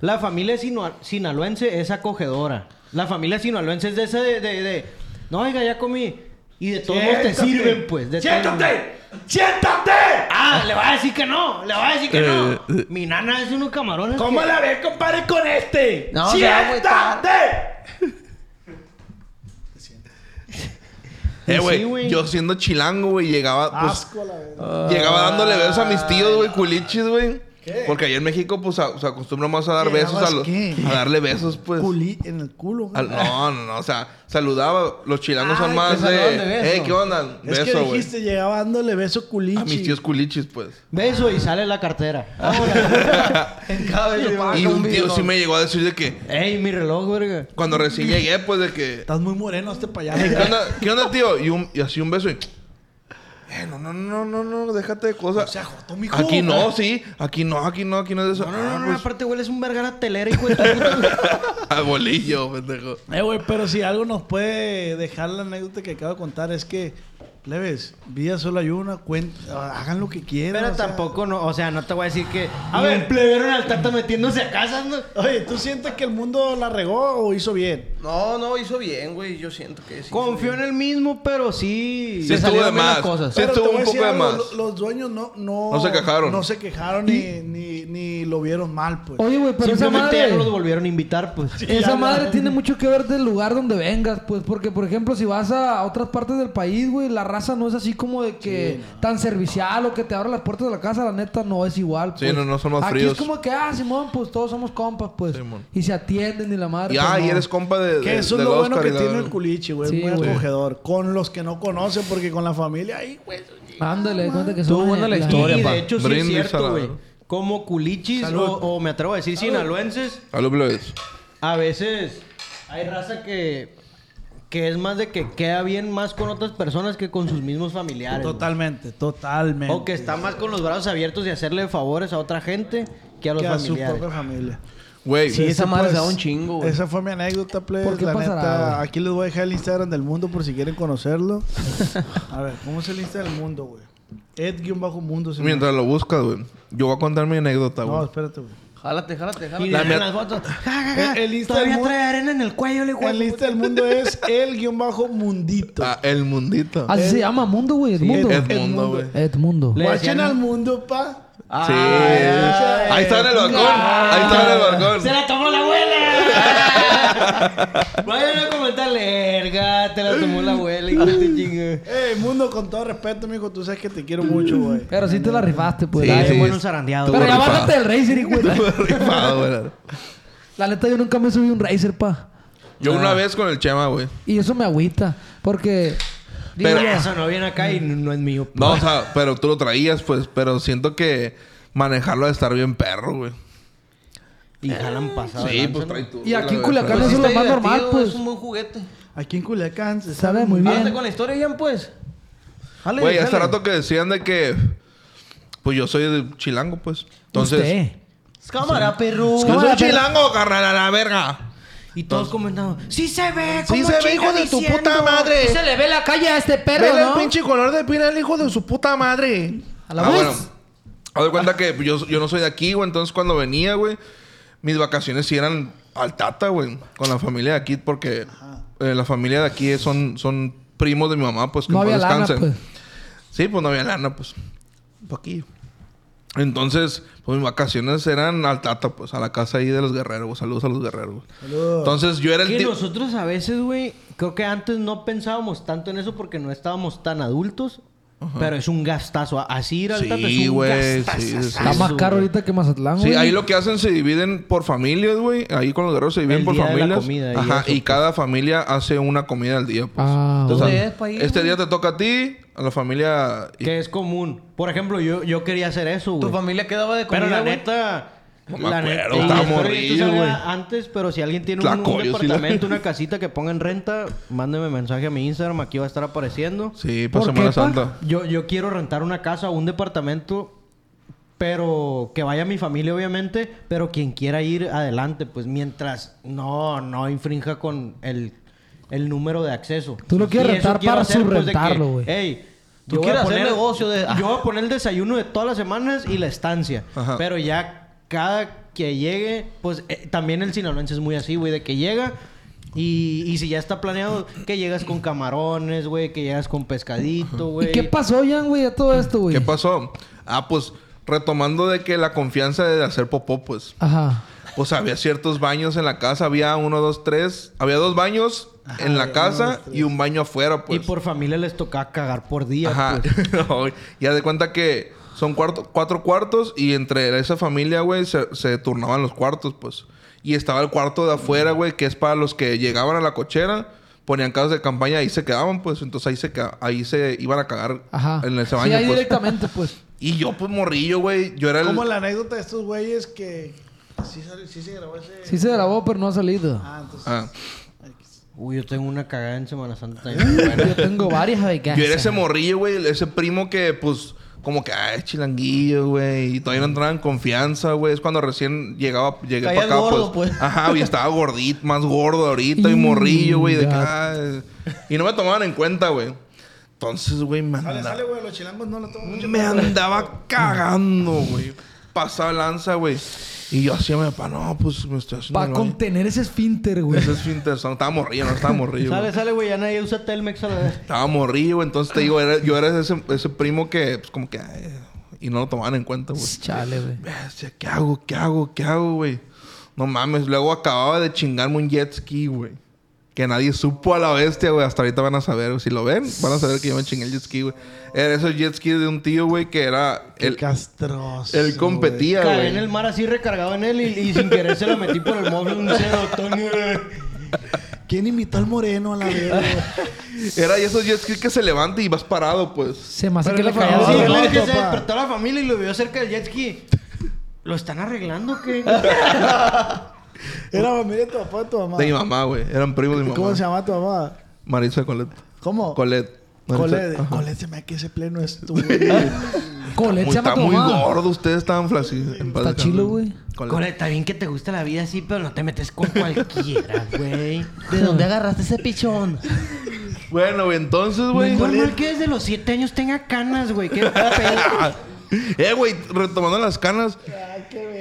S3: La familia sino- sinaloense es acogedora. La familia sinaloense es de esa de... de, de, no, oiga, ya comí. Y de todos modos te sirven, pues. De todos modos.
S1: ¡Siéntate! ¡Siéntate!
S3: Ah, le va a decir que no. Le va a decir que no. Mi nana es unos camarones. que-
S1: ¿Cómo la ves, compadre, con este?
S6: No, se va a agüitar.
S1: ¡Siéntate!
S5: Eh,
S3: Sí, güey.
S5: güey. Yo siendo chilango, güey, llegaba. Pues,
S2: Asco, la verga.
S5: Llegaba dándole besos a mis tíos, güey, culichis, güey. Porque allá en México, pues, a- se acostumbra más a dar besos a
S2: ¿Llegabas
S5: los...
S2: qué?
S5: A darle besos, pues.
S2: Culí en el culo, güey.
S5: Al- no, no, no. O sea, saludaba. Los chilangos son más de...
S6: saludaban de beso.
S5: Ey, ¿qué onda?
S2: es
S5: Beso,
S2: que
S5: güey.
S2: dijiste, llegaba dándole beso culichi.
S5: A mis tíos culichis, pues.
S3: Beso y sale la cartera. Vámonos.
S6: En cada vez
S5: y un tío sí me llegó a decir de que...
S3: Ey, mi reloj, verga.
S5: Cuando recién llegué, pues, de que...
S2: Estás muy moreno este
S5: "Ey,
S2: payaso.
S5: ¿Qué onda, ¿Qué onda, tío? Y, un- y así un beso y... Eh, no, no, no, no, no, déjate de cosas.
S2: sea, joto, mijo.
S5: Aquí no, sí. Aquí no, aquí no, aquí no es eso.
S3: No, no,
S5: Ah,
S3: no,
S5: pues,
S3: aparte hueles un vergara telera, hijo de tu puta.
S5: A bolillo, pendejo.
S2: Eh, güey, pero si algo nos puede dejar la anécdota que acabo de contar es que, plebes, vida solo hay una, cuenta, hagan lo que quieran.
S3: Pero
S2: o sea.
S3: tampoco, no, o sea, no te voy a decir que.
S2: A
S3: A
S2: ver.
S3: ver, plebero en Altata metiéndose a casa, ¿no?
S2: Oye, ¿tú sientes que el mundo la regó o hizo bien?
S6: No, no, hizo bien, güey. Yo siento que sí.
S3: Confío en el mismo, pero sí.
S5: Sí,
S3: le
S5: estuvo de
S3: salieron bien las
S5: más.
S3: cosas.
S5: Sí,
S2: Pero
S5: estuvo
S2: te voy a
S5: un poco
S2: decir
S5: de
S2: algo,
S5: más.
S2: lo- Los dueños no, no,
S5: No se quejaron.
S2: No se quejaron ni, ni, ni lo vieron mal, pues.
S4: Oye, güey, pero esa
S3: Simplemente ya
S4: madre.
S3: no los volvieron a invitar, pues.
S4: Esa madre tiene mucho que ver del lugar donde vengas, pues, porque, por ejemplo, si vas a otras partes del país, güey, la raza no es así como de que tan servicial o que te abra las puertas de la casa, la neta no es igual,
S5: Sí,
S4: pues.
S5: no, no son más
S4: Aquí
S5: fríos.
S4: es como que, ah, Simón, pues todos somos compas, pues.
S5: Simón.
S4: y se atienden y la madre.
S5: Y,
S4: pues,
S5: ah, y
S4: no.
S5: eres compa de.
S2: Que
S5: de-
S2: eso es
S5: del
S2: lo bueno
S5: Oscar y
S2: que
S5: la-
S2: tiene el culiche, güey.
S4: Sí,
S2: es muy
S4: güey.
S2: acogedor. Con los que no conoce, porque con la familia, ahí, güey.
S4: Ándale, cuenta que
S6: Ah, Estuvo
S4: son-
S6: buena la
S4: la-
S6: historia.
S3: y
S6: pa.
S3: de hecho, sí es
S5: Brindis a la-
S3: cierto, güey. Como culichis o, o me atrevo a decir sinaloenses,
S5: Salud, plebes.
S3: a veces hay raza que, que es más de que queda bien más con otras personas que con sus mismos familiares. güey.
S2: Totalmente, totalmente.
S3: O que está más con los brazos abiertos y hacerle favores a otra gente que a los
S2: Que a su
S3: familiares.
S2: propia familia.
S5: Güey,
S6: Sí, esa madre se
S2: pues,
S6: da un chingo, güey.
S2: Esa fue mi anécdota, plebes.
S4: ¿Por qué
S2: la
S4: pasará,
S2: neta,
S4: güey?
S2: aquí les voy a dejar el Instagram del mundo por si quieren conocerlo. a ver, ¿cómo es el Instagram del mundo, güey? Ed-mundo. se llama.
S5: mientras lo buscas, güey. Yo voy a contar mi anécdota,
S2: No,
S5: güey.
S2: espérate, güey.
S6: Jálate, jálate,
S3: Y
S6: jálate.
S3: le
S5: La
S3: dan
S5: mía-
S3: las fotos. Ja, ja, ja.
S2: El- el Insta
S3: Todavía
S2: del mu-
S3: trae arena en el cuello, le
S2: El Insta del mundo es el-mundito.
S5: Ah, el mundito.
S4: Así se llama Mundo, güey, Edmundo.
S5: Edmundo,
S2: Edmundo.
S5: güey.
S4: Edmundo.
S3: Le-
S2: Guachen
S3: decían-
S2: al mundo, pa.
S5: Sí. Ahí está en el balcón. Ahí está en el balcón.
S2: Ah,
S3: ¡Se la tomó la abuela! Vayan a comentarle, erga, te la tomó la abuela, hijo de tu chingo.
S2: Eh, mundo, con todo respeto, mijo, tú sabes que te quiero mucho, güey.
S4: Pero sí te la rifaste, pues.
S5: Sí,
S4: la-
S3: Ay,
S5: sí.
S3: bueno, un zarandeado.
S4: Pero ya
S5: rifado.
S4: bájate del Racer, güey.
S5: Estuvo rifado, güey.
S4: La neta, yo nunca me subí a un Racer, pa.
S5: Yo
S4: Ah.
S5: una vez con el Chema, güey.
S4: Y eso me agüita, porque...
S5: Pero-
S4: Digo,
S3: Eso no viene acá y no, no es mío.
S5: No, o sea, pero tú lo traías, pues. Pero siento que manejarlo ha de estar bien perro, güey.
S3: Y jalan pasado.
S5: Sí,
S3: adelante,
S5: pues
S3: ¿no?
S5: trae tú.
S4: Y aquí en
S5: la
S4: Culiacán
S5: verdad.
S4: eso es lo más
S6: divertido,
S4: normal, pues.
S6: Es un buen juguete.
S2: Aquí en Culiacán se
S4: Sabe muy bien.
S6: Hazte con la historia, Ian, pues. Jale,
S5: Güey, hace
S6: jale.
S5: rato que decían de que... Pues yo soy de chilango, pues. Entonces...
S4: Usted.
S3: Cámara, perro.
S5: Yo soy
S4: Cámara, pero-
S5: chilango, carnal, a la verga.
S3: Y todos comentando. Sí se ve,
S5: Sí
S3: ¿cómo
S5: se ve,
S3: chinga
S5: hijo de tu
S3: diciendo?
S5: puta madre.
S4: Se le ve la calle a este perro,
S5: Vele
S4: ¿no?
S5: el pinche color de piel al hijo de su puta madre.
S4: A la
S5: ah,
S4: vez.
S5: bueno. A dar cuenta que yo, yo no soy de aquí, güey. Entonces, cuando venía, güey, mis vacaciones sí eran al tata, güey. Con la familia de aquí, porque eh, la familia de aquí son, son primos de mi mamá, pues que
S4: No
S5: en paz
S4: había lana, pues.
S5: Sí, pues no había lana, pues. Poquillo. Entonces, pues mis vacaciones eran al tata, pues, a la casa ahí de los guerreros. güey. Saludos a los guerreros. güey. Entonces, yo era el
S3: Que
S5: tipo.
S3: nosotros a veces, güey, creo que antes no pensábamos tanto en eso porque no estábamos tan adultos. Pero es un gastazo. A- Así ir al
S5: Sí,
S3: Tata es un
S5: güey,
S3: gastazo.
S5: sí, sí, sí.
S4: Está más caro
S3: güey.
S4: ahorita que
S3: Ah,
S4: Mazatlán, güey.
S5: Sí, ahí lo que hacen se dividen por familias, güey. Ahí con los guerreros se dividen
S3: El
S5: por
S3: día de la
S5: familias.
S3: comida y
S5: Ajá,
S3: eso,
S5: y
S3: pues.
S5: cada familia hace una comida al día, pues.
S4: Ah,
S6: ¿dónde es, pues, pa' ir,
S5: este
S6: güey?
S5: día te toca a ti, a la familia. y-
S3: Que es común. Por ejemplo, yo, yo quería hacer eso,
S6: Tu
S3: güey.
S6: familia quedaba de comida,
S3: Pero la
S6: güey?
S3: neta...
S5: No me
S3: la
S5: acuerdo,
S3: neta-
S5: estaba
S3: y espero
S5: morrillo,
S3: que esto salga
S5: güey.
S3: Antes, pero si alguien tiene un, un
S5: Tlacoyo, sí, la-
S3: departamento, una casita que ponga en renta, mándeme mensaje a mi Instagram, aquí va a estar apareciendo.
S5: Sí, para
S4: ¿Por qué,
S5: Semana
S4: pa?
S5: Santa.
S3: Yo, yo quiero rentar una casa o un departamento, pero que vaya mi familia, obviamente, pero quien quiera ir adelante, pues mientras no, no infrinja con el, el número de acceso.
S4: Tú lo quieres
S3: Y eso
S4: rentar
S3: quiero
S4: para
S3: hacer, pues, de que,
S4: subrentarlo, güey.
S3: Ey,
S6: Tú
S3: yo voy a
S6: quieres hacer
S3: poner-
S6: negocio de-
S3: Yo voy a poner el desayuno de todas las semanas y la estancia.
S5: Ajá.
S3: Pero ya cada que llegue, pues eh, también el sinaloense es muy así, güey, de que llega. Y, y si ya está planeado, que llegas con camarones, güey, que llegas con pescadito, güey.
S4: ¿Y qué pasó, Jan, güey, a todo esto, güey?
S5: ¿Qué pasó? Ah, pues retomando de que la confianza de hacer popó, pues.
S4: Ajá.
S5: Pues había ciertos baños en la casa. Había uno, dos, tres. Había dos baños en la casa y un baño afuera, pues.
S3: Y por familia les tocaba cagar por día,
S5: Ajá.
S3: pues.
S5: No, güey. y haz de cuenta que son cuarto- cuatro cuartos y entre esa familia, güey, se, se turnaban los cuartos, pues. Y estaba el cuarto de afuera, güey, que es para los que llegaban a la cochera, ponían casas de campaña ahí se quedaban, pues. Entonces ahí se, ca- ahí se iban a cagar
S4: Ajá.
S5: en ese
S4: sí,
S5: baño,
S4: ahí
S5: pues.
S4: directamente, pues.
S5: Y yo, pues, morrillo, güey. Yo era el...
S2: Como la anécdota de estos güeyes que... Sí, sale- sí se grabó ese...
S4: Sí se grabó, pero no ha salido.
S2: Ah, entonces...
S5: Ah.
S3: Uy, yo tengo una cagada en Semana Santa también.
S7: Yo tengo varias de casa.
S5: Yo era ese morrillo, güey, ese primo que, pues, como que, ah, es chilanguillo, güey, y todavía no entraba en confianza, güey. Es cuando recién llegaba, llegué
S6: Caía
S5: para acá,
S6: gordo,
S5: pues,
S6: pues.
S5: Ajá, y estaba gordito, más gordo ahorita, y morrillo, güey, de que, ah, eh. Y no me tomaban en cuenta, güey. Entonces, güey, me,
S2: Sale,
S5: anda-
S2: sale, güey. Los chilangos no lo toman mucho.
S5: me andaba cagando, güey. Pasaba lanza, güey. Y yo hacía, me pa, no, pues, me estoy haciendo.
S4: Para
S5: el baño".
S4: contener ese esfínter, güey.
S5: Ese es interesante. Estaba morrillo, no estaba morrillo. güey.
S3: Sale, sale, güey. Ya nadie usa Telmex a la vez.
S5: Estaba morrillo, güey. entonces te digo, era- yo era ese, ese primo que, pues, como que. ay, y no lo tomaban en cuenta, güey.
S7: Chale, güey.
S5: Bestia, ¿Qué hago? ¿Qué hago? ¿Qué hago, güey? No mames, luego acababa de chingarme un jet ski, güey. Que nadie supo a la bestia, güey. Hasta ahorita van a saber, güey. Si lo ven, van a saber que yo me chingué el jet ski, güey. Era ese jet ski de un tío, güey, que era.
S2: El
S5: Él,
S2: castroso.
S5: él competía,
S3: Cagué en
S5: Ah,
S3: el
S5: güey.
S3: mar así recargado en él y, y sin querer se lo metí por el móvil un cerotón.
S2: güey. ¿Quién invitó al moreno a la verga?
S5: Era de esos jet ski que se levanta y vas parado, pues.
S7: Se me hace
S2: Pero
S7: que
S2: la
S7: le cayó
S2: famosa-
S7: así,
S3: Sí,
S2: no,
S3: claro que se
S2: papá.
S3: despertó la familia y lo vio cerca del jet ski. ¿Lo están arreglando o qué?
S2: Era familia de tu papá o tu mamá.
S5: De mi mamá, güey. Eran primos de mi mamá.
S2: ¿Cómo se llama tu mamá?
S5: Marisa Colette.
S2: ¿Cómo?
S5: Colette. Marisa-
S2: Colette.
S5: Ajá.
S2: Colette se me hace que ese pleno es tu güey.
S4: Colet
S5: Muy-
S4: se ah. llama
S5: está
S4: tu
S5: muy
S4: mamá.
S5: gordo. Ustedes estaban flacidos.
S4: Está chilo, güey.
S3: Cole, está bien que te gusta la vida así, pero no te metes con cualquiera, güey.
S7: ¿De dónde agarraste ese pichón?
S5: Bueno, güey. Entonces,
S3: No
S5: güey.
S3: es normal que desde los 7 años tenga canas, güey. ¿Qué pedo?
S5: Eh, güey, retomando las canas.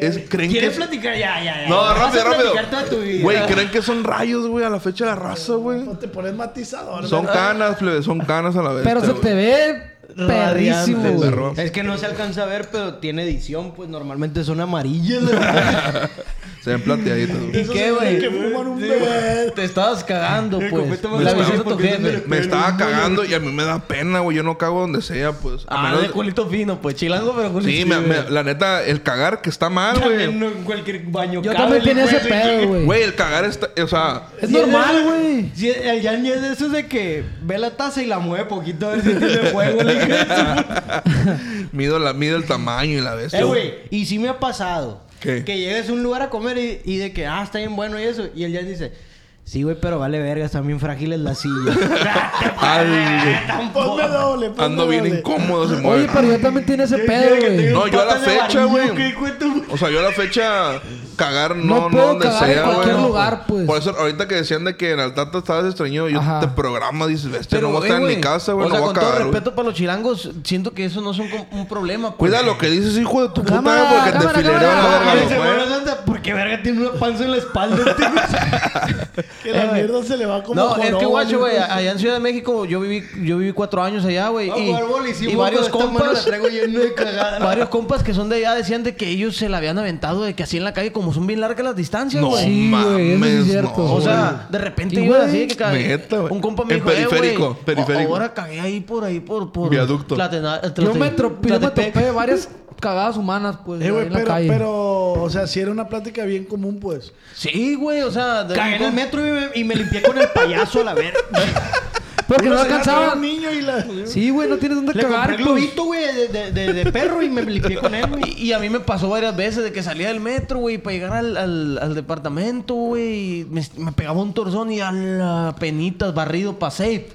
S5: es, ¿creen que
S3: ¿Quieres
S5: es-
S3: platicar? Ya, ya, ya.
S5: No,
S3: Vas a
S5: rápido, rápido.
S3: platicar toda tu vida.
S5: Güey, ¿creen que son rayos, güey, a la fecha de la raza, güey?
S2: No te pones matizador.
S5: Son
S2: ¿verdad?
S5: canas, plebe, son canas a la vez.
S4: Pero se te ve perrísimo,
S5: Radiante,
S4: güey.
S5: perro.
S3: Es que no se alcanza a ver, pero tiene edición, pues normalmente son amarillas.
S5: Se ven plateaditas, güey.
S2: Esos
S6: ¿Qué,
S2: güey
S6: güey?
S2: Que fuman un bebé.
S7: Te estabas cagando, pues.
S3: completamente
S7: La
S5: me
S7: visita a
S5: estaba-
S7: tu jefe.
S5: Me estaba cagando y a mí me da pena, güey. Yo no cago donde sea, pues. A
S6: Ah,
S5: menos-
S6: de culito fino, pues. Chilango, pero culito
S5: Sí, me-
S6: fino.
S5: me- la neta, el cagar que está mal,
S3: También
S5: güey.
S3: Ah, no en cualquier baño
S4: Yo también tenía ese pedo, güey.
S5: Güey, el cagar está. O sea,
S4: Es normal, güey.
S3: Sí, el Jan es de esos de que ve la taza y la mueve poquito a ver si tiene fuego. la hija de su-
S5: mido, la, mido el tamaño y la bestia.
S3: eh, güey, y sí me ha pasado.
S5: ¿Qué?
S3: Que llegas a un lugar a comer y, y de que, ah, está bien bueno y eso. Y el Jan dice, sí, güey, pero vale verga, están bien frágiles las sillas.
S5: Ay, güey.
S2: Ponme doble. Ponme
S5: Ando bien
S2: doble.
S5: incómodo, se mueve.
S4: Oye, pero yo también tiene ese pedo, güey.
S5: No, yo a la
S3: Patas de
S5: fecha,
S3: amarillo,
S5: güey.
S3: ¿qué cuento?
S5: O sea, yo a la fecha cagar
S4: No
S5: no, no,
S4: puedo
S5: donde
S4: cagar en
S5: sea,
S4: cualquier
S5: güey.
S4: lugar, pues.
S5: Por eso, ahorita que decían de que en Altata estabas extrañado, yo
S4: Ajá.
S5: te programa, dices, bestia, no voy a
S6: güey,
S5: estar en mi
S6: güey,
S5: casa, güey,
S6: O sea,
S5: no voy a
S6: con todo
S5: cagar. güey.
S6: respeto para los chilangos, siento que eso no es un, com- un problema. pues.
S5: Cuida lo que dices, hijo de tu puta,
S4: Cámara,
S5: madre, porque
S4: cámara,
S5: te fileré a
S4: cámara.
S5: la
S3: Y
S5: verga,
S3: dice,
S5: Ah, güey.
S3: bueno, Santa, porque verga tiene una panza en la espalda.
S2: Que la mierda se le va como
S6: No, es
S2: joroba,
S6: que guacho, güey,
S2: güey.
S6: allá en Ciudad de México yo viví, yo viví cuatro años allá, güey.
S3: Vamos a
S6: Y,
S3: jugar boli, sí,
S6: y
S3: güey,
S6: varios
S3: pero esta mano
S6: compas,
S3: la traigo llena de cagada.
S6: varios compas que son de allá decían de que ellos se la habían aventado de que así en la calle, como son bien largas las distancias,
S5: No
S6: güey.
S4: Sí, güey, eso sí es
S5: mames,
S4: cierto.
S5: no.
S6: O sea, de repente
S4: Y,
S6: iba
S4: güey,
S6: así de que cagué.
S5: neta, güey.
S6: Un compa me
S5: En
S6: dijo, "Eh, güey,
S5: periférico,
S6: a-
S5: periférico.
S6: Ahora cagué ahí por ahí por por
S5: Viaducto.
S6: Tlatena- Tlate-
S4: Yo me, trop- yo me
S6: Tlatepec.
S4: topé varias cagadas humanas, pues,
S2: Eh,
S4: ahí
S2: güey,
S4: en la
S2: pero,
S4: calle.
S2: pero, o sea, si era una plática bien común, pues.
S6: Sí, güey, o sea, de-
S3: Cagué en el metro y me, y me limpié con el payaso a la verga.
S4: Porque no
S2: Uno se la trae un
S4: alcanzaban.
S2: niño y la...
S4: Sí, güey, no tienes dónde
S3: Le compré
S4: cagar,
S3: el
S4: pues.
S3: globito, güey, de, de- de- de perro y me limpié con él, güey.
S6: Y, y a mí me pasó varias veces de que salía del metro, güey, para llegar al, al- al departamento, güey. y Me, me pegaba un torzón y a la penitas barrido para safe.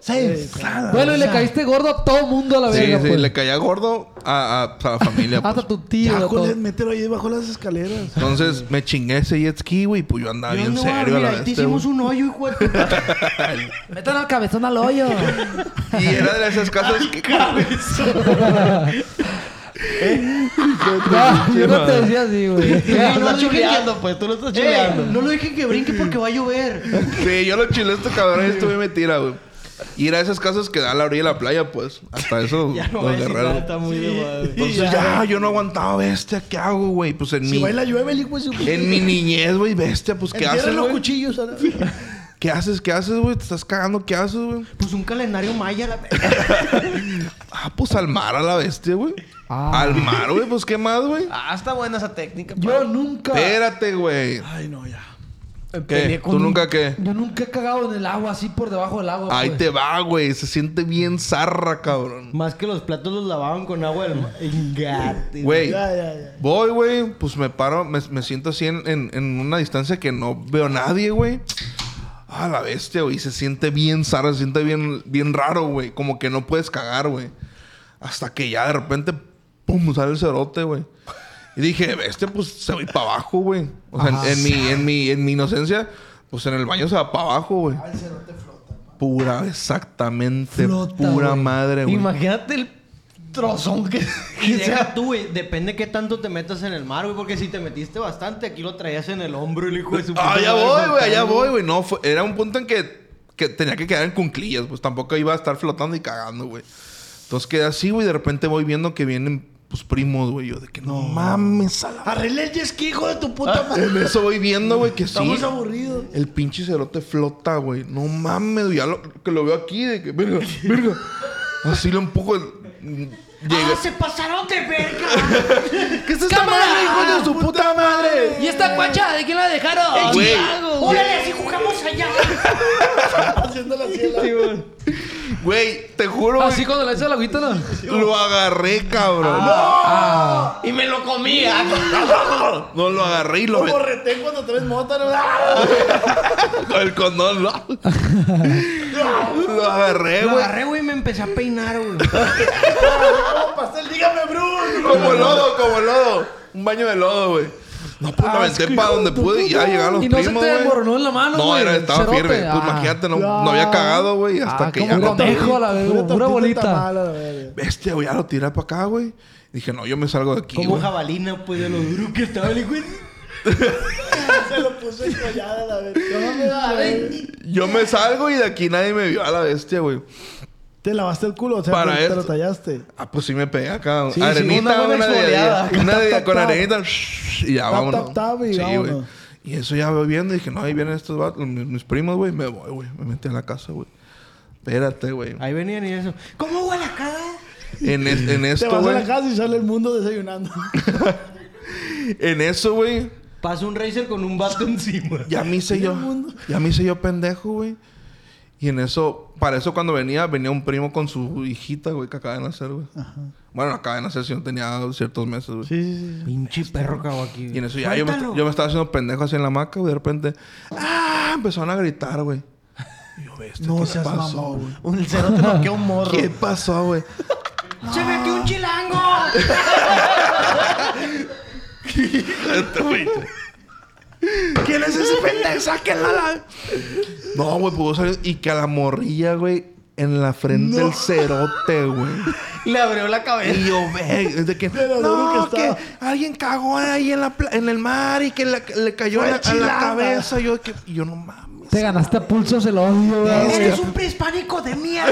S6: Safe.
S4: Bueno, y le caíste gordo a todo mundo a la
S5: Sí,
S4: verga,
S5: sí,
S4: pues. Ah,
S5: le caía gordo a, a- a la familia. pues.
S4: Hasta tu tío,
S2: Ya,
S4: todo.
S2: Colet, mételo ahí bajo las escaleras.
S5: Entonces me chingué ese jet ski, güey, pues yo andaba bien
S3: no,
S5: serio a la
S3: mira, ahí te
S5: bestia.
S3: hicimos
S5: güey.
S3: un hoyo, hijo de tu
S4: Métale la cabezón al hoyo.
S5: Y era de esas casas que.
S4: no, Ah, yo no te decía así, güey.
S6: Tú lo
S3: no,
S6: estás
S3: dije que-
S6: chuleando, pues. Tú lo estás
S3: Eh,
S6: chuleando.
S3: no lo dejen que brinque porque va a llover.
S5: Sí, yo lo chile este cabrón y estuve mentira, güey. Ir a esas casas que da a la orilla de la playa, pues. Hasta eso,
S3: voy a
S5: los
S3: decir
S5: guerreros.
S3: nada, está muy de moda, güey.
S5: Entonces ya, yo no aguantaba bestia, ¿qué hago, güey? Pues en
S2: Si
S5: mi.
S2: baila llueve, el hijo de su puta.
S5: En mi niñez, güey, bestia, pues ¿qué
S2: Entierra
S5: haces?
S2: los
S5: güey?
S2: cuchillos. a la-
S5: ¿Qué haces? ¿Qué haces, güey? Te estás cagando, ¿qué haces, güey?
S3: Pues un calendario maya, la
S5: Ah, pues al mar a la bestia, güey.
S4: Ah.
S5: Al mar, güey, pues qué más, güey.
S6: Ah, está buena esa técnica.
S4: Yo nunca...
S5: Espérate, güey.
S2: Ay, no, ya.
S5: ¿Qué?
S6: peleé
S5: ¿Tú nunca qué?
S4: Yo nunca he cagado en el agua, así por debajo del agua,
S5: Ahí
S4: pues.
S5: te va, güey. Se siente bien zarra, cabrón.
S3: Más que los platos los lavaban con agua del mar. Engate.
S5: Güey.
S2: Ya, ya, ya.
S5: Voy, güey, pues me paro, me, me siento así en, en- en una distancia que no veo a nadie, güey. Ah, la bestia, güey. Se siente bien Sara, se siente bien, bien raro, güey. Como que no puedes cagar, güey. Hasta que ya de repente, pum, sale el cerote, güey. Y dije, este pues se va a ir para abajo, güey. O sea,
S2: Ah,
S5: en, en mi, en, mi, en mi inocencia, pues en el baño se va para abajo, güey.
S2: Ah,
S5: Pura, exactamente.
S4: Flota,
S5: pura
S4: güey.
S5: madre, güey.
S7: Imagínate el trozón que,
S3: Y
S7: que
S3: deja
S7: sea.
S3: tú, güey. Depende qué tanto te metas en el mar, güey. Porque si te metiste bastante, aquí lo traías en el hombro el hijo de su
S5: Ah,
S3: puta
S5: allá
S3: madre,
S5: voy, güey, allá
S3: flotando.
S5: voy, güey. No, fue- era un punto en que, que tenía que quedar en cunclillas, pues tampoco iba a estar flotando y cagando, güey. Entonces quedé así, güey, de repente voy viendo que vienen pues primos, güey. Yo de que no mames, a la-
S1: Arreglé el jet ski, hijo de tu puta madre.
S5: En eso voy viendo, güey, que sí.
S1: Estamos aburridos.
S5: El pinche cerote flota, güey. No mames, güey. Ya lo, que lo veo aquí, de que, verga, verga. Así lo empujo. mm, Llega.
S3: se pasaron de verga!
S5: ¿Qué es esta
S7: ¡Cámara!
S5: madre, hijo de su puta madre?
S7: ¿Y esta cuacha? ¿De quién la dejaron?
S5: Güey.
S7: Chicago, güey.
S3: si jugamos allá!
S5: Güey, te juro, güey.
S4: Así cuando le echas la agüita, ¿no?
S5: Lo agarré,
S3: Ah,
S5: cabrón.
S6: Y me lo comía.
S5: No, lo agarré y lo metí.
S1: Como retén cuando traes motas.
S2: Ah,
S5: Con el condón, ¿no? lo agarré,
S3: Lo
S5: güey.
S3: agarré, güey, y me empecé a peinar, güey.
S1: pastel, dígame, Bruno.
S5: Como lodo, como lodo. Un baño de lodo, güey. No, pues
S3: Ah,
S5: lo aventé para donde pude y ya llegaron los
S4: Y no se
S5: primos,
S4: te
S5: güey.
S4: desmoronó en la mano,
S5: No,
S4: güey,
S5: era,
S4: el
S5: estaba
S4: cerote.
S5: firme. Pues
S4: Ah.
S5: imagínate, no, no había cagado, güey. Hasta
S4: Ah,
S5: que
S4: como
S5: ya
S4: un
S5: no.
S4: conejo. Hijo, la verga, pura
S2: tortita
S4: bolita.
S2: está mala, la verga.
S5: Bestia, güey, ya lo tiré para acá, güey. Dije, no, yo me salgo de aquí,
S3: Como
S5: güey.
S3: jabalina, pues, de lo duro que estaba el hijo de...
S1: Se lo puso enrollada la vez.
S5: Yo me salgo y de aquí nadie me vio a la bestia, güey.
S2: Te lavaste el culo, o sea,
S5: Para
S2: te, te
S5: esto.
S2: lo tallaste.
S5: Ah, pues sí me pegué acá.
S2: Sí, sí,
S5: arenita,
S2: una
S5: una,
S2: buena
S5: de-
S2: exfoliada.
S5: Una
S2: Tap,
S5: de-
S2: tap,
S5: con
S2: tap.
S5: arenita. shh, Y ya
S2: Tap,
S5: vámonos.
S2: tap, tap, y
S5: sí, güey.
S2: vámonos.
S5: Y eso ya voy viendo. Y dije, no, ahí vienen estos vatos, mis, mis primos, güey. Me voy, güey. Me metí a la casa, güey. Espérate, güey.
S3: Ahí venían y eso. ¿Cómo huele la caga?
S5: En, es- en
S2: Te
S5: esto,
S2: vas a
S5: güey.
S2: la casa y sale el mundo desayunando.
S5: En eso, güey.
S3: Pasa un racer con un vato encima.
S5: Ya me hice yo. Ya me hice yo pendejo, güey. Y en eso, para eso cuando venía, venía un primo con su hijita, güey, que acaba de nacer, güey. Bueno, acaba de nacer, si no tenía ciertos meses, güey.
S3: Pinche perro cago aquí.
S5: Y en eso ya yo me,
S3: Suéltalo.
S5: yo me estaba haciendo pendejo así en la hamaca, güey. De repente, ¡ah! Empezaron a gritar, güey. Y yo, bestia,
S2: No
S5: ¿qué
S2: seas
S5: pasó,
S2: mamón.
S5: güey?
S6: Un cerote noqueó un morro.
S5: ¿Qué pasó, güey?
S3: ¡Se metió un chilango!
S5: ¿Quién es ese pendejo? ¡Sáquenla! la-". No, güey, pudo salir. Y que a la morrilla, güey, en la frente el cerote, güey.
S6: Le abrió la cabeza.
S5: Y yo, ve, es de que,
S2: Pero
S5: no,
S2: duro
S5: que,
S2: que estaba".
S5: alguien cagó ahí en, la pla- en el mar y que la- le cayó
S2: Fue
S5: en la- a la
S2: chilada.
S5: cabeza. Yo, que, y yo, no mames.
S4: Te ganaste a pulsos el odio,
S5: Este
S4: güey.
S3: ¡Eres un prehispánico de mierda!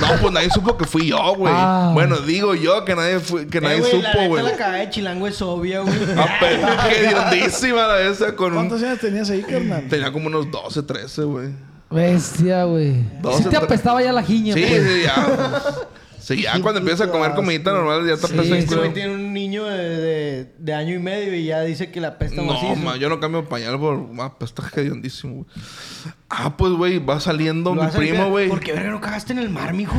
S5: No, pues nadie supo que fui yo, güey.
S4: Ah.
S5: Bueno, digo yo que nadie, fue- que nadie
S3: Eh, güey, la
S5: supo,
S3: neta,
S5: güey.
S3: La cagada de chilango es obvia, güey.
S5: Ah, pero qué hediondísima la esa con un...
S2: ¿Cuántos años tenías ahí, carnal?
S5: Tenía como unos 12, 13, güey.
S4: Bestia, güey.
S5: Dos
S4: Sí te
S5: entre-
S4: apestaba ya la jiña,
S5: Sí,
S4: pues.
S5: sí, ya. Sí, ya cuando empiezas a comer comidita normal ya te
S4: Sí,
S5: apesta el
S3: Este
S5: culo.
S3: güey tiene un niño de, de- de año y medio y ya dice que la pesta
S5: No, ma, yo no cambio pañal por... Ma, pues está hediondísimo, güey. Ah, pues, güey, va saliendo mi primo, güey.
S3: ¿Por qué verga no cagaste en el mar, mijo?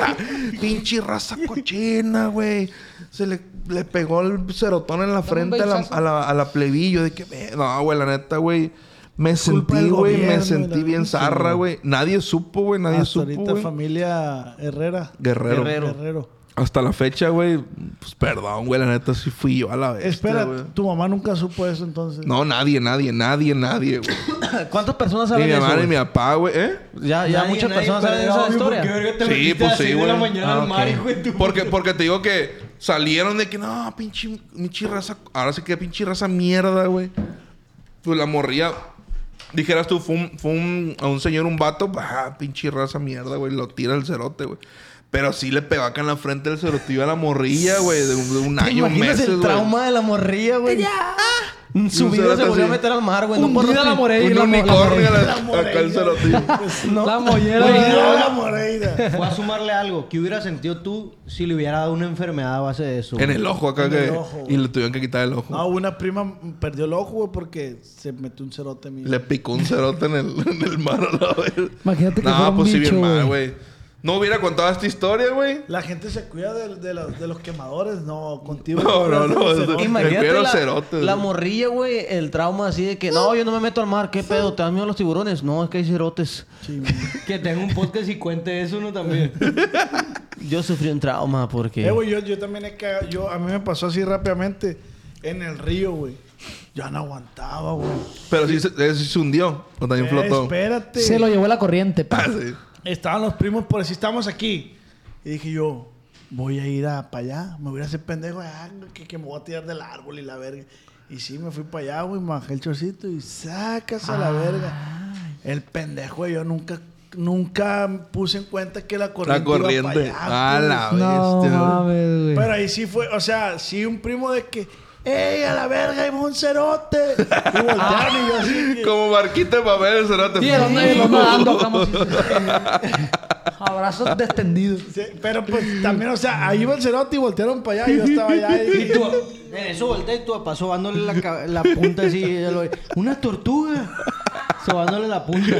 S5: Pinche raza cochina, güey. Se le, le pegó el cerotón en la frente a la,
S4: besazo.
S5: a la- a la plebillo. De que, ve- no, güey, la neta, güey. Me
S2: Culpa
S5: sentí,
S2: del
S5: güey, me
S2: gobierno,
S5: sentí
S2: la
S5: bien
S2: pinche,
S5: zarra,
S2: güey.
S5: güey. Nadie supo, güey, nadie
S2: Hasta
S5: supo.
S2: ahorita
S5: güey.
S2: familia Herrera.
S5: Guerrero.
S2: Guerrero.
S5: Hasta la fecha, güey. Pues perdón, güey, la neta sí fui yo a la vez.
S2: Espera, tu mamá nunca supo eso entonces.
S5: Este, No, nadie, nadie, nadie, nadie, güey.
S7: ¿Cuántas personas
S5: Ni
S7: saben
S5: mi
S7: eso?
S5: mamá ni
S7: güey?
S5: mi papá, güey, ¿eh?
S6: Pues
S7: Ya, ya muchas personas saben esa historia.
S5: Sí, pues sí,
S3: de la
S5: güey.
S3: mañana
S7: Ah,
S3: al mar,
S7: ok.
S3: hijo de tu
S5: Porque, porque te digo que salieron de que no, pinche, pinche raza. Ahora sí que pinche raza mierda, güey. Pues la morría. Dijeras tú, fue, un, fue un- a un señor, un vato, ah, pinche raza mierda, güey. Lo tira el cerote, güey. Pero sí le pegó acá en la frente el cerotillo a la morrilla, güey. De, un- de un
S7: ¿Te
S5: año, un
S7: imaginas
S5: meses,
S7: el
S5: güey.
S7: trauma de la morrilla, güey? Ah, Su
S5: Un
S7: vida se
S5: cerote
S7: volvió a
S5: así.
S7: meter al mar, güey. No por
S4: Hundida la
S7: los-
S5: Un
S4: morella. la mo- la
S5: unicornio
S4: morella.
S5: a la- acá el cerotillo.
S4: No, La mollera.
S2: Oye,
S4: güey.
S2: la Moreira.
S3: Voy a sumarle algo. ¿Qué hubiera sentido tú si le hubiera dado una enfermedad a base de eso?
S5: en
S3: güey?
S5: el ojo acá
S2: En
S5: que.
S2: el ojo, güey.
S5: y le tuvieron que quitar el ojo.
S2: No, una prima perdió el ojo, güey, porque se metió un cerote mío.
S5: Le picó un cerote en el, en el mar a la vez.
S4: Imagínate que fuera
S5: No,
S4: un
S5: pues sí,
S4: bicho,
S5: bien mal,
S4: güey.
S5: güey. no hubiera contado esta historia, güey.
S2: La gente se cuida de, de los, de los quemadores, no, contigo.
S5: No, no, no.
S2: Cerote.
S6: Imagínate
S5: Prefiero
S6: la,
S5: cerotes,
S6: la
S5: güey.
S6: morrilla, güey, el trauma así de que, no, yo no me meto al mar, ¿qué pedo? ¿Te dan miedo los tiburones? No, es que hay cerotes.
S3: Que tenga un podcast y cuente eso uno también.
S6: Yo sufrí un trauma porque...
S2: Eh, güey, yo, yo también he cagado. Yo, a mí me pasó así rápidamente en el río, güey. Yo no aguantaba, güey.
S5: Pero sí, se, eh, sí se hundió. O también
S2: Eh,
S5: flotó.
S2: espérate.
S4: Se lo llevó la corriente, pa.
S5: Ah, sí.
S2: Estaban los primos por si estamos aquí. Y dije yo, voy a ir para allá. Me voy a hacer pendejo. ah, que, que me voy a tirar del árbol y la verga. Y sí, me fui para allá, güey. Me bajé el chorcito y sacas a la verga. El pendejo, güey, yo nunca... Nunca puse en cuenta que la corriente.
S5: La
S2: iba pa'
S5: corriente.
S2: allá, güey.
S5: A
S3: pues.
S5: la
S4: No
S5: bestia. güey.
S4: mames, güey.
S2: Pero ahí sí fue, o sea, sí un primo de que, ¡ey, a la verga, hay un cerote! Y voltearon y yo así. que-
S5: Como barquita de papel, el cerote.
S4: Sí, ¿dónde me lo dando? Como si- Abrazos descendidos.
S2: Sí, Pero pues también, o sea, ahí iba el cerote y voltearon para allá y yo estaba allá. Y dije,
S3: En eso voltea y tú papá sobándole la, ca- la punta así. al oído. Una tortuga. Sobándole la punta.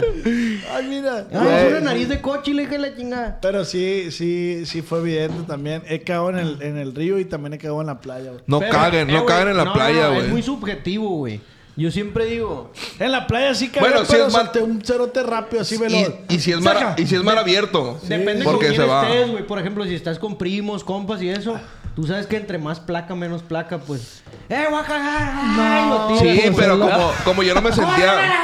S2: ¡ay, mira!
S3: Ay, es una nariz de coche, le dije la chingada.
S2: Pero sí, sí, sí fue evidente también. He cagado en el, en el río y también he cagado en la playa, güey.
S5: No
S3: Pero,
S5: caguen,
S3: eh,
S5: no
S3: güey,
S5: caguen en la
S3: no,
S5: playa,
S3: Es muy
S5: güey.
S3: subjetivo, güey. Yo siempre digo,
S2: En la playa sí cagué,
S5: Bueno, sí
S2: pero
S5: es mal-
S2: solté un cerote rápido, así veloz.
S5: Y, y si es mar,
S2: Saca.
S5: y si es mar abierto.
S3: depende
S5: porque
S3: con
S5: se
S3: quién
S5: va.
S3: estés, güey. Por ejemplo, si estás con primos, compas y eso, tú sabes que entre más placa, menos placa, pues. ¡Eh, voy a cagar! ¡Ay,
S4: No.
S3: lo tiras!
S5: Sí,
S4: Como
S5: pero
S4: celular.
S5: como, como yo no me sentía.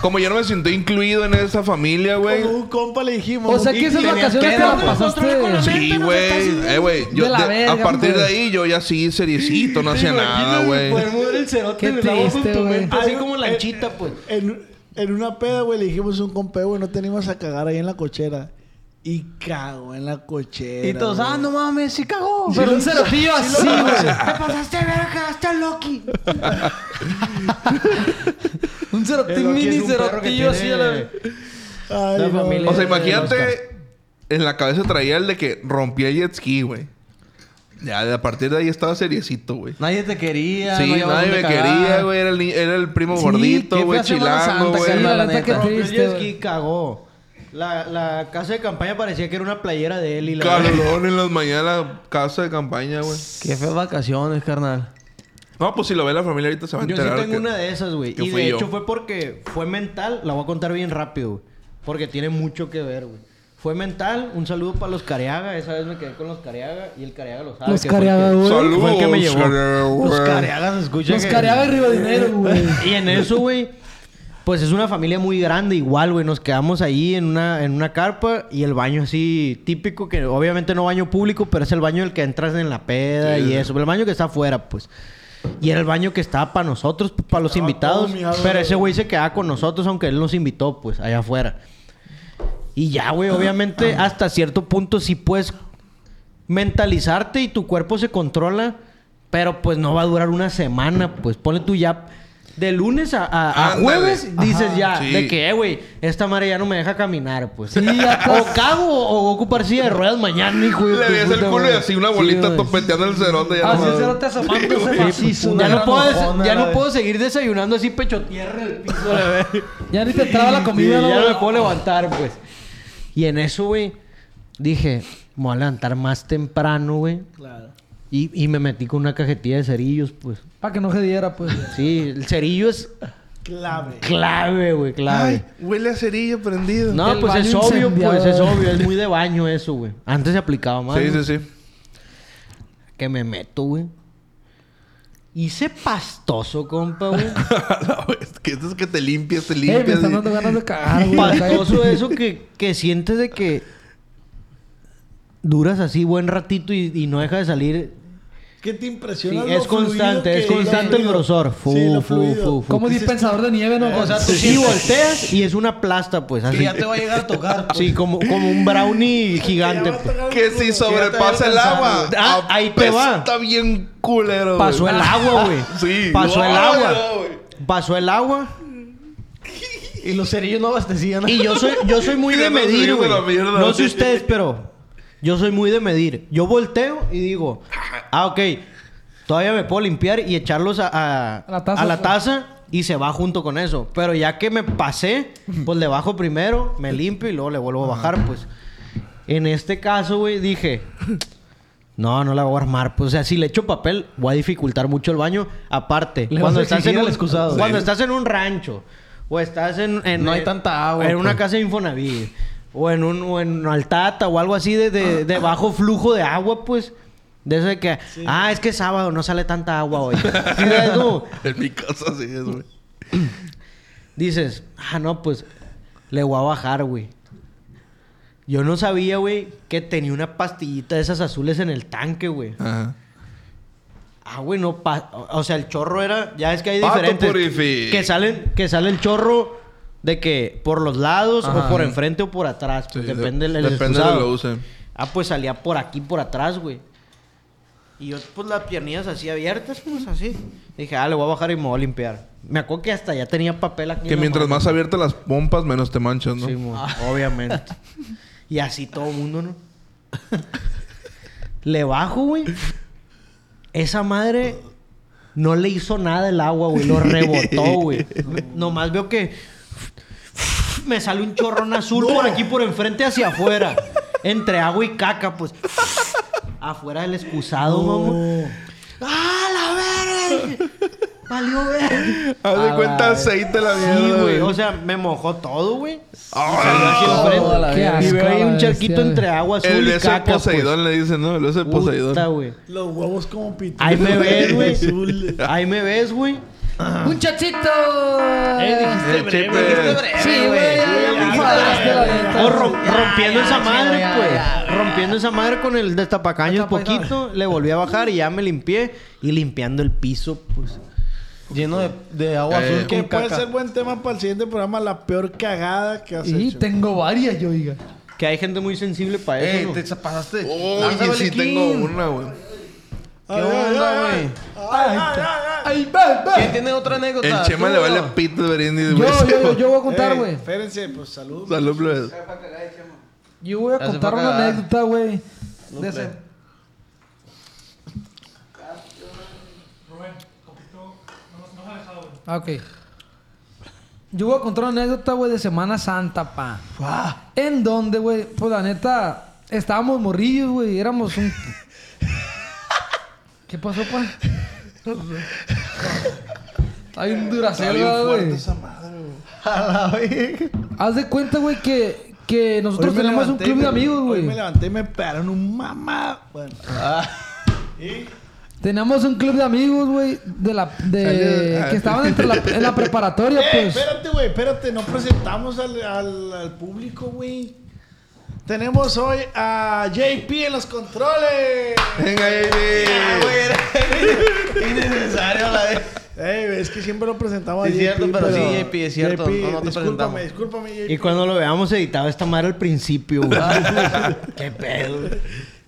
S5: Como yo no me sentí incluido en esa familia, güey.
S2: Con un compa le dijimos.
S4: O sea, que esas
S2: "Y tenías
S4: vacaciones
S2: que
S4: te las
S2: no, güey".
S4: pasaste...
S5: Sí, güey. Eh, güey. yo
S4: De la
S5: de- A
S4: verga,
S5: partir de
S4: güey.
S5: ahí yo ya sí, seriecito, no hacía nada, güey.
S3: Podemos ver el cerote
S4: Qué
S3: en el agua con
S4: triste,
S3: tu
S4: güey.
S3: mente, así
S2: Ay,
S3: como
S2: eh,
S3: lanchita, pues.
S2: En, en una peda, güey, le dijimos a un compa, güey, no tenemos a cagar ahí en la cochera. Y cago en la cochera.
S3: Y todos,
S2: güey.
S3: ah, no mames, sí cagó.
S4: Pero un cerotillo así, güey.
S3: Te pasaste de verga, hasta Loki.
S4: Un cerotillo, mini cerotillo así a la vez.
S2: Ay,
S3: La
S2: no,
S3: familia.
S5: O sea,
S2: güey.
S5: imagínate, en la cabeza traía el de que rompía el jet ski, güey. Ya, de- a partir de ahí estaba seriecito, güey.
S6: Nadie te quería.
S5: Sí,
S6: no
S5: nadie me quería, güey. Era el, ni- era el primo
S6: Sí,
S5: gordito,
S6: qué
S5: güey,
S6: fea Semana
S5: chilango,
S6: Santa,
S5: güey.
S4: Sí,
S6: carnal.
S4: la
S6: la
S4: neta, qué
S6: neta.
S3: Rompió
S4: triste,
S3: el
S4: güey.
S3: jet ski, cagó. La, la casa de campaña parecía que era una playera de él y la
S5: Calorón en las mañanas, casa de campaña, güey.
S6: Qué feas vacaciones, carnal.
S5: No, pues si lo ve la familia ahorita se va a
S3: Yo sí
S5: enterar.
S3: tengo
S5: que-
S3: una de esas, güey.
S5: que
S3: Y
S5: fui
S3: de
S5: yo.
S3: hecho fue porque fue mental. La voy a contar bien rápido, güey. Porque tiene mucho que ver, güey. Fue mental. Un saludo para los Cariaga. Esa vez me quedé con los Cariaga y el Cariaga lo sabe.
S4: Los
S3: que fue el
S4: Cariaga,
S3: que-
S4: güey.
S5: Saludos,
S3: Fue el que me llevó.
S5: güey.
S3: Los Cariaga se escucha
S4: Los
S3: que-
S4: careaba el Ribadinero, güey.
S3: Y en eso, güey, pues es una familia muy grande, igual, güey. Nos quedamos ahí en una, en una carpa y el baño así típico, que obviamente no baño público, pero es el baño el que entras en la peda y eso. El baño que está afuera, pues. Y era el baño que estaba para nosotros, para los invitados. Pero ese güey se quedaba con nosotros, aunque él nos invitó, pues, allá afuera. Y ya, güey, obviamente, hasta cierto punto sí pues, puedes mentalizarte y tu cuerpo se controla, pero pues no va a durar una semana, pues ponle tú ya de lunes a, a- a
S5: Ándale.
S3: jueves dices
S5: Ajá.
S3: ya
S5: Sí.
S3: de que, eh, güey, esta madre ya no me deja caminar, pues.
S4: ya estás-
S3: o cago o voy a ocupar silla de ruedas mañana, hijo. de
S5: Le
S3: tu
S5: veías el
S3: puta
S5: culo y
S3: madre.
S5: así una
S3: Sí,
S5: bolita
S3: güey.
S5: topeteando el cerote. Ya
S4: Así
S5: no,
S4: el cerote asomándose macizo.
S3: Ya no, puedo, des-
S6: enojona,
S3: ya
S6: la
S3: no
S6: vez.
S3: puedo seguir desayunando así pecho tierra en el piso, la verga.
S4: Ya ni te entraba la
S3: Sí,
S4: comida,
S3: ya no
S4: güey.
S3: me puedo levantar, pues. Y en eso, güey, dije, me voy a levantar más temprano, güey.
S2: Claro.
S3: Y, y me metí con una cajetilla de cerillos, pues.
S4: Para que no se diera, pues.
S3: Sí, el cerillo es
S2: Clave.
S3: clave, güey, clave.
S5: Huele a cerillo prendido.
S3: no,
S4: el
S3: pues es
S4: baño
S3: obvio,
S4: incendiado.
S3: pues es obvio. Es muy de baño eso, güey. Antes se aplicaba más.
S5: sí,
S3: ¿no?
S5: sí, sí.
S3: Que me meto, güey. Hice pastoso, compa, güey.
S5: No, es que eso es que te limpias, te
S4: Eh, me
S5: limpias.
S4: están
S5: y-
S4: dando ganas de cagar, güey.
S3: pastoso eso que, que sientes de que duras así buen ratito y, y no deja de salir.
S2: ¿Qué te impresiona?
S3: Sí,
S2: lo
S3: es constante,
S2: fluido
S3: es
S2: que-
S3: constante
S2: lo
S3: el
S2: fluido.
S3: grosor. Fu,
S2: Sí, lo
S3: fu,
S2: fluido.
S3: fu, fu.
S4: Como dispensador de nieve, ¿no?
S6: O sea, tú
S3: Y
S6: sí,
S3: volteas y es una plasta, pues así.
S6: ya te va a llegar a tocar.
S3: Sí, como, como un brownie gigante. pues.
S5: Que si sobrepasa el agua.
S3: Ah, ahí te va.
S5: Está bien culero. güey.
S3: Pasó el agua, güey.
S5: Sí.
S3: Pasó el
S5: No,
S3: agua.
S5: no, güey.
S3: Pasó el agua.
S6: Y los cerillos no abastecían.
S3: Y yo soy, yo soy muy
S5: Y no
S3: de
S5: nos
S3: medir,
S5: ríos de
S3: güey.
S5: la mierda.
S3: No sé ustedes, pero yo soy muy de medir. Yo volteo y digo, ah, ok, todavía me puedo limpiar y echarlos a, a-
S4: A la taza,
S3: a la
S4: güey.
S3: taza y se va junto con eso. Pero ya que me pasé, pues le bajo primero, me limpio y luego le vuelvo a bajar, pues. En este caso, güey, dije... No, no la voy a armar. Pues, o sea, si le echo papel, voy a dificultar mucho el baño. Aparte,
S7: Le
S3: cuando
S7: vas a
S3: estás, en
S7: exigir
S3: un,
S7: al excusado.
S3: cuando
S5: Sí.
S3: estás en un rancho o estás en... en-
S7: No hay
S3: en-
S7: tanta agua,
S3: En una
S7: pues.
S3: casa de Infonavit o en un o en Altata o algo así de, de- de bajo flujo de agua, pues... De eso de que... Ah, es que es sábado, no sale tanta agua hoy. Sí, ¿sabes cómo?
S5: En mi casa sí es, güey.
S3: dices, ah, no, pues le voy a bajar, güey. Yo no sabía, güey, que tenía una pastillita de esas azules en el tanque, güey.
S5: Ajá.
S3: Ah, güey, no pa- o- O sea, el chorro era... Ya es que hay
S5: Pato
S3: diferentes...
S5: Purifi.
S3: Que salen... Que sale el chorro de que por los lados
S7: Ajá.
S3: o por enfrente o por atrás. pues,
S5: Sí,
S3: depende
S5: de-
S3: del
S5: Depende de
S3: excusado.
S5: lo usen.
S3: Ah, pues salía por aquí, por atrás, güey. Y yo, pues, las piernillas así abiertas, pues, así. Dije, ah, le voy a bajar y me voy a limpiar. Me acuerdo que hasta ya tenía papel aquí. en
S5: Que
S3: la
S5: mientras
S3: mano.
S5: más abiertas las pompas, menos te manchas, ¿no?
S3: Sí, mo- obviamente. Y así todo el mundo, ¿no? le bajo, güey. Esa madre no le hizo nada el agua, güey. Lo rebotó, güey. Me- Nomás veo que me sale un chorrón azul por aquí, por enfrente, hacia afuera. Entre agua y caca, pues. Afuera del excusado, mamá. ¡Ah, la verga! Dije, Valió ver.
S5: Haz de
S7: Ah,
S5: cuenta
S7: la-
S5: aceite la mierda.
S3: Sí, güey.
S5: güey.
S3: O sea, me mojó todo, güey.
S5: Ah,
S3: Hacia enfrente.
S7: a la
S4: Qué
S7: verga.
S3: Y
S4: asco,
S3: veo ahí
S4: la
S3: un
S4: bestia,
S3: charquito
S4: güey.
S3: entre agua azul
S5: el
S3: y
S5: ese
S3: caca,
S5: Poseidón
S3: pues.
S5: le dicen, ¿no? El ese
S3: Puta,
S5: Poseidón.
S3: güey.
S1: Los huevos como pito.
S3: Ahí me ves, güey. Ahí me ves, güey.
S4: ¡Un chachito!
S5: El chip es-
S4: Sí, güey, ya, ya me enfadaste, la neta.
S3: O rom- rompiendo esa madre,
S7: Ah, ya,
S3: pues.
S7: ya,
S3: rompiendo esa madre con el destapacaños
S4: Destapacaños.
S3: poquito. Le volví a bajar y ya me limpié. Y limpiando el piso, pues.
S6: Lleno de, de agua
S5: Eh,
S6: azul
S5: que
S2: Que
S6: con
S2: puede
S6: caca.
S2: ser buen tema para el siguiente programa, la peor cagada que has
S4: Y
S2: hecho.
S4: tengo varias, yo, oiga.
S3: Que hay gente muy sensible para eso,
S6: Ey,
S3: ¿no?
S6: Eh, te pasaste. de-
S5: Oye,
S6: Lánzale,
S5: sí
S6: King.
S5: tengo una, güey.
S6: ¿Qué onda, güey?
S4: ¡Ay, va, va!
S6: ¿Quién tiene otra anécdota?
S5: El Chema
S6: ¿Tú?
S5: le vale pito de Berindi,
S4: Yo,
S5: güey.
S4: yo, yo, yo voy a contar,
S2: Ey,
S4: güey.
S2: Espérense, pues salud.
S5: Salud, plebes.
S4: Yo voy a
S6: Ya se
S4: contar
S6: fue a
S4: una
S6: cagar.
S4: anécdota, güey.
S6: No,
S4: De ese-
S6: plebe.
S4: Ah, ok. Yo voy a contar una anécdota, güey, de Semana Santa, pa. En donde, güey, pues la neta, estábamos morrillos, güey. Éramos un. ¿Qué pasó, pa? Está bien duracelva, güey. Haz de cuenta, güey, que, que nosotros
S2: Hoy me
S4: tenemos un
S2: levanté y
S4: club de
S2: me-
S4: amigos,
S2: hoy
S4: güey.
S2: me levanté y me pegaron un mamá. Bueno,
S4: Teníamos un club de amigos, güey, de la de
S5: Salió-
S4: que estaban entre la, en la preparatoria,
S2: Eh,
S4: pues.
S2: espérate, güey, espérate, no presentamos al, al- al público, güey. Tenemos hoy a JP en los controles.
S5: Venga, baby.
S6: Innecesario la de.
S2: Ey, güey, Eh, es que siempre lo presentamos
S6: Sí,
S2: a
S6: es cierto, pero sí, JP, es
S2: JP,
S6: cierto, no, no te
S2: discúlpame,
S6: presentamos.
S2: discúlpame, JP.
S3: Y cuando lo veamos editado esta madre al principio, güey. Qué pedo.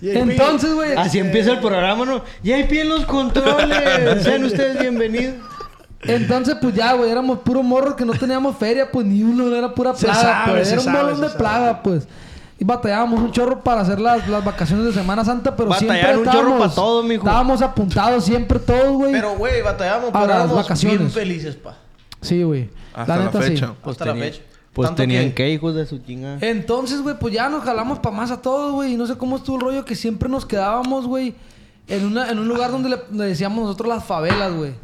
S2: JP,
S4: Entonces,
S7: Pues,
S4: güey,
S7: eh.
S3: Así empieza el programa, ¿no? Y ahí piden los controles. Sean ustedes bienvenidos.
S4: entonces pues ya, güey, éramos puro morro que no teníamos feria, pues ni uno, era pura
S2: Se
S4: plaga,
S2: sabe,
S4: pues.
S2: se
S4: Era un
S2: sabe,
S4: balón
S2: se
S4: de
S2: sabe.
S4: plaga, pues. Y batallábamos un chorro para hacer las, las vacaciones de Semana Santa, pero siempre
S3: Batallaron un chorro
S4: estábamos,
S3: pa' todo, mijo.
S4: estábamos apuntados siempre todos, güey.
S6: Pero, güey, batallamos,
S4: Ahora,
S6: pero
S4: las
S6: éramos
S4: vacaciones.
S6: bien felices, pa.
S4: Sí, güey.
S5: Hasta la fecha.
S6: Hasta la fecha.
S3: Pues
S6: Tanto
S3: tenían
S6: que-
S3: que, hijos de su chingada.
S4: Entonces, güey, pues ya nos jalamos pa' más a todos, güey. Y no sé cómo estuvo el rollo que siempre nos quedábamos, güey, en, una, en un lugar donde le, le decíamos nosotros las favelas, güey.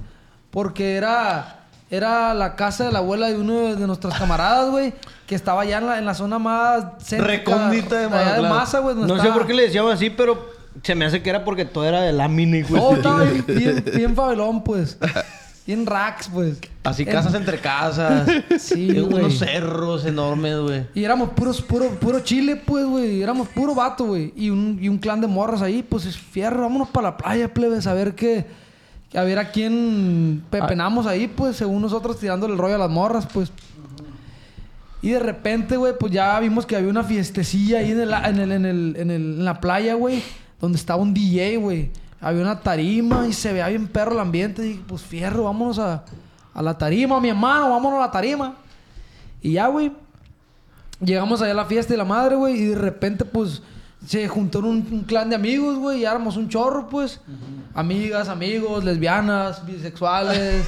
S4: Porque era, era la casa de la abuela de uno de, de nuestros camaradas, güey, que estaba allá en la, en la zona más
S6: Recóndita de
S4: allá
S6: Mazatlán.
S4: masa, güey. donde
S3: No sé
S4: estaba-
S3: por qué le decíamos así, pero se me hace que era porque todo era de lámina, hijo de
S4: Oh,
S3: su
S4: estaba
S3: chingada.
S4: bien, bien, bien favelón, pues. Bien racks, pues.
S6: Así
S4: En-
S6: casas entre casas.
S4: Sí,
S6: Eh,
S4: güey.
S6: Unos cerros enormes, güey.
S4: Y éramos puros, puro, puro chile, pues, güey. Éramos puro vato, güey. Y un, y un clan de morros ahí, pues, es fierro, vámonos para la playa, plebes, a ver qué. A ver a quién pepenamos ahí, pues, según nosotros tirándole el rollo a las morras, pues. Y de repente, güey, pues ya vimos que había una fiestecilla ahí en, el, en, el, en, el- en el- en la playa, güey, donde estaba un DJ, güey. Había una tarima y se veía bien perro el ambiente. Y dije, pues fierro, vámonos a, a la tarima, mi hermano, vámonos a la tarima. Y ya, güey, Llegamos allá a la fiesta de la madre, güey, y de repente, pues, se juntó un, un clan de amigos, güey, y armamos un chorro, pues. Amigas, amigos, lesbianas, bisexuales.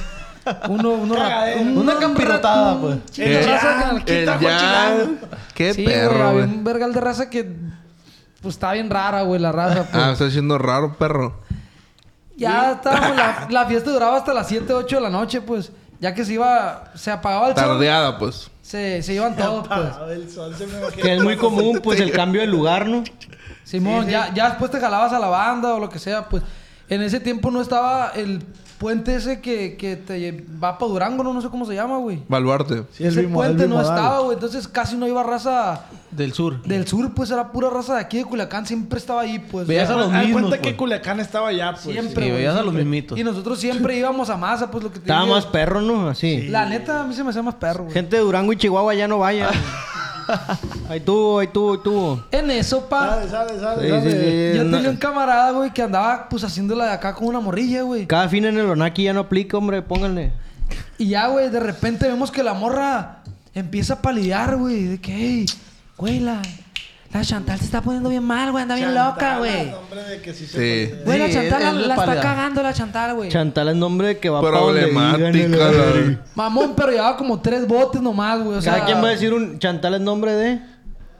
S4: uno, uno, ra-
S2: Cagadero.
S4: un-
S6: Una
S4: un
S6: campirotada,
S4: ra-
S6: pues.
S4: un chingo de raza que-
S5: El
S2: Quita
S5: ya. este,
S2: Juan
S5: Qué
S4: sí, güey,
S5: perro,
S4: había
S5: güey.
S4: un vergal de raza que Pues está bien rara, güey, la raza. pues.
S5: Ah, está siendo raro, perro.
S4: Ya estábamos, la, la fiesta duraba hasta las 7, 8 de la noche, pues. Ya que se iba, se apagaba el sol.
S5: Tardeada, pues.
S4: Se, se iban todos, pues.
S1: Ah, el sol se me
S3: Que es muy común, pues, el cambio de lugar, ¿no?
S4: Simón, Ya, ya después te jalabas a la banda o lo que sea, pues. En ese tiempo no estaba el puente ese que, que te lle- va para Durango, no, no sé cómo se llama, güey.
S5: Baluarte.
S2: Sí, el
S4: ese
S2: bimo- el
S4: puente no
S2: bimodal.
S4: estaba, güey. Entonces casi no iba raza
S6: Del sur.
S4: del sur, pues era pura raza de aquí de Culiacán, siempre estaba ahí, pues.
S6: Veías a los
S2: Ah,
S6: mismos,
S2: cuenta
S6: pues.
S2: que Culiacán estaba allá, pues.
S4: Siempre,
S6: Sí,
S4: güey,
S6: veías a los
S4: siempre.
S6: mismitos.
S4: Y nosotros siempre íbamos a masa, pues lo que te
S3: Estaba
S4: digo.
S3: más perro, ¿no? Así.
S4: La neta, a mí se me hacía más perro, güey.
S3: Gente de Durango y Chihuahua ya no vaya. ahí tuvo, ahí tuvo, ahí tuvo.
S4: En eso, pa.
S1: Sale, sale, sale.
S3: Sí,
S1: sale.
S3: sí, Ah, sí.
S4: Yo
S3: no-
S4: tenía un camarada, güey, que andaba, pues, haciéndola de acá con una morrilla, güey.
S3: Cada fin en el Onaki ya no aplica, hombre, pónganle.
S4: Y ya, güey, de repente vemos que la morra empieza a palidear, güey. De que, hey, güey, la, la Chantal se está poniendo bien mal, güey. Anda bien loca, güey.
S1: Hombre, de que sí se
S5: Sí.
S4: Güey, la
S6: Sí,
S4: Chantal
S6: es-
S4: la,
S6: es
S4: la está
S6: pálida.
S4: cagando, la Chantal, güey.
S3: Chantal es nombre que va para donde digan,
S5: Problemática.
S3: el-
S5: la-
S4: Mamón, pero llevaba como tres botes nomás, güey. O sea,
S3: Cada quien va a decir un Chantal es nombre de.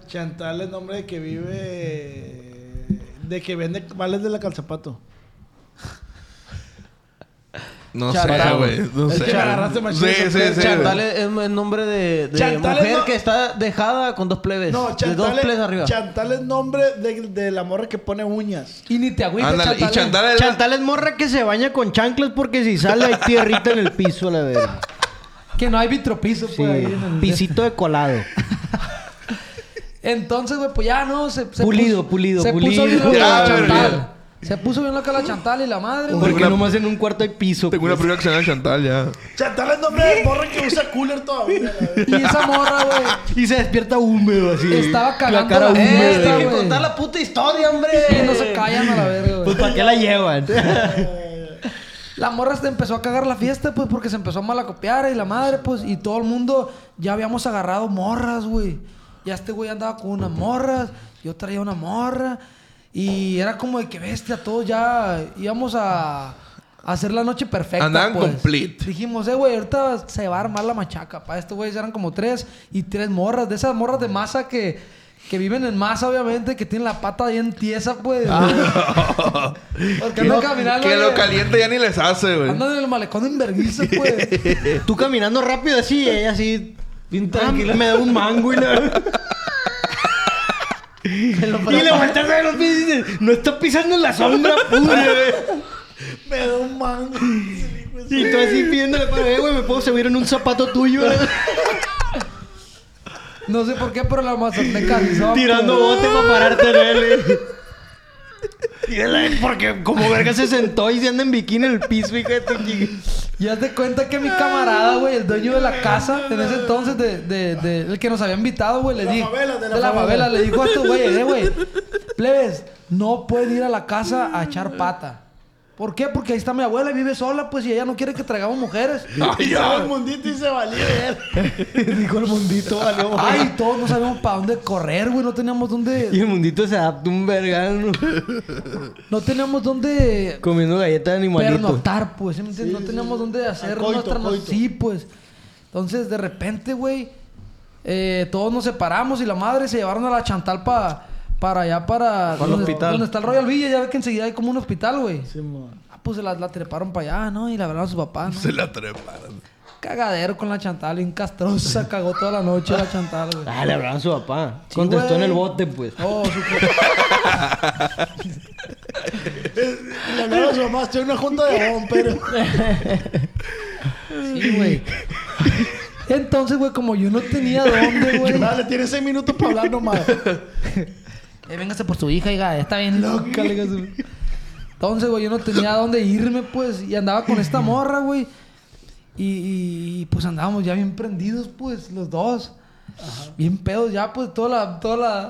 S2: Chantal es nombre de que vive. de que vende vales de la calzapato.
S5: No sé, güey. No sé.
S2: agarraste machismo.
S5: Sí, sí, sí.
S6: Chantal es, es el nombre de, de
S2: Chantal es
S6: mujer
S2: no-
S6: que está dejada con dos plebes.
S2: No,
S6: de dos
S2: Chantal,
S6: plebes
S2: es,
S6: arriba.
S2: Chantal es nombre de, de la morra que pone uñas.
S4: Y ni te agüites,
S5: Ándale,
S4: Chantal.
S5: y Chantal es la-
S3: Chantal es morra que se baña con chanclas porque si sale hay tierrita en el piso, la verdad.
S4: Que no hay vitropiso,
S3: Sí.
S4: pues. ahí en el-
S3: Pisito de colado.
S4: Entonces, güey, pues ya no. Se, se
S3: Pulido, pulido,
S4: se
S3: pulido.
S4: Puso bien loca
S5: Ya,
S4: la Chantal.
S5: verga.
S4: Se puso bien loca la Chantal y la madre, güey.
S3: Porque nomás en un cuarto hay piso.
S5: Tengo una
S3: pues.
S5: prima que se llama Chantal ya.
S2: Chantal es nombre de morra que usa cooler todavía. la verdad.
S4: Y esa morra, güey.
S3: Y se despierta húmedo así.
S4: Estaba
S3: La
S4: cagando
S3: cara
S4: la
S3: húmeda.
S4: fiesta,
S3: güey.
S4: güey.
S6: Contar la puta historia, hombre.
S4: Y no se callan a la verga,
S3: Pues
S4: güey.
S3: ¿para qué la llevan?
S4: La morra se empezó a cagar la fiesta, pues, porque se empezó a malacopiar y la madre, pues, y todo el mundo ya habíamos agarrado morras, güey. Ya este güey andaba con unas morras, yo traía una morra. Y era como de que bestia, todos ya íbamos a a hacer la noche perfecta.
S5: Andaban
S4: pues.
S5: complete.
S4: Dijimos, eh, güey, ahorita se va a armar la machaca. Para estos güeyes eran como tres y tres morras, de esas morras de masa que, que viven en masa, obviamente, que tienen la pata bien tiesa, pues. Porque andan caminando.
S5: Ah. Que lo
S4: güey.
S5: caliente ya ni les hace, güey.
S4: Andan en el malecón en vergüenza, pues.
S3: Tú caminando rápido así, y ella así. Bien tranquila. Ah, me da un mango y la. y le volteas a ver los pies y dices, no está pisando en la sombra pura, güey.
S2: Me da un mango.
S3: Y tú así pidiéndole para ver, güey, me puedo subir en un zapato tuyo, güey.
S4: No sé por qué, pero la mazorteca avisó.
S3: tirando
S4: pues.
S3: bote para pararte en él. eh. güey. Y él, eh, porque como verga se sentó y se anda en bikini en el piso, fíjate. que-
S4: Y haz de cuenta que mi camarada, güey, el dueño de la casa, en ese entonces, de, de, de- el que nos había invitado, güey, le
S2: la
S4: dijo.
S2: favela, de la
S4: favela.
S2: favela.
S4: le dijo a estos güeyes, eh, güey, plebes, no pueden ir a la casa a echar pata. ¿Por qué? Porque ahí está mi abuela y vive sola, pues, y ella no quiere que traigamos mujeres.
S2: Y se va el mundito y se valió de él.
S3: Dijo el mundito, valió.
S4: Ay, todos no sabíamos para dónde correr, güey, no teníamos
S3: Y
S4: dónde.
S3: el mundito se adaptó un vergano.
S4: No teníamos dónde
S3: Comiendo galletas de animalito.
S4: pernotar, pues. ¿sí me entiendes? no teníamos dónde hacer
S2: coito,
S4: nuestra no-
S2: coito.
S4: Sí, pues. Entonces, de repente, güey, eh, todos nos separamos y la madre se llevaron a la Chantal pa- para allá, para.
S6: Para el
S4: donde,
S6: hospital.
S4: donde está el Royal Villa, ya ve que enseguida hay como un hospital, güey.
S2: Simón.
S4: Ah, pues se la, la treparon para allá, ¿no? Y la hablaron a su papá, ¿no?
S5: Se la treparon.
S4: Cagadero con la Chantal, bien castrosa, cagó toda la noche la Chantal, güey.
S3: Ah, le hablaban a su papá.
S4: Sí,
S3: Contestó en
S4: güey.
S3: el bote, pues.
S4: No, su
S2: Y le hablaron a su mamá, estoy en una junta de bomberos.
S4: sí, güey. Entonces, güey, como yo no tenía dónde, güey.
S2: Dale, ah, tiene seis minutos para hablar nomás.
S4: Eh, véngase por su hija, hija, está bien loca, le digo a su- Entonces, güey, yo no tenía dónde irme, pues, y andaba con esta morra, güey. Y, y- y, pues andábamos ya bien prendidos, pues, los dos. Bien pedos ya, pues, toda la... Toda la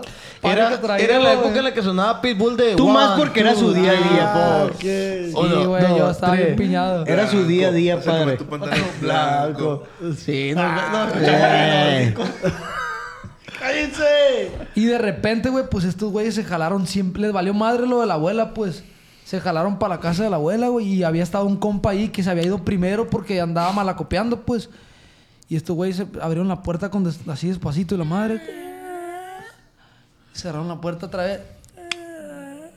S6: Era,
S4: que traía,
S6: era la
S4: güey.
S6: época en la que sonaba Pitbull de.
S3: Tú
S6: One,
S3: más porque era
S6: two,
S3: su día a día,
S2: Ah,
S3: po.
S2: ok.
S4: Sí,
S6: Uno,
S4: güey, yo
S3: dos,
S4: estaba bien
S3: tres.
S4: piñado.
S3: Era su día a día,
S5: Vas a comer
S3: padre.
S5: tu pantalón blanco.
S6: Sí, no,
S2: Ah,
S6: no,
S3: Eh.
S2: ¡Cállense!
S4: Y de repente, güey, pues estos güeyes se jalaron siempre. Les valió madre lo de la abuela, pues. Se jalaron para la casa de la abuela, güey. Y había estado un compa ahí que se había ido primero porque andaba malacopeando, pues. Y estos güeyes se abrieron la puerta con des- así despacito y la madre. Cerraron la puerta otra vez.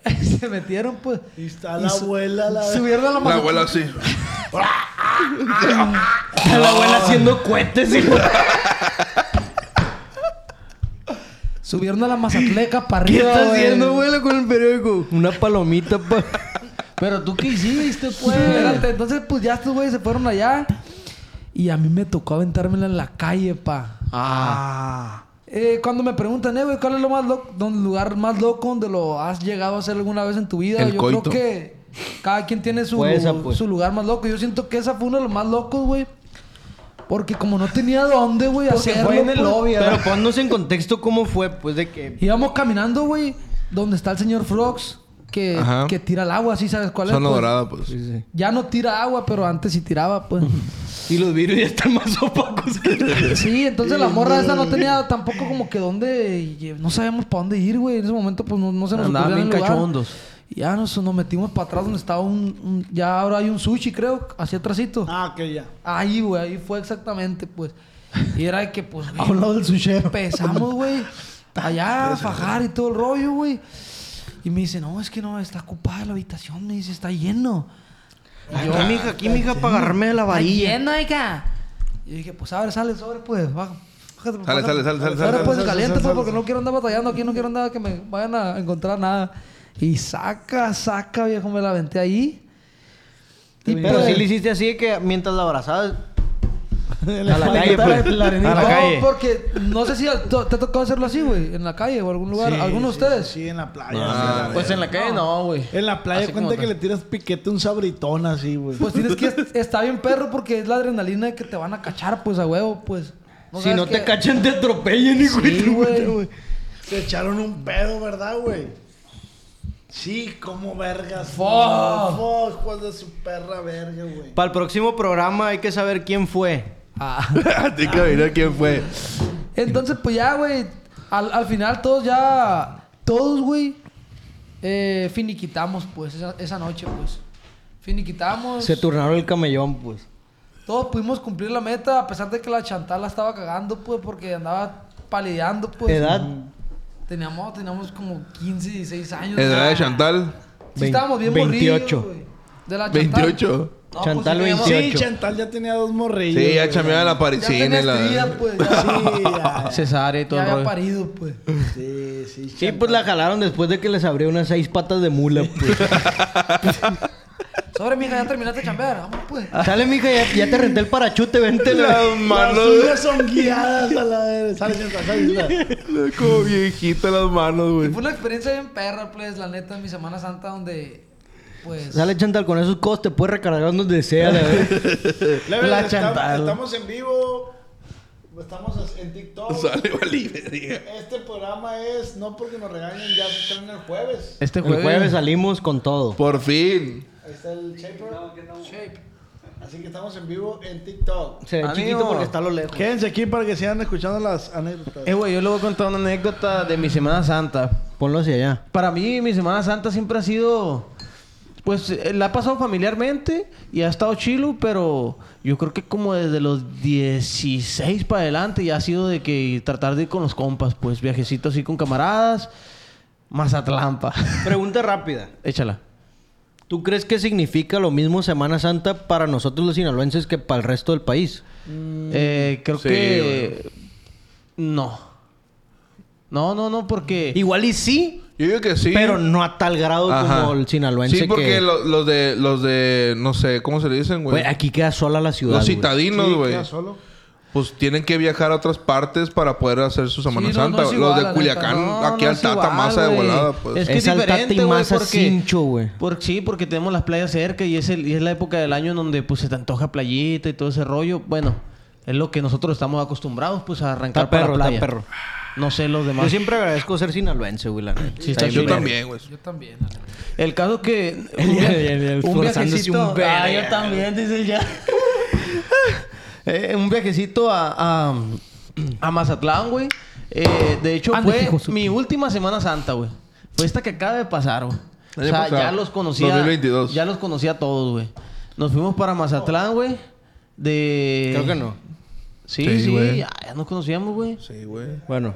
S4: se metieron, pues.
S2: Y está la abuela, la vez.
S4: Subieron a la
S5: La
S4: mano.
S5: abuela sí.
S3: La abuela haciendo cohetes y...
S4: Subieron a la mazatleca para
S3: ¿Qué
S4: arriba.
S3: está
S4: güey.
S3: haciendo, abuela, con el periódico? Una palomita, pues. pa...
S6: Pero tú qué hiciste,
S4: Pues,
S6: pues.
S4: espérate, entonces, pues ya estos güeyes se fueron allá. Y a mí me tocó aventármela en la calle, pa. Ah. cuando me preguntan, eh, güey, ¿cuál es lo más loco, don- lugar más loco donde lo has llegado a hacer alguna vez en tu vida?
S5: El
S4: Yo
S5: coito.
S4: creo que cada quien tiene su,
S3: Pues esa, pues.
S4: su lugar más loco. Yo siento que esa fue uno de los más locos, güey. Porque como no tenía dónde, güey,
S6: Porque
S4: hacerlo.
S6: fue en el
S4: pues,
S6: lobby,
S3: Pero
S6: ¿verdad?
S3: ponnos en contexto cómo fue, pues, de que...
S4: Íbamos caminando, güey, donde está el señor Frogs, que,
S5: Ajá.
S4: que tira el agua, ¿sí sabes cuál es?
S5: Zona
S4: pues?
S5: dorada, pues.
S4: Ya no tira agua, pero antes sí tiraba, pues.
S3: Y los virus ya están más opacos.
S4: Sí, entonces la morra esa no tenía tampoco como que dónde... lle- No sabíamos para dónde ir, güey. En ese momento, pues, no, no se nos
S8: Andaban
S4: ocurría
S8: bien
S4: el lugar.
S8: cachondos.
S4: Y ya nos, nos metimos para atrás donde estaba un, un- Ya ahora hay un sushi, creo, hacia atrásito.
S2: Ah, que ya.
S4: Ahí, güey. Ahí fue exactamente, pues. Y era de que, pues...
S6: A un lado del sushero.
S4: Empezamos, güey. Allá a fajar y todo el rollo, güey. Y me dice, no, es que no, está ocupada la habitación. Me dice, está lleno.
S3: Yo, mija, aquí, mija, para agarrarme de la
S4: Está
S3: varilla.
S4: lleno, oiga. Y yo dije, pues abre, sale, sobre, pues. Baja. Bájate, pues,
S5: Sale,
S4: baja.
S5: sale, sale, sale,
S4: Sale,
S5: sale,
S4: pues,
S5: sale, sale,
S4: caliente, pues,
S5: sale,
S4: porque
S5: sale.
S4: no quiero andar batallando aquí. No quiero andar que me vayan a encontrar nada. Y saca, saca, viejo. Me la aventé ahí. Y
S3: Pero
S4: pues,
S3: sí le hiciste así de que mientras la abrazabas...
S6: A la calle, pues. A la
S4: no,
S6: calle.
S4: porque no sé si al- to- te ha tocado hacerlo así, güey, en la calle o algún lugar.
S2: Sí,
S4: ¿Alguno de
S2: sí,
S4: ustedes?
S2: Sí, en la playa.
S5: Ah,
S2: sí, a la
S5: pues
S6: Pues
S2: verga.
S6: en la calle no, güey.
S2: En la playa
S6: Así
S2: cuenta
S6: como
S2: que le
S6: tal.
S2: tiras piquete un sabritón así, güey.
S4: Pues tienes que estar bien perro porque es la adrenalina de que te van a cachar, pues a huevo, pues.
S3: si
S4: sabes
S3: no te
S4: qué-
S3: cachan, te atropellan, hijo de
S4: Sí,
S3: tu puta,
S4: güey.
S2: Se echaron un pedo, ¿verdad, güey? Sí, como vergas.
S4: Fuck.
S2: No, Fuck, hijo de su perra verga, güey.
S3: Para el próximo programa hay que saber quién fue.
S4: Ah.
S5: Tienes que adivinar quién fue.
S4: Entonces, pues ya, güey. Al, al final todos ya. Todos, güey. eh, finiquitamos, pues, esa, esa noche, pues. Finiquitamos.
S3: Se turnaron el camellón, pues.
S4: Todos pudimos cumplir la meta, a pesar de que la chantal la estaba cagando, pues, porque andaba palideando, pues.
S3: ¿Edad?
S4: Teníamos, teníamos como 15, 16 años.
S5: Edad de
S4: Ah.
S5: Chantal.
S4: Sí, estábamos bien
S3: 28.
S4: morrillos, güey. De la Chantal.
S5: 28.
S4: No,
S3: Chantal
S4: pues, sí,
S2: Sí,
S3: 28.
S2: Chantal ya tenía dos morrillos.
S5: Sí, ya
S2: güey.
S5: chameaba la
S4: Ya
S5: parisina
S4: tenía
S5: y la.
S4: estría, pues. Ya,
S2: Sí, ya.
S6: Cesárea y todo
S4: ya
S6: el
S4: había
S6: rollo.
S4: parido, pues.
S2: Sí, sí,
S3: Sí, pues la jalaron después de que les abrió unas seis patas de mula, pues.
S4: Sobre, mija, ya terminaste de chambear. Vamos, pues.
S3: Sale, mija, ya, ya te renté el parachute, vente. la-
S5: Las
S2: Las
S5: manos.
S2: suyas son guiadas a la verga. Sale, Chantal, sale, Chantal.
S5: Como viejita las manos,
S4: Y
S5: güey.
S4: fue una experiencia bien perra, pues, la neta, en mi Semana Santa, donde, pues...
S3: Sale Chantal con esos codos, te puedes recargar donde sea, la verdad.
S2: Level,
S6: La
S2: estamos-
S6: Chantal.
S2: Estamos en vivo. Estamos en TikTok.
S5: Sale, vale,
S2: Este programa es no porque nos regañen, ya se estrena el jueves.
S6: Este
S3: El jueves salimos con todo.
S5: Por fin.
S2: Ahí está el shaper. Shape. Así que estamos en vivo en TikTok.
S3: Se ve
S6: Amigo.
S3: chiquito porque está a lo lejos.
S9: Quédense aquí para que sigan escuchando las anécdotas.
S6: Eh, güey, yo le voy a contar una anécdota de mi Semana Santa.
S3: Ponlo hacia allá.
S6: Para mí, mi Semana Santa siempre ha sido. Pues eh, la ha pasado familiarmente y ha estado chilo, pero yo creo que como desde los 16 para adelante ya ha sido de que tratar de ir con los compas, pues viajecito así con camaradas, Mazatlampa.
S3: Pregunta rápida.
S6: Échala.
S3: ¿Tú crees que significa lo mismo Semana Santa para nosotros los sinaloenses que para el resto del país?
S6: Eh, creo
S5: Sí,
S6: que. eh, No. No, no, no, porque.
S3: Igual y sí,
S5: Yo digo que sí.
S3: pero no a tal grado
S5: Ajá.
S3: como el sinaloense
S5: Sí, porque
S3: que...
S5: lo- los de, los de, no sé, ¿cómo se le dicen, güey?
S3: Güey, aquí queda sola la ciudad,
S5: Los
S3: güey.
S5: citadinos, güey.
S9: queda solo.
S5: pues tienen que viajar a otras partes para poder hacer su Semana
S4: Sí, no,
S5: Santa.
S4: no es igual,
S5: los
S4: la
S5: de
S4: neta.
S5: Culiacán,
S6: No,
S5: aquí
S6: no
S5: al
S6: es
S5: Tata
S6: igual,
S5: Masa de
S6: güey.
S5: volada, pues.
S6: Es que
S3: Es
S6: es,
S3: al
S6: diferente,
S3: Tata y
S6: güey,
S3: más a
S6: porque-
S3: Cincho, güey.
S6: por- sí, porque tenemos las playas cerca y es, el, y es la época del año en donde pues se te antoja playita y todo ese rollo. Bueno, es lo que nosotros estamos acostumbrados, pues, a arrancar
S3: Está perro,
S6: para la
S3: está
S6: playa.
S3: perro.
S6: No sé los demás.
S3: Yo siempre agradezco ser sinaloense, güey, la neta.
S6: Sí, está
S5: yo
S6: chido.
S5: también, güey.
S4: Yo también, la neta.
S6: El caso es que...
S3: El- el- el forzándose un verga.
S6: Ah, yo también, dice ya. Eh, un viajecito a, a, a Mazatlán, güey. Eh, de hecho,
S4: Ande, hijo
S6: fue
S4: su-
S6: mi última Semana Santa, güey. Fue esta que acaba de pasar, güey. O
S5: Año
S6: sea,
S5: pasado.
S6: ya los conocía...
S5: 2022.
S6: Ya los conocía a todos, güey. Nos fuimos para Mazatlán, güey. De...
S3: Creo que no.
S6: Sí,
S5: Sí,
S6: sí,
S5: güey.
S6: ya, ya nos conocíamos, güey.
S5: Sí, güey.
S3: Bueno,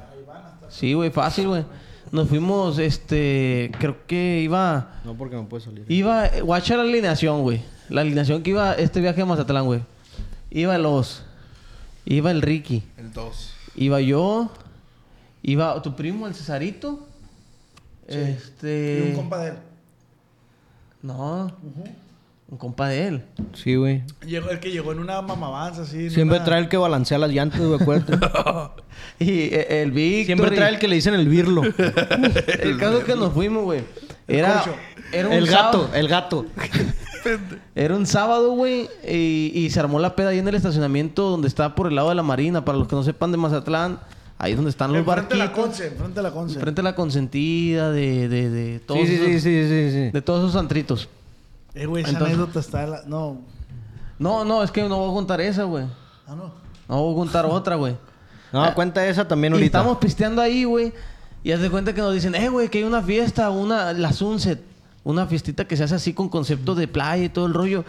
S6: Sí, güey, fácil, güey. Nos fuimos, este, creo que iba,
S3: no porque no puede salir.
S6: iba, eh, guacha la alineación, güey. La alineación que iba este viaje a Mazatlán, güey. Iba el Oz, iba el Ricky,
S5: El 2.
S6: iba yo, iba tu primo, el Cesarito. Este...
S2: Y un compa de él.
S6: No, un compa de él.
S3: Sí, güey.
S2: Llegó, el que llegó en una mamabanza así. en
S3: Siempre
S2: una-
S3: trae el que balancea las llantas, güey, acuérdate.
S6: Y eh, el Víctor.
S3: Siempre trae el que le dicen el birlo.
S6: El caso es que nos fuimos, güey. Era, era un
S3: el
S6: sábado-
S3: gato, el gato.
S6: Era un sábado, güey, y, y se armó la peda ahí en el estacionamiento donde está por el lado de la Marina. Para los que no sepan de Mazatlán, ahí donde están los
S2: Enfrente de la
S6: barquitos.
S2: Conce, enfrente de la Conce.
S6: Frente a la consentida de, de, de todos
S3: Sí, sí,
S6: esos,
S3: sí, sí, sí, sí.
S6: de todos esos antritos.
S2: Eh, güey, esa
S6: Entonces-
S2: anécdota está en la... No.
S6: No, no, es que no voy a contar esa, güey.
S2: Ah, no.
S6: No voy a contar otra, güey.
S3: No, cuenta esa también
S6: Ah. Y
S3: ahorita.
S6: estamos pisteando ahí, güey. Y haz de cuenta que nos dicen, eh, güey, que hay una fiesta, una, la Sunset. Una fiestita que se hace así con concepto de playa y todo el rollo.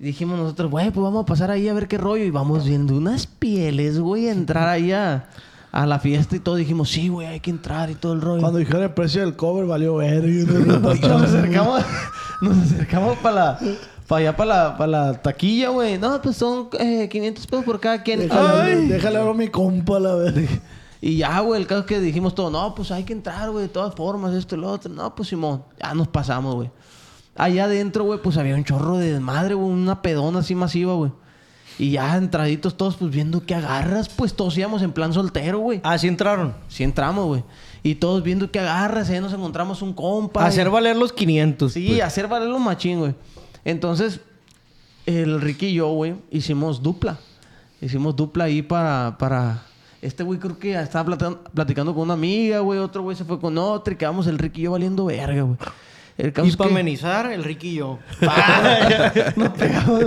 S6: Y dijimos nosotros, güey, pues vamos a pasar ahí a ver qué rollo. Y vamos viendo unas pieles, güey, a entrar ahí a, a la fiesta y todo. Dijimos, sí, güey, hay que entrar y todo el rollo.
S2: Cuando dijeron el precio del cover valió verga. y no-
S6: Y nos acercamos, nos acercamos para la... Para allá, para la, pa' la taquilla, güey. No, pues son eh, 500 pesos por cada quien.
S2: Déjale, déjale hablar a mi compa, la verga.
S6: Y ya, güey, el caso es que dijimos todo, no, pues hay que entrar, güey, de todas formas, esto y lo otro. No, pues Simón, ya nos pasamos, güey. Allá adentro, güey, pues había un chorro de desmadre, güey, una pedona así masiva, güey. Y ya entraditos todos, pues viendo qué agarras, pues todos íbamos en plan soltero, güey.
S3: Ah, sí entraron.
S6: Sí entramos, güey. Y todos viendo qué agarras, ahí nos encontramos un compa.
S3: Hacer
S6: y-
S3: valer los 500.
S6: Sí,
S3: pues.
S6: hacer valer los machín, güey. Entonces, el Ricky y yo, güey, hicimos dupla. Hicimos dupla ahí para... para... Este güey creo que estaba platan- platicando con una amiga, güey. Otro güey se fue con otra y quedamos el Ricky y yo valiendo verga, güey. El caso
S3: Y
S6: es
S3: para
S6: que-
S3: amenizar, el Ricky y yo.
S6: Nos pegamos.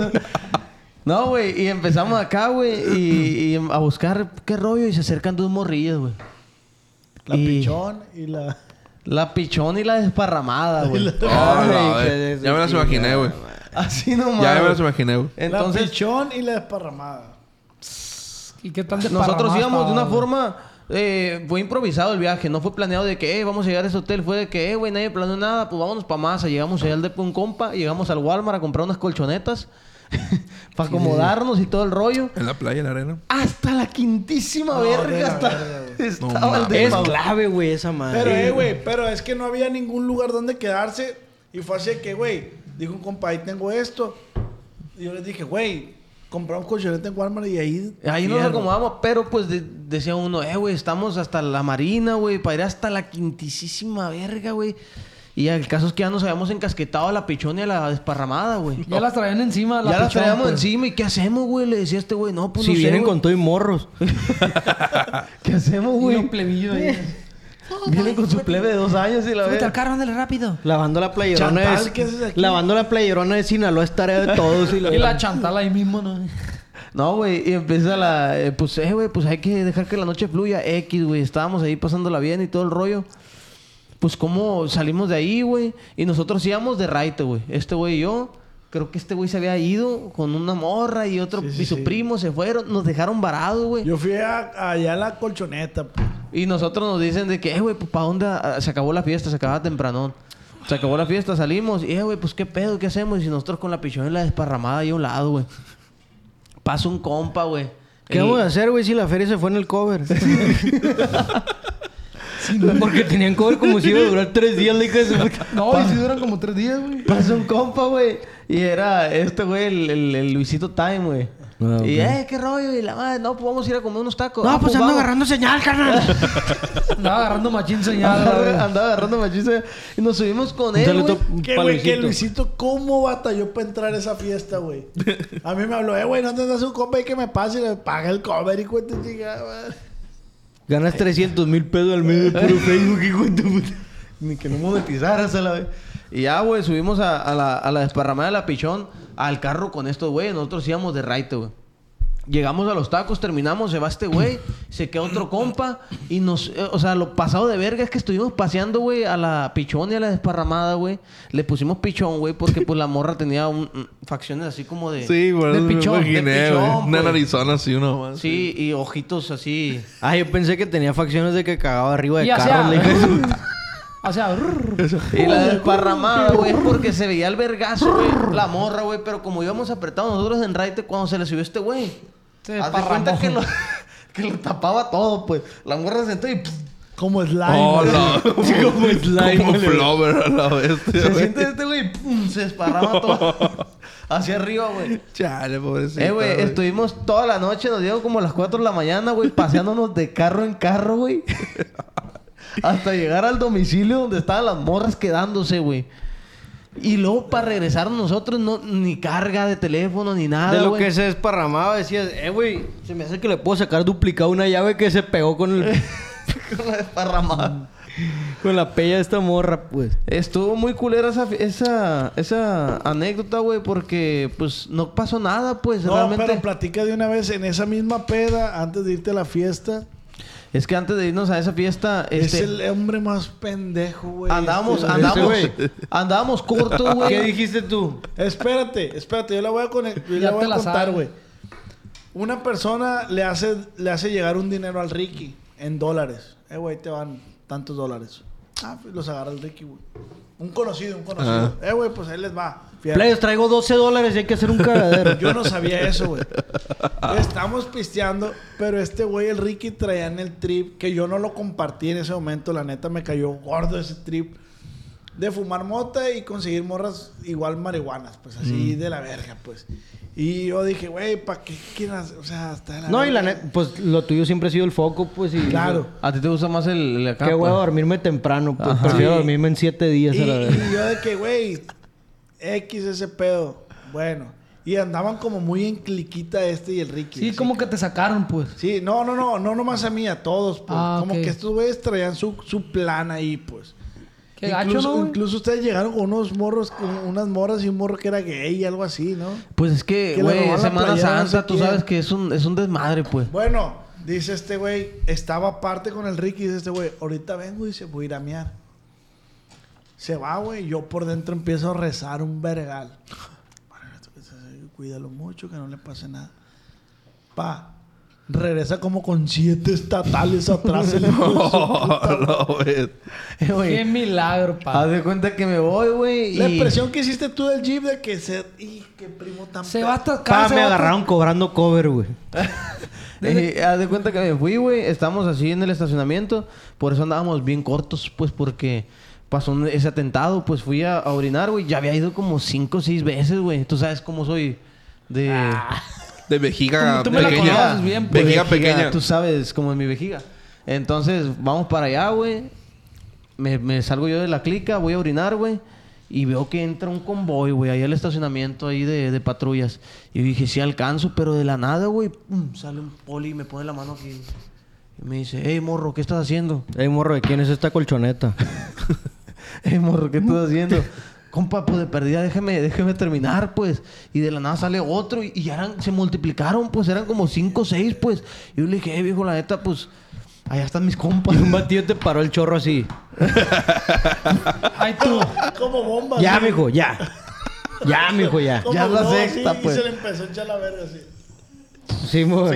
S6: No, güey. Y empezamos acá, güey. Y, y a buscar qué rollo. Y se acercan dos morrillas, güey.
S2: La
S6: Y-
S2: pichón y la...
S6: La pichón y la desparramada, güey.
S5: ya me las imaginé, güey.
S6: Así nomás.
S5: Ya me
S6: güey.
S5: las imaginé, güey.
S6: Entonces,
S2: La pichón y la desparramada.
S4: ¿Y qué tal
S6: Nosotros íbamos de una
S4: forma
S6: forma... eh, fue improvisado el viaje. No fue planeado de que, eh, vamos a llegar a ese hotel. Fue de que, eh, güey, nadie planeó nada. Pues vámonos para Masa. Llegamos allá al depo un compa. Llegamos al Walmart a comprar unas colchonetas. para acomodarnos y todo el rollo.
S5: En la playa, en la arena.
S6: Hasta la quintísima verga. Hasta...
S5: No
S6: Estaba
S5: mames.
S6: el depa, güey.
S3: Clave, güey, esa madre.
S2: Pero, eh, güey, pero es que no había ningún lugar donde quedarse. Y fue así de que, güey, dijo un compa, ahí tengo esto. Y yo les dije, güey, compramos colchoneta en Walmart y ahí...
S6: Ahí nos
S2: fierro.
S6: acomodamos, pero pues de- decía uno, eh, güey, estamos hasta la marina, güey, para ir hasta la quintísima verga, güey. Y el caso es que ya nos habíamos encasquetado a la pichón y a la desparramada, güey.
S4: Ya las traían encima.
S6: ya las
S4: pichón,
S6: traíamos
S4: pues.
S6: encima y ¿qué hacemos, güey? Le decía este güey, no, pues
S3: si
S6: no sé,
S3: vienen
S6: güey.
S3: con todo y morros.
S6: ¿Qué hacemos,
S4: Y
S6: güey?
S4: los plebillos ahí.
S6: Vienen con su plebe de dos años y la
S4: Súbete
S6: verga.
S4: al carro, ándale rápido.
S3: Lavando la playerona
S2: Chantal,
S3: de-
S2: ¿qué haces aquí?
S3: Lavando la playerona de Sinaloa es tarea de todos. Y la-
S4: Y la chantal ahí mismo, ¿no?
S6: No, güey, y empieza la... eh, pues, eh, güey, pues hay que dejar que la noche fluya. X, güey, estábamos ahí pasándola bien y todo el rollo. Pues cómo salimos de ahí, güey. Y nosotros íbamos de raite, güey. Este güey y yo. Creo que este güey se había ido con una morra y otro... y su primo se fueron. Nos dejaron varados, güey.
S2: Yo fui a- allá a la colchoneta, pues.
S6: Y nosotros nos dicen de que, eh, güey, pues, ¿para dónde? Ah, Se acabó la fiesta, se acababa temprano. Se acabó la fiesta, salimos. Y, eh, güey, pues, ¿qué pedo? ¿Qué hacemos? Y nosotros con la pichón y la desparramada ahí a un lado, güey. Pasa un compa, güey.
S3: ¿Qué
S6: Y-
S3: vamos a hacer, güey, si la feria se fue en el cover? Porque tenían cover como si iba a durar tres días, la hija de su-
S4: No, y si duran como tres días, güey.
S6: Pasó un compa, güey. Y era este, güey, el, el- el Luisito Time, güey.
S3: Ah, ok.
S6: Y, eh, qué rollo. Y la madre, no, pues vamos a ir a comer unos tacos.
S3: No,
S6: Ah,
S3: pues ando
S6: vamos.
S3: agarrando señal, carnal.
S4: Andaba agarrando machín señal. la
S6: Andaba,
S4: verga.
S6: andaba agarrando machista. Y nos subimos con él. güey.
S2: Que, güey, que Luisito, ¿cómo batalló para entrar a esa fiesta, güey? A mí me habló, eh, güey, no tendrás un compa y que me pase y le paga el cover y cuenta chingada, güey.
S3: Ganas 300 mil pesos al mes de puro Facebook, hijo de tu puta.
S6: Ni que no monetizaras a la vez. Y ya, güey, subimos a, a la, a la desparramada de la pichón al carro con estos güeyes. Nosotros íbamos de raite, güey. Llegamos a los tacos, terminamos, se va este güey, se queda otro compa y nos... eh, o sea, lo pasado de verga es que estuvimos paseando, güey, a la pichón y a la desparramada, güey. Le pusimos pichón, güey, porque pues la morra tenía un- un- facciones así como de...
S5: Sí, por
S6: de
S5: eso me
S6: pichón, de
S5: imaginé, güey.
S6: pichón,
S5: Una
S6: pues.
S5: narizona así, uno más.
S6: Sí, y ojitos así.
S3: Ah, yo pensé que tenía facciones de que cagaba arriba de
S4: Y hacía-
S3: carros. le dije,
S4: hacía rrr.
S6: Y la desparramada, güey, es porque se veía el vergazo, güey. La morra, güey. Pero como íbamos apretados nosotros en raite cuando se le subió este güey.
S4: Se
S6: Haz de
S4: desparramó.
S6: cuenta que lo, que lo tapaba todo, pues. La morra se sentó y pff,
S2: Como slime.
S5: Oh, la-
S3: como slime,
S5: Como
S3: güey.
S5: flower a la bestia,
S6: se
S5: güey.
S6: siente este güey y pum, se desparrama todo. hacia arriba, güey.
S5: Chale, pobrecito.
S6: Eh, güey, estuvimos toda la noche, nos dieron como a las 4 de la mañana, güey, paseándonos de carro en carro, güey. Hasta llegar al domicilio donde estaban las morras quedándose, güey. Y luego para regresar nosotros, no, ni carga de teléfono, ni nada.
S3: De lo
S6: güey.
S3: que se desparramaba, decías, eh, güey, se me hace que le puedo sacar duplicado una llave que se pegó con, el,
S6: Con la desparramada.
S3: con la pella de esta morra, pues.
S6: Estuvo muy culera esa, esa, esa anécdota, güey, porque pues no pasó nada, pues
S2: No,
S6: realmente.
S2: pero platica de una vez en esa misma peda antes de irte a la fiesta.
S6: Es que antes de irnos a esa fiesta, este,
S2: Es el hombre más pendejo, güey.
S6: andábamos,
S2: Este,
S6: andábamos,
S3: güey.
S6: andábamos corto, güey.
S3: ¿Qué dijiste tú?
S2: Espérate, espérate, yo la voy a, con- yo
S4: Ya
S2: la voy
S4: te
S2: a
S4: la
S2: contar,
S4: sabes.
S2: güey. Una persona le hace, le hace llegar un dinero al Ricky en dólares. Eh, güey, te van tantos dólares. Ah, pues los agarra el Ricky, güey. Un conocido, un conocido. Eh, güey, pues él les va. Fierro.
S3: Playos, traigo 12 dólares y hay que hacer un cagadero.
S2: Yo no sabía eso, güey. Estamos pisteando, pero este güey, el Ricky, traía en el trip, que yo no lo compartí en ese momento, la neta me cayó gordo ese trip, de fumar mota y conseguir morras igual marihuanas, pues así
S3: Mm.
S2: de la verga, pues. Y yo dije, güey, ¿para qué quieras? O sea, hasta de la
S3: No, y la
S2: verga.
S3: neta, pues lo tuyo siempre ha sido el foco, pues. Y,
S2: Claro.
S6: A ti te gusta más el, el acá,
S3: Qué
S6: pues?
S3: huevo dormirme temprano, pues. Prefiero
S2: Sí.
S3: dormirme en 7 días
S2: Y,
S3: a la verga.
S2: y yo de que, güey, X ese pedo. Bueno. Y andaban como muy en cliquita este y el Ricky.
S4: Sí,
S2: así
S4: como que te sacaron, pues.
S2: Sí, no, no, no, no nomás a mí, a todos, pues.
S4: Ah,
S2: Como
S4: ok.
S2: que estos güeyes traían su, su plan ahí, pues.
S4: Qué
S2: incluso,
S4: gacho, ¿no, güey?
S2: incluso ustedes llegaron con unos morros, con unas morras y un morro que era gay y algo así, ¿no?
S6: Pues es que,
S2: Que le
S6: güey,
S2: robaron la
S6: Semana
S2: playera, no sé
S6: Santa, tú
S2: quién.
S6: sabes que es un, es un desmadre, pues.
S2: Bueno, dice este güey, estaba aparte con el Ricky, dice este güey, ahorita vengo y dice, voy a ir a mear. Se va, güey, yo por dentro empiezo a rezar un vergal. Cuídalo mucho, que no le pase nada. Pa, regresa como con siete estatales atrás. el hijo de su
S5: Oh,
S2: puta
S6: Eh, güey,
S4: Qué milagro, pa.
S6: Haz de cuenta que me voy, güey.
S2: La
S6: y-
S2: impresión que hiciste tú del Jeep de que se. ¡Y qué primo
S6: Ah,
S2: tan
S4: Se
S2: pe-
S4: va hasta acá.
S3: Pa,
S4: se
S3: me
S4: va hasta-
S3: agarraron cobrando cover, güey.
S6: Eh, haz de cuenta que me fui, güey. Estamos así en el estacionamiento. Por eso andábamos bien cortos, pues, porque pasó un- ese atentado. Pues fui a, a orinar, güey. Ya había ido como cinco o seis veces, güey. Tú sabes cómo soy de...
S3: Ah,
S5: De vejiga
S4: Tú- tú me la
S5: pequeña.
S4: conoces bien, pues.
S5: Vejiga
S6: vejiga,
S5: pequeña.
S6: Tú sabes, como en mi vejiga. Entonces, vamos para allá, güey. Me, me salgo yo de la clica, voy a orinar, güey. Y veo que entra un convoy, güey, ahí al estacionamiento ahí de, de patrullas. Y dije, sí alcanzo, pero de la nada, güey, pum, sale un poli y me pone la mano aquí. güey. Y me dice, hey, morro, ¿qué estás haciendo?
S3: Ey, morro, ¿de quién es esta colchoneta?
S6: Ey, morro, ¿qué estás haciendo? Compa, pues de perdida, déjeme, déjeme terminar, pues. Y de la nada sale otro y, y ya eran- se multiplicaron, pues. Eran como cinco o seis, pues. Y yo le dije, eh, viejo, la neta, pues... Allá están mis compas.
S3: Y un batido te paró el chorro así.
S4: Ay, tú.
S2: Como bomba.
S3: Ya,
S2: así.
S3: mijo, ya. Ya, mijo, ya.
S2: Como
S6: ya es la
S2: bomba,
S6: sexta,
S2: así,
S6: pues.
S2: Y se le empezó a echar la verga así.
S3: Sí, mo-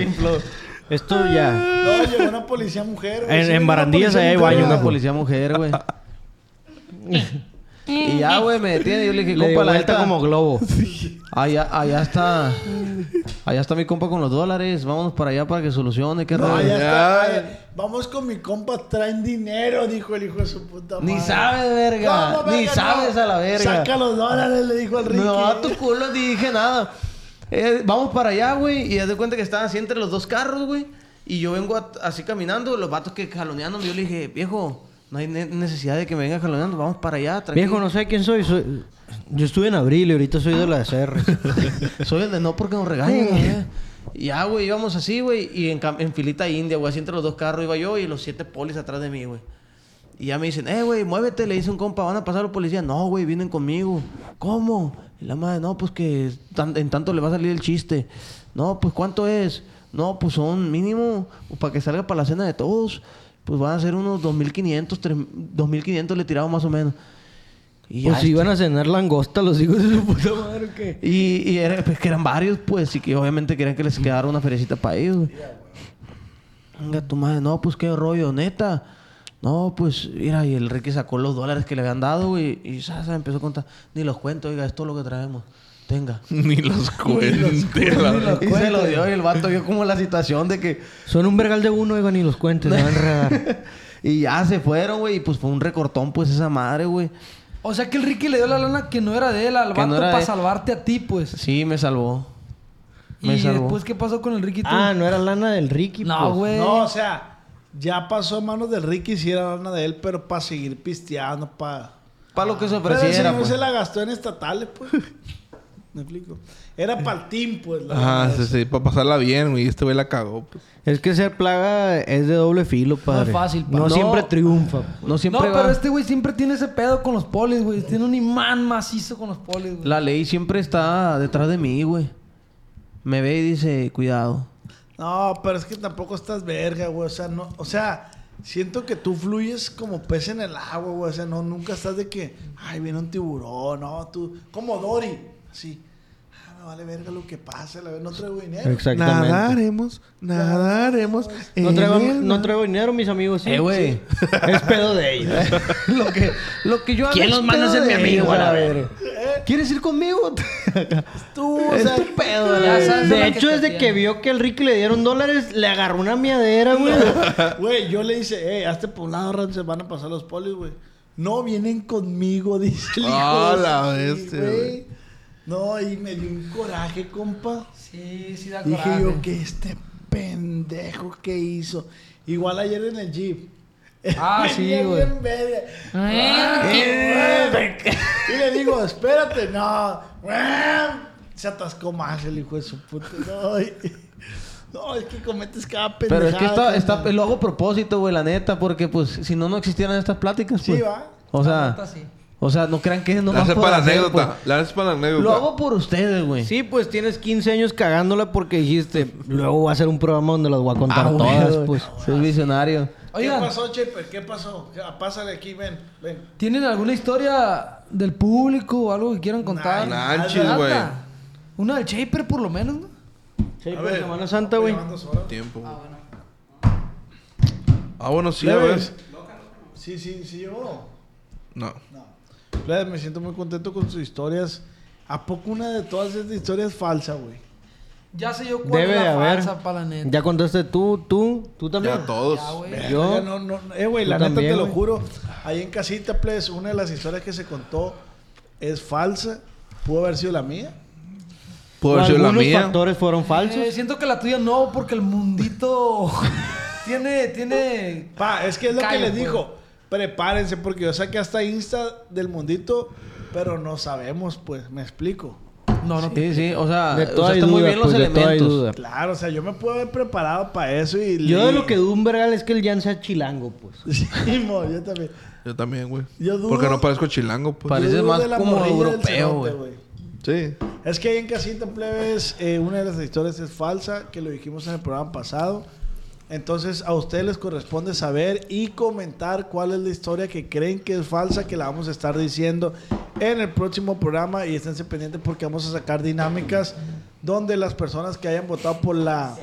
S3: Esto ya.
S2: No, llegó una policía mujer. güey,
S3: En-
S2: sí,
S3: en
S2: llegó una
S3: barandillas
S2: policía
S3: ahí hay
S2: mujer,
S3: baño,
S2: ¿verdad?
S6: una policía mujer, güey. y ya, güey, me detiene. y Yo le dije,
S3: Le di
S6: compa, la
S3: vuelta
S6: neta...
S3: como globo.
S6: Allá, allá está... Allá está mi compa con los dólares. Vámonos para allá para que solucione. Qué
S2: No,
S6: rollo.
S2: ya está, vaya. Vamos con mi compa, traen dinero, dijo el hijo de su puta madre.
S6: Ni sabes, verga.
S2: ¿Cómo,
S6: Ni
S2: verga,
S6: sabes
S2: no?
S6: a la verga.
S2: Saca los dólares, le dijo al Ricky.
S6: No, a tu culo ni dije nada. Eh, vamos para allá, güey. Y haz de cuenta que estaban así entre los dos carros, güey. Y yo vengo at- así caminando, los vatos que jaloneándome. Yo le dije, viejo, no hay ne- necesidad de que me vengas jaloneando. Vamos para allá, tranquilo.
S3: Viejo, no sé quién soy. soy- Yo estuve en abril y ahorita soy de la
S6: Ah.
S3: SR.
S6: Soy el de no porque nos regañan, güey. Y Ya, güey, íbamos así, güey. Y en, cam- en filita india, güey. Así entre los dos carros iba yo y los siete polis atrás de mí, güey. Y ya me dicen, eh, güey, muévete, le dice un compa, van a pasar los policías. No, güey, vienen conmigo. ¿Cómo? Y la madre, no, pues que tan- en tanto le va a salir el chiste. No, pues ¿cuánto es? No, pues son mínimo, pues, para que salga para la cena de todos, pues van a ser unos 2.500, tres- 2.500 le tiramos más o menos. Y ya
S3: Pues si
S6: este-
S3: iban a cenar langosta los hijos de su puta madre, ¿o qué?
S6: y, y era, pues, que eran varios, pues, y que obviamente querían que les quedara una ferecita para ellos, güey. Venga, tu madre, no, pues qué rollo, neta. No, pues, mira, y el Ricky sacó los dólares que le habían dado, güey, y Sasa empezó a contar, ni los cuento, oiga, esto es lo que traemos. Tenga.
S5: Ni los cuente. a la verga.
S6: Y se lo dio y el vato vio como la situación de que...
S3: Son un vergal de uno, oigan, ni los cuentes, se van a enredar.
S6: y ya se fueron, güey, y pues fue un recortón, pues, esa madre, güey.
S4: O sea que el Ricky le dio la lana que no era de él al
S6: Que
S4: vato
S6: no era
S4: para
S6: de-
S4: salvarte a ti, pues.
S6: Sí, me salvó. Me
S4: y
S6: salvó.
S4: después, ¿qué pasó con el Ricky tú?
S3: Ah, no era lana del Ricky,
S4: no,
S3: pues.
S4: güey.
S2: No, o sea, ya pasó a manos del Ricky si era lana de él, pero para seguir pisteando, para...
S6: Para lo que se
S2: Pero el
S6: ofreciera,
S2: señor
S6: pues.
S2: se la gastó en estatales, pues. Me explico. Era para el team, pues. la
S5: Ajá,
S2: verdad.
S5: sí, sí, para pasarla bien, güey. Este güey la cagó. Pues.
S3: Es que ser plaga es de doble filo, padre.
S4: fácil, pa.
S3: No,
S4: No.
S3: siempre triunfa.
S6: No siempre
S4: no, pero
S6: va.
S4: este güey siempre tiene ese pedo con los polis, güey. Tiene un imán macizo con los polis, güey.
S6: La ley siempre está detrás de mí, güey. Me ve y dice, cuidado.
S2: No, pero es que tampoco estás verga, güey. O sea, no, o sea, siento que tú fluyes como pez en el agua, güey. O sea, no, nunca estás de que, ay, viene un tiburón, no, tú, como Dory, así. Ah, me vale verga lo que pase, la verdad, no traigo dinero.
S3: Exactamente.
S5: nadaremos.
S3: No
S5: en
S3: traigo,
S5: el
S3: no
S5: mar.
S3: traigo dinero, mis amigos. sí,
S6: Eh, güey.
S3: sí. Es pedo de ellos.
S6: lo, que, lo que yo hago
S3: ¿Quién
S6: es
S3: los manda a
S6: pedo
S3: ser mi
S6: de
S3: amigo,
S6: ellos,
S3: a la
S6: a
S3: verga?
S6: ¿Quieres ir conmigo?
S2: Tú, o sea,
S6: pedo,
S4: Ya sabes
S3: De
S4: la que
S3: hecho,
S4: te
S3: desde que
S4: tiene.
S3: vio que el Ricky le dieron dólares, le agarró una miadera, güey.
S2: güey, yo le hice, eh, hazte por un lado, Ran, se van a pasar los polis, güey. No vienen conmigo, dice el hijo.
S5: Ah, la
S2: Sí,
S5: bestia, güey.
S2: No, y me dio un coraje, compa.
S4: Sí, sí da
S2: Dije
S4: coraje.
S2: yo que este pendejo que hizo. Igual ayer en el Jeep.
S4: Ah, sí,
S2: Venía
S4: güey.
S2: bien verga.
S4: Eh,
S2: Y le digo, espérate, no. Se atascó más el hijo de su puta. No, y- no, es que cometes cada pendejada.
S6: Pero es que está, está,
S2: carnal.
S6: lo hago a propósito, güey, la neta, porque pues si no, no existieran estas pláticas,
S2: Sí,
S6: pues.
S2: va.
S6: O
S4: la
S6: sea,
S4: neta, sí.
S6: o sea, no crean que no
S5: La
S6: más
S5: hace
S6: por
S5: para la
S6: hacer,
S5: anécdota. La hace para la
S6: pues.
S5: anécdota.
S6: Lo hago por ustedes, güey.
S3: Sí, pues tienes 15 años cagándola porque dijiste, luego voy a hacer un programa donde las voy a contar
S6: Ah, güey,
S3: todas,
S6: güey.
S3: pues.
S6: Soy visionario.
S2: ¿Qué
S4: Oigan,
S2: pasó, Chepe? ¿Qué pasó? Ya, Pásale aquí, ven, ven.
S4: ¿tienen alguna historia del público o algo que quieran contar?
S5: Nah, Nanchis, güey.
S4: Nada. Una del Shaper, por lo menos, ¿no?
S3: Sí,
S2: A
S3: por
S2: ver.
S3: Semana Santa, güey.
S2: Llevando sobra.
S5: Tiempo, güey. Ah, bueno, sí, a ver.
S2: Plebes. Sí, sí, sí, yo.
S5: No.
S2: Plebes, me siento muy contento con sus historias. ¿A poco una de todas es de historias falsa, güey?
S4: Ya sé yo cuál
S3: Debe
S4: es
S3: de
S4: la
S3: haber.
S4: falsa para la neta.
S3: Ya contaste tú, tú, tú también.
S5: Ya todos.
S4: Ya, güey.
S3: Yo-
S2: Yo. No, no, no. Eh, güey,
S3: Tú
S2: la neta
S3: también,
S2: te lo
S3: güey.
S2: juro. Ahí en casita, please, una de las historias que se contó es falsa. Pudo haber sido la mía.
S5: Puedo haber sido la
S3: Algunos
S5: mía.
S3: factores fueron falsos.
S4: Eh, siento que la tuya no, porque el mundito tiene, tiene.
S2: Pa, es que es lo
S4: Callo,
S2: que les
S4: güey.
S2: dijo. Prepárense, porque yo saqué hasta Insta del mundito, pero no sabemos, pues, me explico.
S4: No, no.
S6: Sí, sí, o sea,
S3: De
S6: o sea,
S3: toda hay
S6: está muy
S3: duda,
S6: bien los
S3: pues, de toda hay
S6: elementos.
S3: duda.
S2: Claro, o sea, yo me puedo haber preparado para eso y...
S3: Yo de
S2: leí.
S3: lo que dudo un vergal es que el Jan sea chilango, pues.
S2: Sí, mo, yo también.
S5: Yo también, güey.
S2: Yo dudo-
S5: Porque no parezco chilango, pues.
S6: Pare- Pareces
S2: Yo dudo
S6: más
S2: de la
S6: como
S2: morrilla del
S6: europeo,
S2: cerote,
S6: güey.
S5: Sí.
S2: Es que ahí en Casita Plebes, eh, una de las historias es falsa, que lo dijimos en el programa pasado. Entonces, a ustedes les corresponde saber y comentar cuál es la historia que creen que es falsa, que la vamos a estar diciendo en el próximo programa. Y esténse pendientes porque vamos a sacar dinámicas donde las personas que hayan votado por la,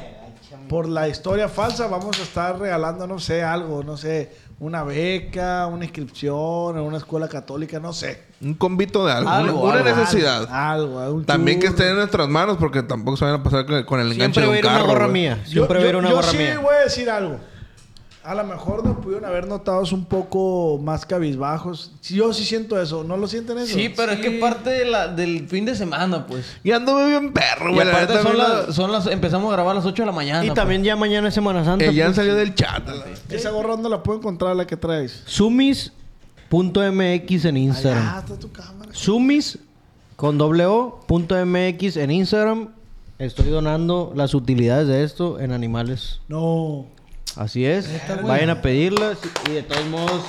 S2: por la historia falsa, vamos a estar regalando, no sé, algo, no sé, una beca, una inscripción en una escuela católica, no sé.
S5: Un convito de algo.
S6: Algo,
S5: una una
S6: algo.
S5: necesidad.
S2: Algo, Ah, algún
S5: También que
S2: churro.
S5: esté en nuestras manos porque tampoco se van a pasar con con el enganche
S3: Siempre voy
S5: de
S3: a
S5: un
S3: ir a una
S5: carro.
S3: gorra
S5: güey.
S3: mía.
S2: Yo,
S3: Pues Siempre voy a ir
S2: yo-
S3: a una
S2: yo
S3: gorra
S2: sí
S3: mía.
S2: voy a decir algo. A lo mejor nos pudieron haber notado un poco más cabizbajos. Sí, Yo sí siento eso. ¿No lo sienten eso?
S6: Sí, pero es que parte de la- del fin de semana, pues.
S5: Y anduve bien perro,
S6: Y
S5: güey. La
S6: aparte
S5: neta,
S6: son,
S5: güey,
S6: las, son las... Empezamos a grabar a las 8 de la mañana.
S3: Y también
S5: pues.
S3: ya mañana es Semana Santa.
S5: El Jan
S3: pues.
S5: Eh, salió del chat. a la-
S2: Esa gorra, ¿dónde la puedo encontrar la que traes?
S3: Sumis.mx en Instagram.
S2: Ah, está tu cámara.
S3: Sumis con doble O, punto MX en Instagram. Estoy donando las utilidades de esto en animales.
S2: No.
S3: Así es. Vayan a pedirlas y de todos modos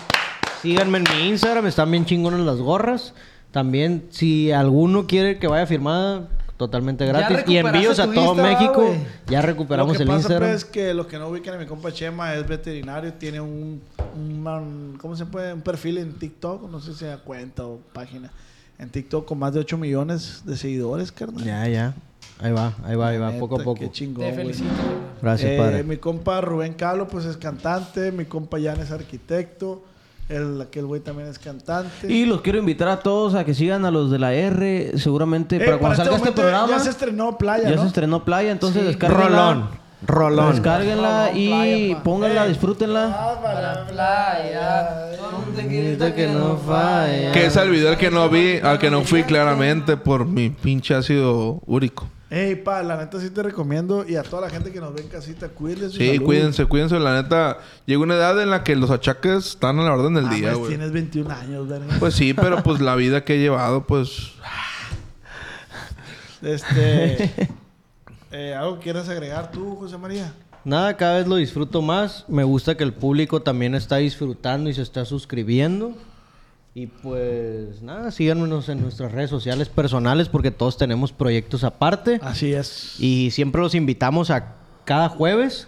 S3: Síganme en mi Instagram, están bien chingonas las gorras. También, si alguno quiere que vaya firmada, totalmente gratis.
S4: recuperaste
S3: Y envíos a
S4: tu
S3: todo
S4: Instagram,
S3: México.
S4: güey.
S3: Ya recuperamos
S2: lo que
S3: el
S2: pasa
S3: Instagram.
S2: pues, es que los que no ubican a mi compa Chema es veterinario, tiene un, un man- ¿cómo se puede? Un perfil en TikTok, no sé si da cuenta o página. En TikTok con más de 8 millones de seguidores, carnal.
S3: Ya, ya. Ahí va, ahí va, ahí va,
S2: Neta,
S3: poco a poco.
S2: Qué chingón,
S4: Te
S2: güey.
S4: felicito. güey.
S3: Gracias,
S2: Eh,
S3: padre.
S2: Mi compa Rubén Calo, pues es cantante. Mi compa Jan es arquitecto. El, aquel güey también es cantante.
S7: Y los quiero invitar a todos a que sigan a los de la R. Seguramente para cuando salga este,
S2: Eh, momento
S7: programa.
S2: Ya se estrenó Playa,
S7: Ya
S2: ¿no?
S7: se estrenó Playa, entonces
S4: Sí.
S7: descárguenla.
S3: Rolón, rolón.
S7: Descárguenla
S4: Rolón,
S7: y
S4: playa, pa.
S7: pónganla, disfrútenla.
S2: Ah, para-
S4: playa, donde quiera que no
S7: falla.
S5: Que es el video al que no vi, al que no fui claramente por mi pinche ácido úrico.
S2: Ey, pa, la neta sí te recomiendo. Y a toda la gente que nos ve en casita, cuídense.
S5: Sí, cuídense, cuídense. La neta, llega una edad en la que los achaques están a la orden del día, güey.
S2: Ah, pues, tienes 21 años, verga.
S5: Pues sí, pero pues la vida que he llevado, pues...
S2: Este. eh, ¿Algo que quieras agregar tú, José María?
S3: Nada, cada vez lo disfruto más. Me gusta que el público también está disfrutando y se está suscribiendo. Y pues nada, síganos en nuestras redes sociales personales porque todos tenemos proyectos aparte.
S2: Así es.
S3: Y siempre los invitamos a cada jueves.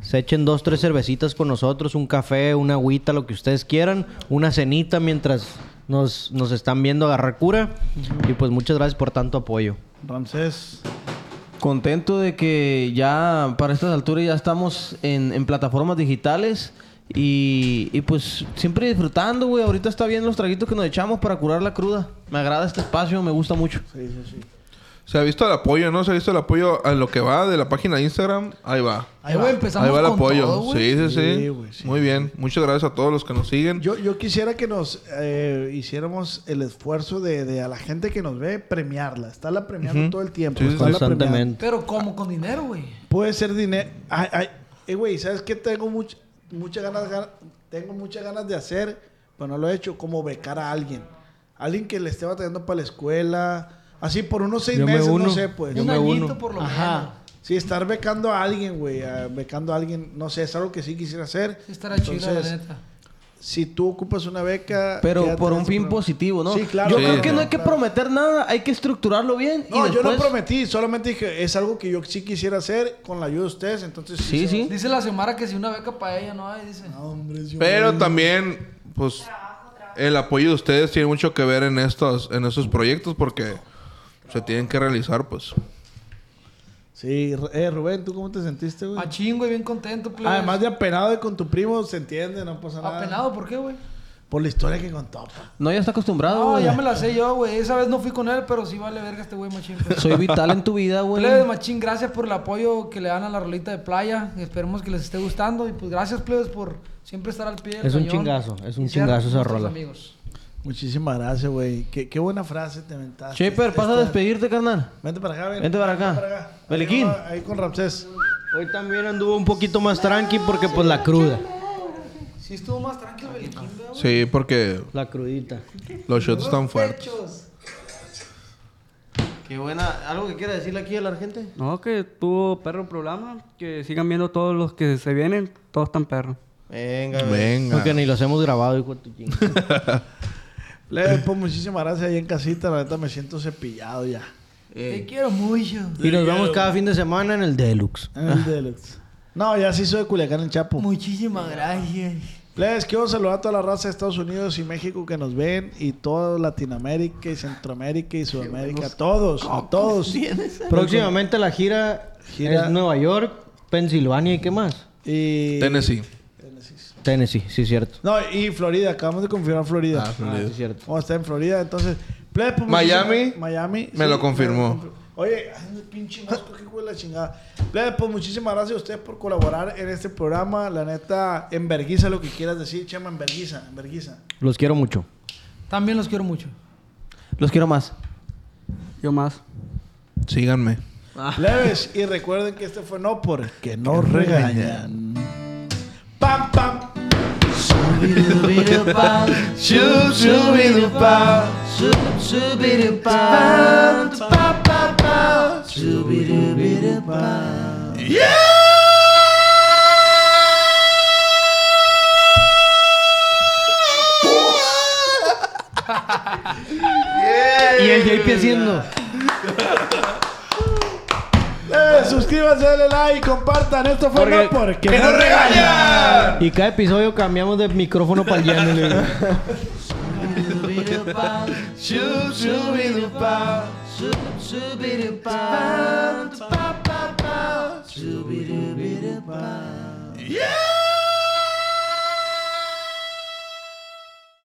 S3: Se echen dos, tres cervecitas con nosotros, un café, una agüita, lo que ustedes quieran, una cenita mientras nos, nos están viendo agarrar cura. Y pues muchas gracias por tanto apoyo.
S2: Ramsés.
S7: Contento de que ya para estas alturas ya estamos en, en plataformas digitales. Y, y pues siempre disfrutando, güey. Ahorita está bien los traguitos que nos echamos para curar la cruda. Me agrada este espacio, me gusta mucho.
S5: Se ha visto el apoyo, ¿no? Se ha visto el apoyo a lo que va de la página de Instagram. Ahí va.
S4: Ahí, güey, empezamos
S5: Ahí va el
S4: con
S5: apoyo.
S4: todo, güey.
S5: sí, sí, sí.
S2: Sí, güey, sí.
S5: Muy bien. Muchas gracias a todos los que nos siguen.
S2: Yo, yo quisiera que nos eh, hiciéramos el esfuerzo de, de a la gente que nos ve premiarla. Estarla premiando
S5: Ujú.
S2: todo el tiempo.
S5: Sí, sí,
S2: estarla
S3: Constantemente.
S2: premiando.
S4: Pero como con dinero, güey.
S2: Puede ser dinero. Ay, ay. Eh, güey, ¿sabes qué? Tengo much- muchas ganas, gan- tengo muchas ganas de hacer, pero no lo he hecho, como becar a alguien. Alguien que le esté batallando para la escuela. Así por unos seis
S3: Yo me
S2: meses,
S3: uno.
S2: no sé, pues.
S4: Un añito por lo menos.
S2: Ajá. Sí, estar becando a alguien, güey. a- Becando a alguien, no sé, es algo que sí quisiera hacer.
S4: Sí Estará chido, la
S2: Entonces,
S4: neta.
S2: Si tú ocupas una beca.
S7: Pero
S2: quédate
S7: por
S2: en
S7: un
S2: ese
S7: fin
S2: programa.
S7: positivo, ¿no?
S2: Sí, claro.
S7: Yo
S5: Sí.
S7: creo que no hay que
S2: Claro.
S7: prometer nada, hay que estructurarlo bien.
S2: No,
S7: y
S2: yo no
S7: después-
S2: prometí, solamente dije, es algo que yo sí quisiera hacer con la ayuda de ustedes, entonces
S7: Sí,
S2: se va a
S7: sí.
S4: Dice la Xiomara que si una beca para ella no hay,
S2: Ah,
S4: dice.
S2: Hombre, yo-
S5: Pero también, pues, el apoyo de ustedes tiene mucho que ver en estos, en estos proyectos porque se tienen que realizar, pues.
S2: Sí, Ru- eh, Rubén, ¿tú cómo te sentiste, güey?
S4: A chingo y bien contento, plebes.
S2: Además de apenado y con tu primo, se entiende, no pasa nada.
S4: Apenado, ¿por qué, güey?
S2: Por la historia que contó. pa.
S7: No, ya está
S6: Ah,
S7: acostumbrado,
S4: No,
S7: güey.
S4: ya me la sé yo, güey. Esa vez no fui con él, pero sí vale verga este güey machín. pues.
S7: Soy vital en tu vida, güey.
S4: Plebes, machín, gracias por el apoyo que le dan a la rolita de playa. Esperemos que les esté gustando. Y pues gracias, plebes, por siempre estar al pie del
S3: Es un
S4: cañón.
S3: chingazo, es un
S4: Y sean
S3: chingazo esa
S4: nuestros
S3: rola.
S4: amigos.
S2: Muchísimas gracias, güey. Qué, qué buena frase te inventaste.
S7: Shaper, pasa a
S4: Este-
S2: Esta-
S7: despedirte, carnal.
S2: Vente para acá, ven.
S7: Vente para acá.
S2: Ahí
S7: Belequín.
S2: con- Ahí con Ramsés.
S3: Hoy también anduvo un poquito más tranqui porque pues la cruda.
S4: Sí estuvo más tranquilo el equipo.
S5: Sí, porque
S3: La crudita.
S5: los shots están fuertes.
S7: Qué buena. ¿Algo que quiera decirle aquí a la gente?
S10: No, que tuvo perro el programa. Que sigan viendo todos los que se vienen. Todos están perros.
S7: Venga,
S5: Venga.
S3: Porque ni los hemos grabado, hijo de tu chingada.
S2: Le, pues muchísimas gracias ahí en casita. La neta me siento cepillado ya.
S4: Te quiero mucho.
S3: Y nos vemos cada fin de semana en el Deluxe.
S2: En
S7: Ah.
S2: el deluxe. No, ya sí soy de Culiacán en Chapo.
S4: Muchísimas gracias.
S2: Les quiero saludar a toda la raza de Estados Unidos y México que nos ven y toda Latinoamérica y Centroamérica y Sudamérica. A todos, a todos.
S3: Próximamente la gira,
S2: Gira-
S3: es Nueva York, Pensilvania y qué más.
S2: Y...
S5: Tennessee.
S3: Tennessee, sí, cierto.
S2: No, y Florida. Acabamos de confirmar Florida.
S5: Ah,
S3: Ah, sí,
S5: Florida.
S3: cierto.
S2: Vamos a estar en Florida. Entonces, plebes, pues,
S5: Miami,
S2: muchísimas- Miami.
S5: me lo
S2: me
S5: confirmó.
S2: lo confir- Oye, ay, pinche mosco, qué hijo de la chingada. Plebes, pues muchísimas gracias a ustedes por colaborar en este programa. La neta, enverguiza lo que quieras decir, Chema, enverguiza, enverguiza.
S3: Los quiero mucho.
S4: También los quiero mucho.
S7: Los quiero más.
S10: Yo más.
S5: Síganme.
S2: Leves, y recuerden que este fue No Por, Ah. que no regañan. ¡Pam, pam!
S3: Y el JP haciendo.
S2: Eh, suscríbanse, denle like, compartan. Esto fue
S3: Porque-
S2: No Porque
S1: ¡Que
S2: No
S1: no regañan!
S3: Y cada episodio cambiamos de micrófono para el llano, le digo.
S1: Yeah!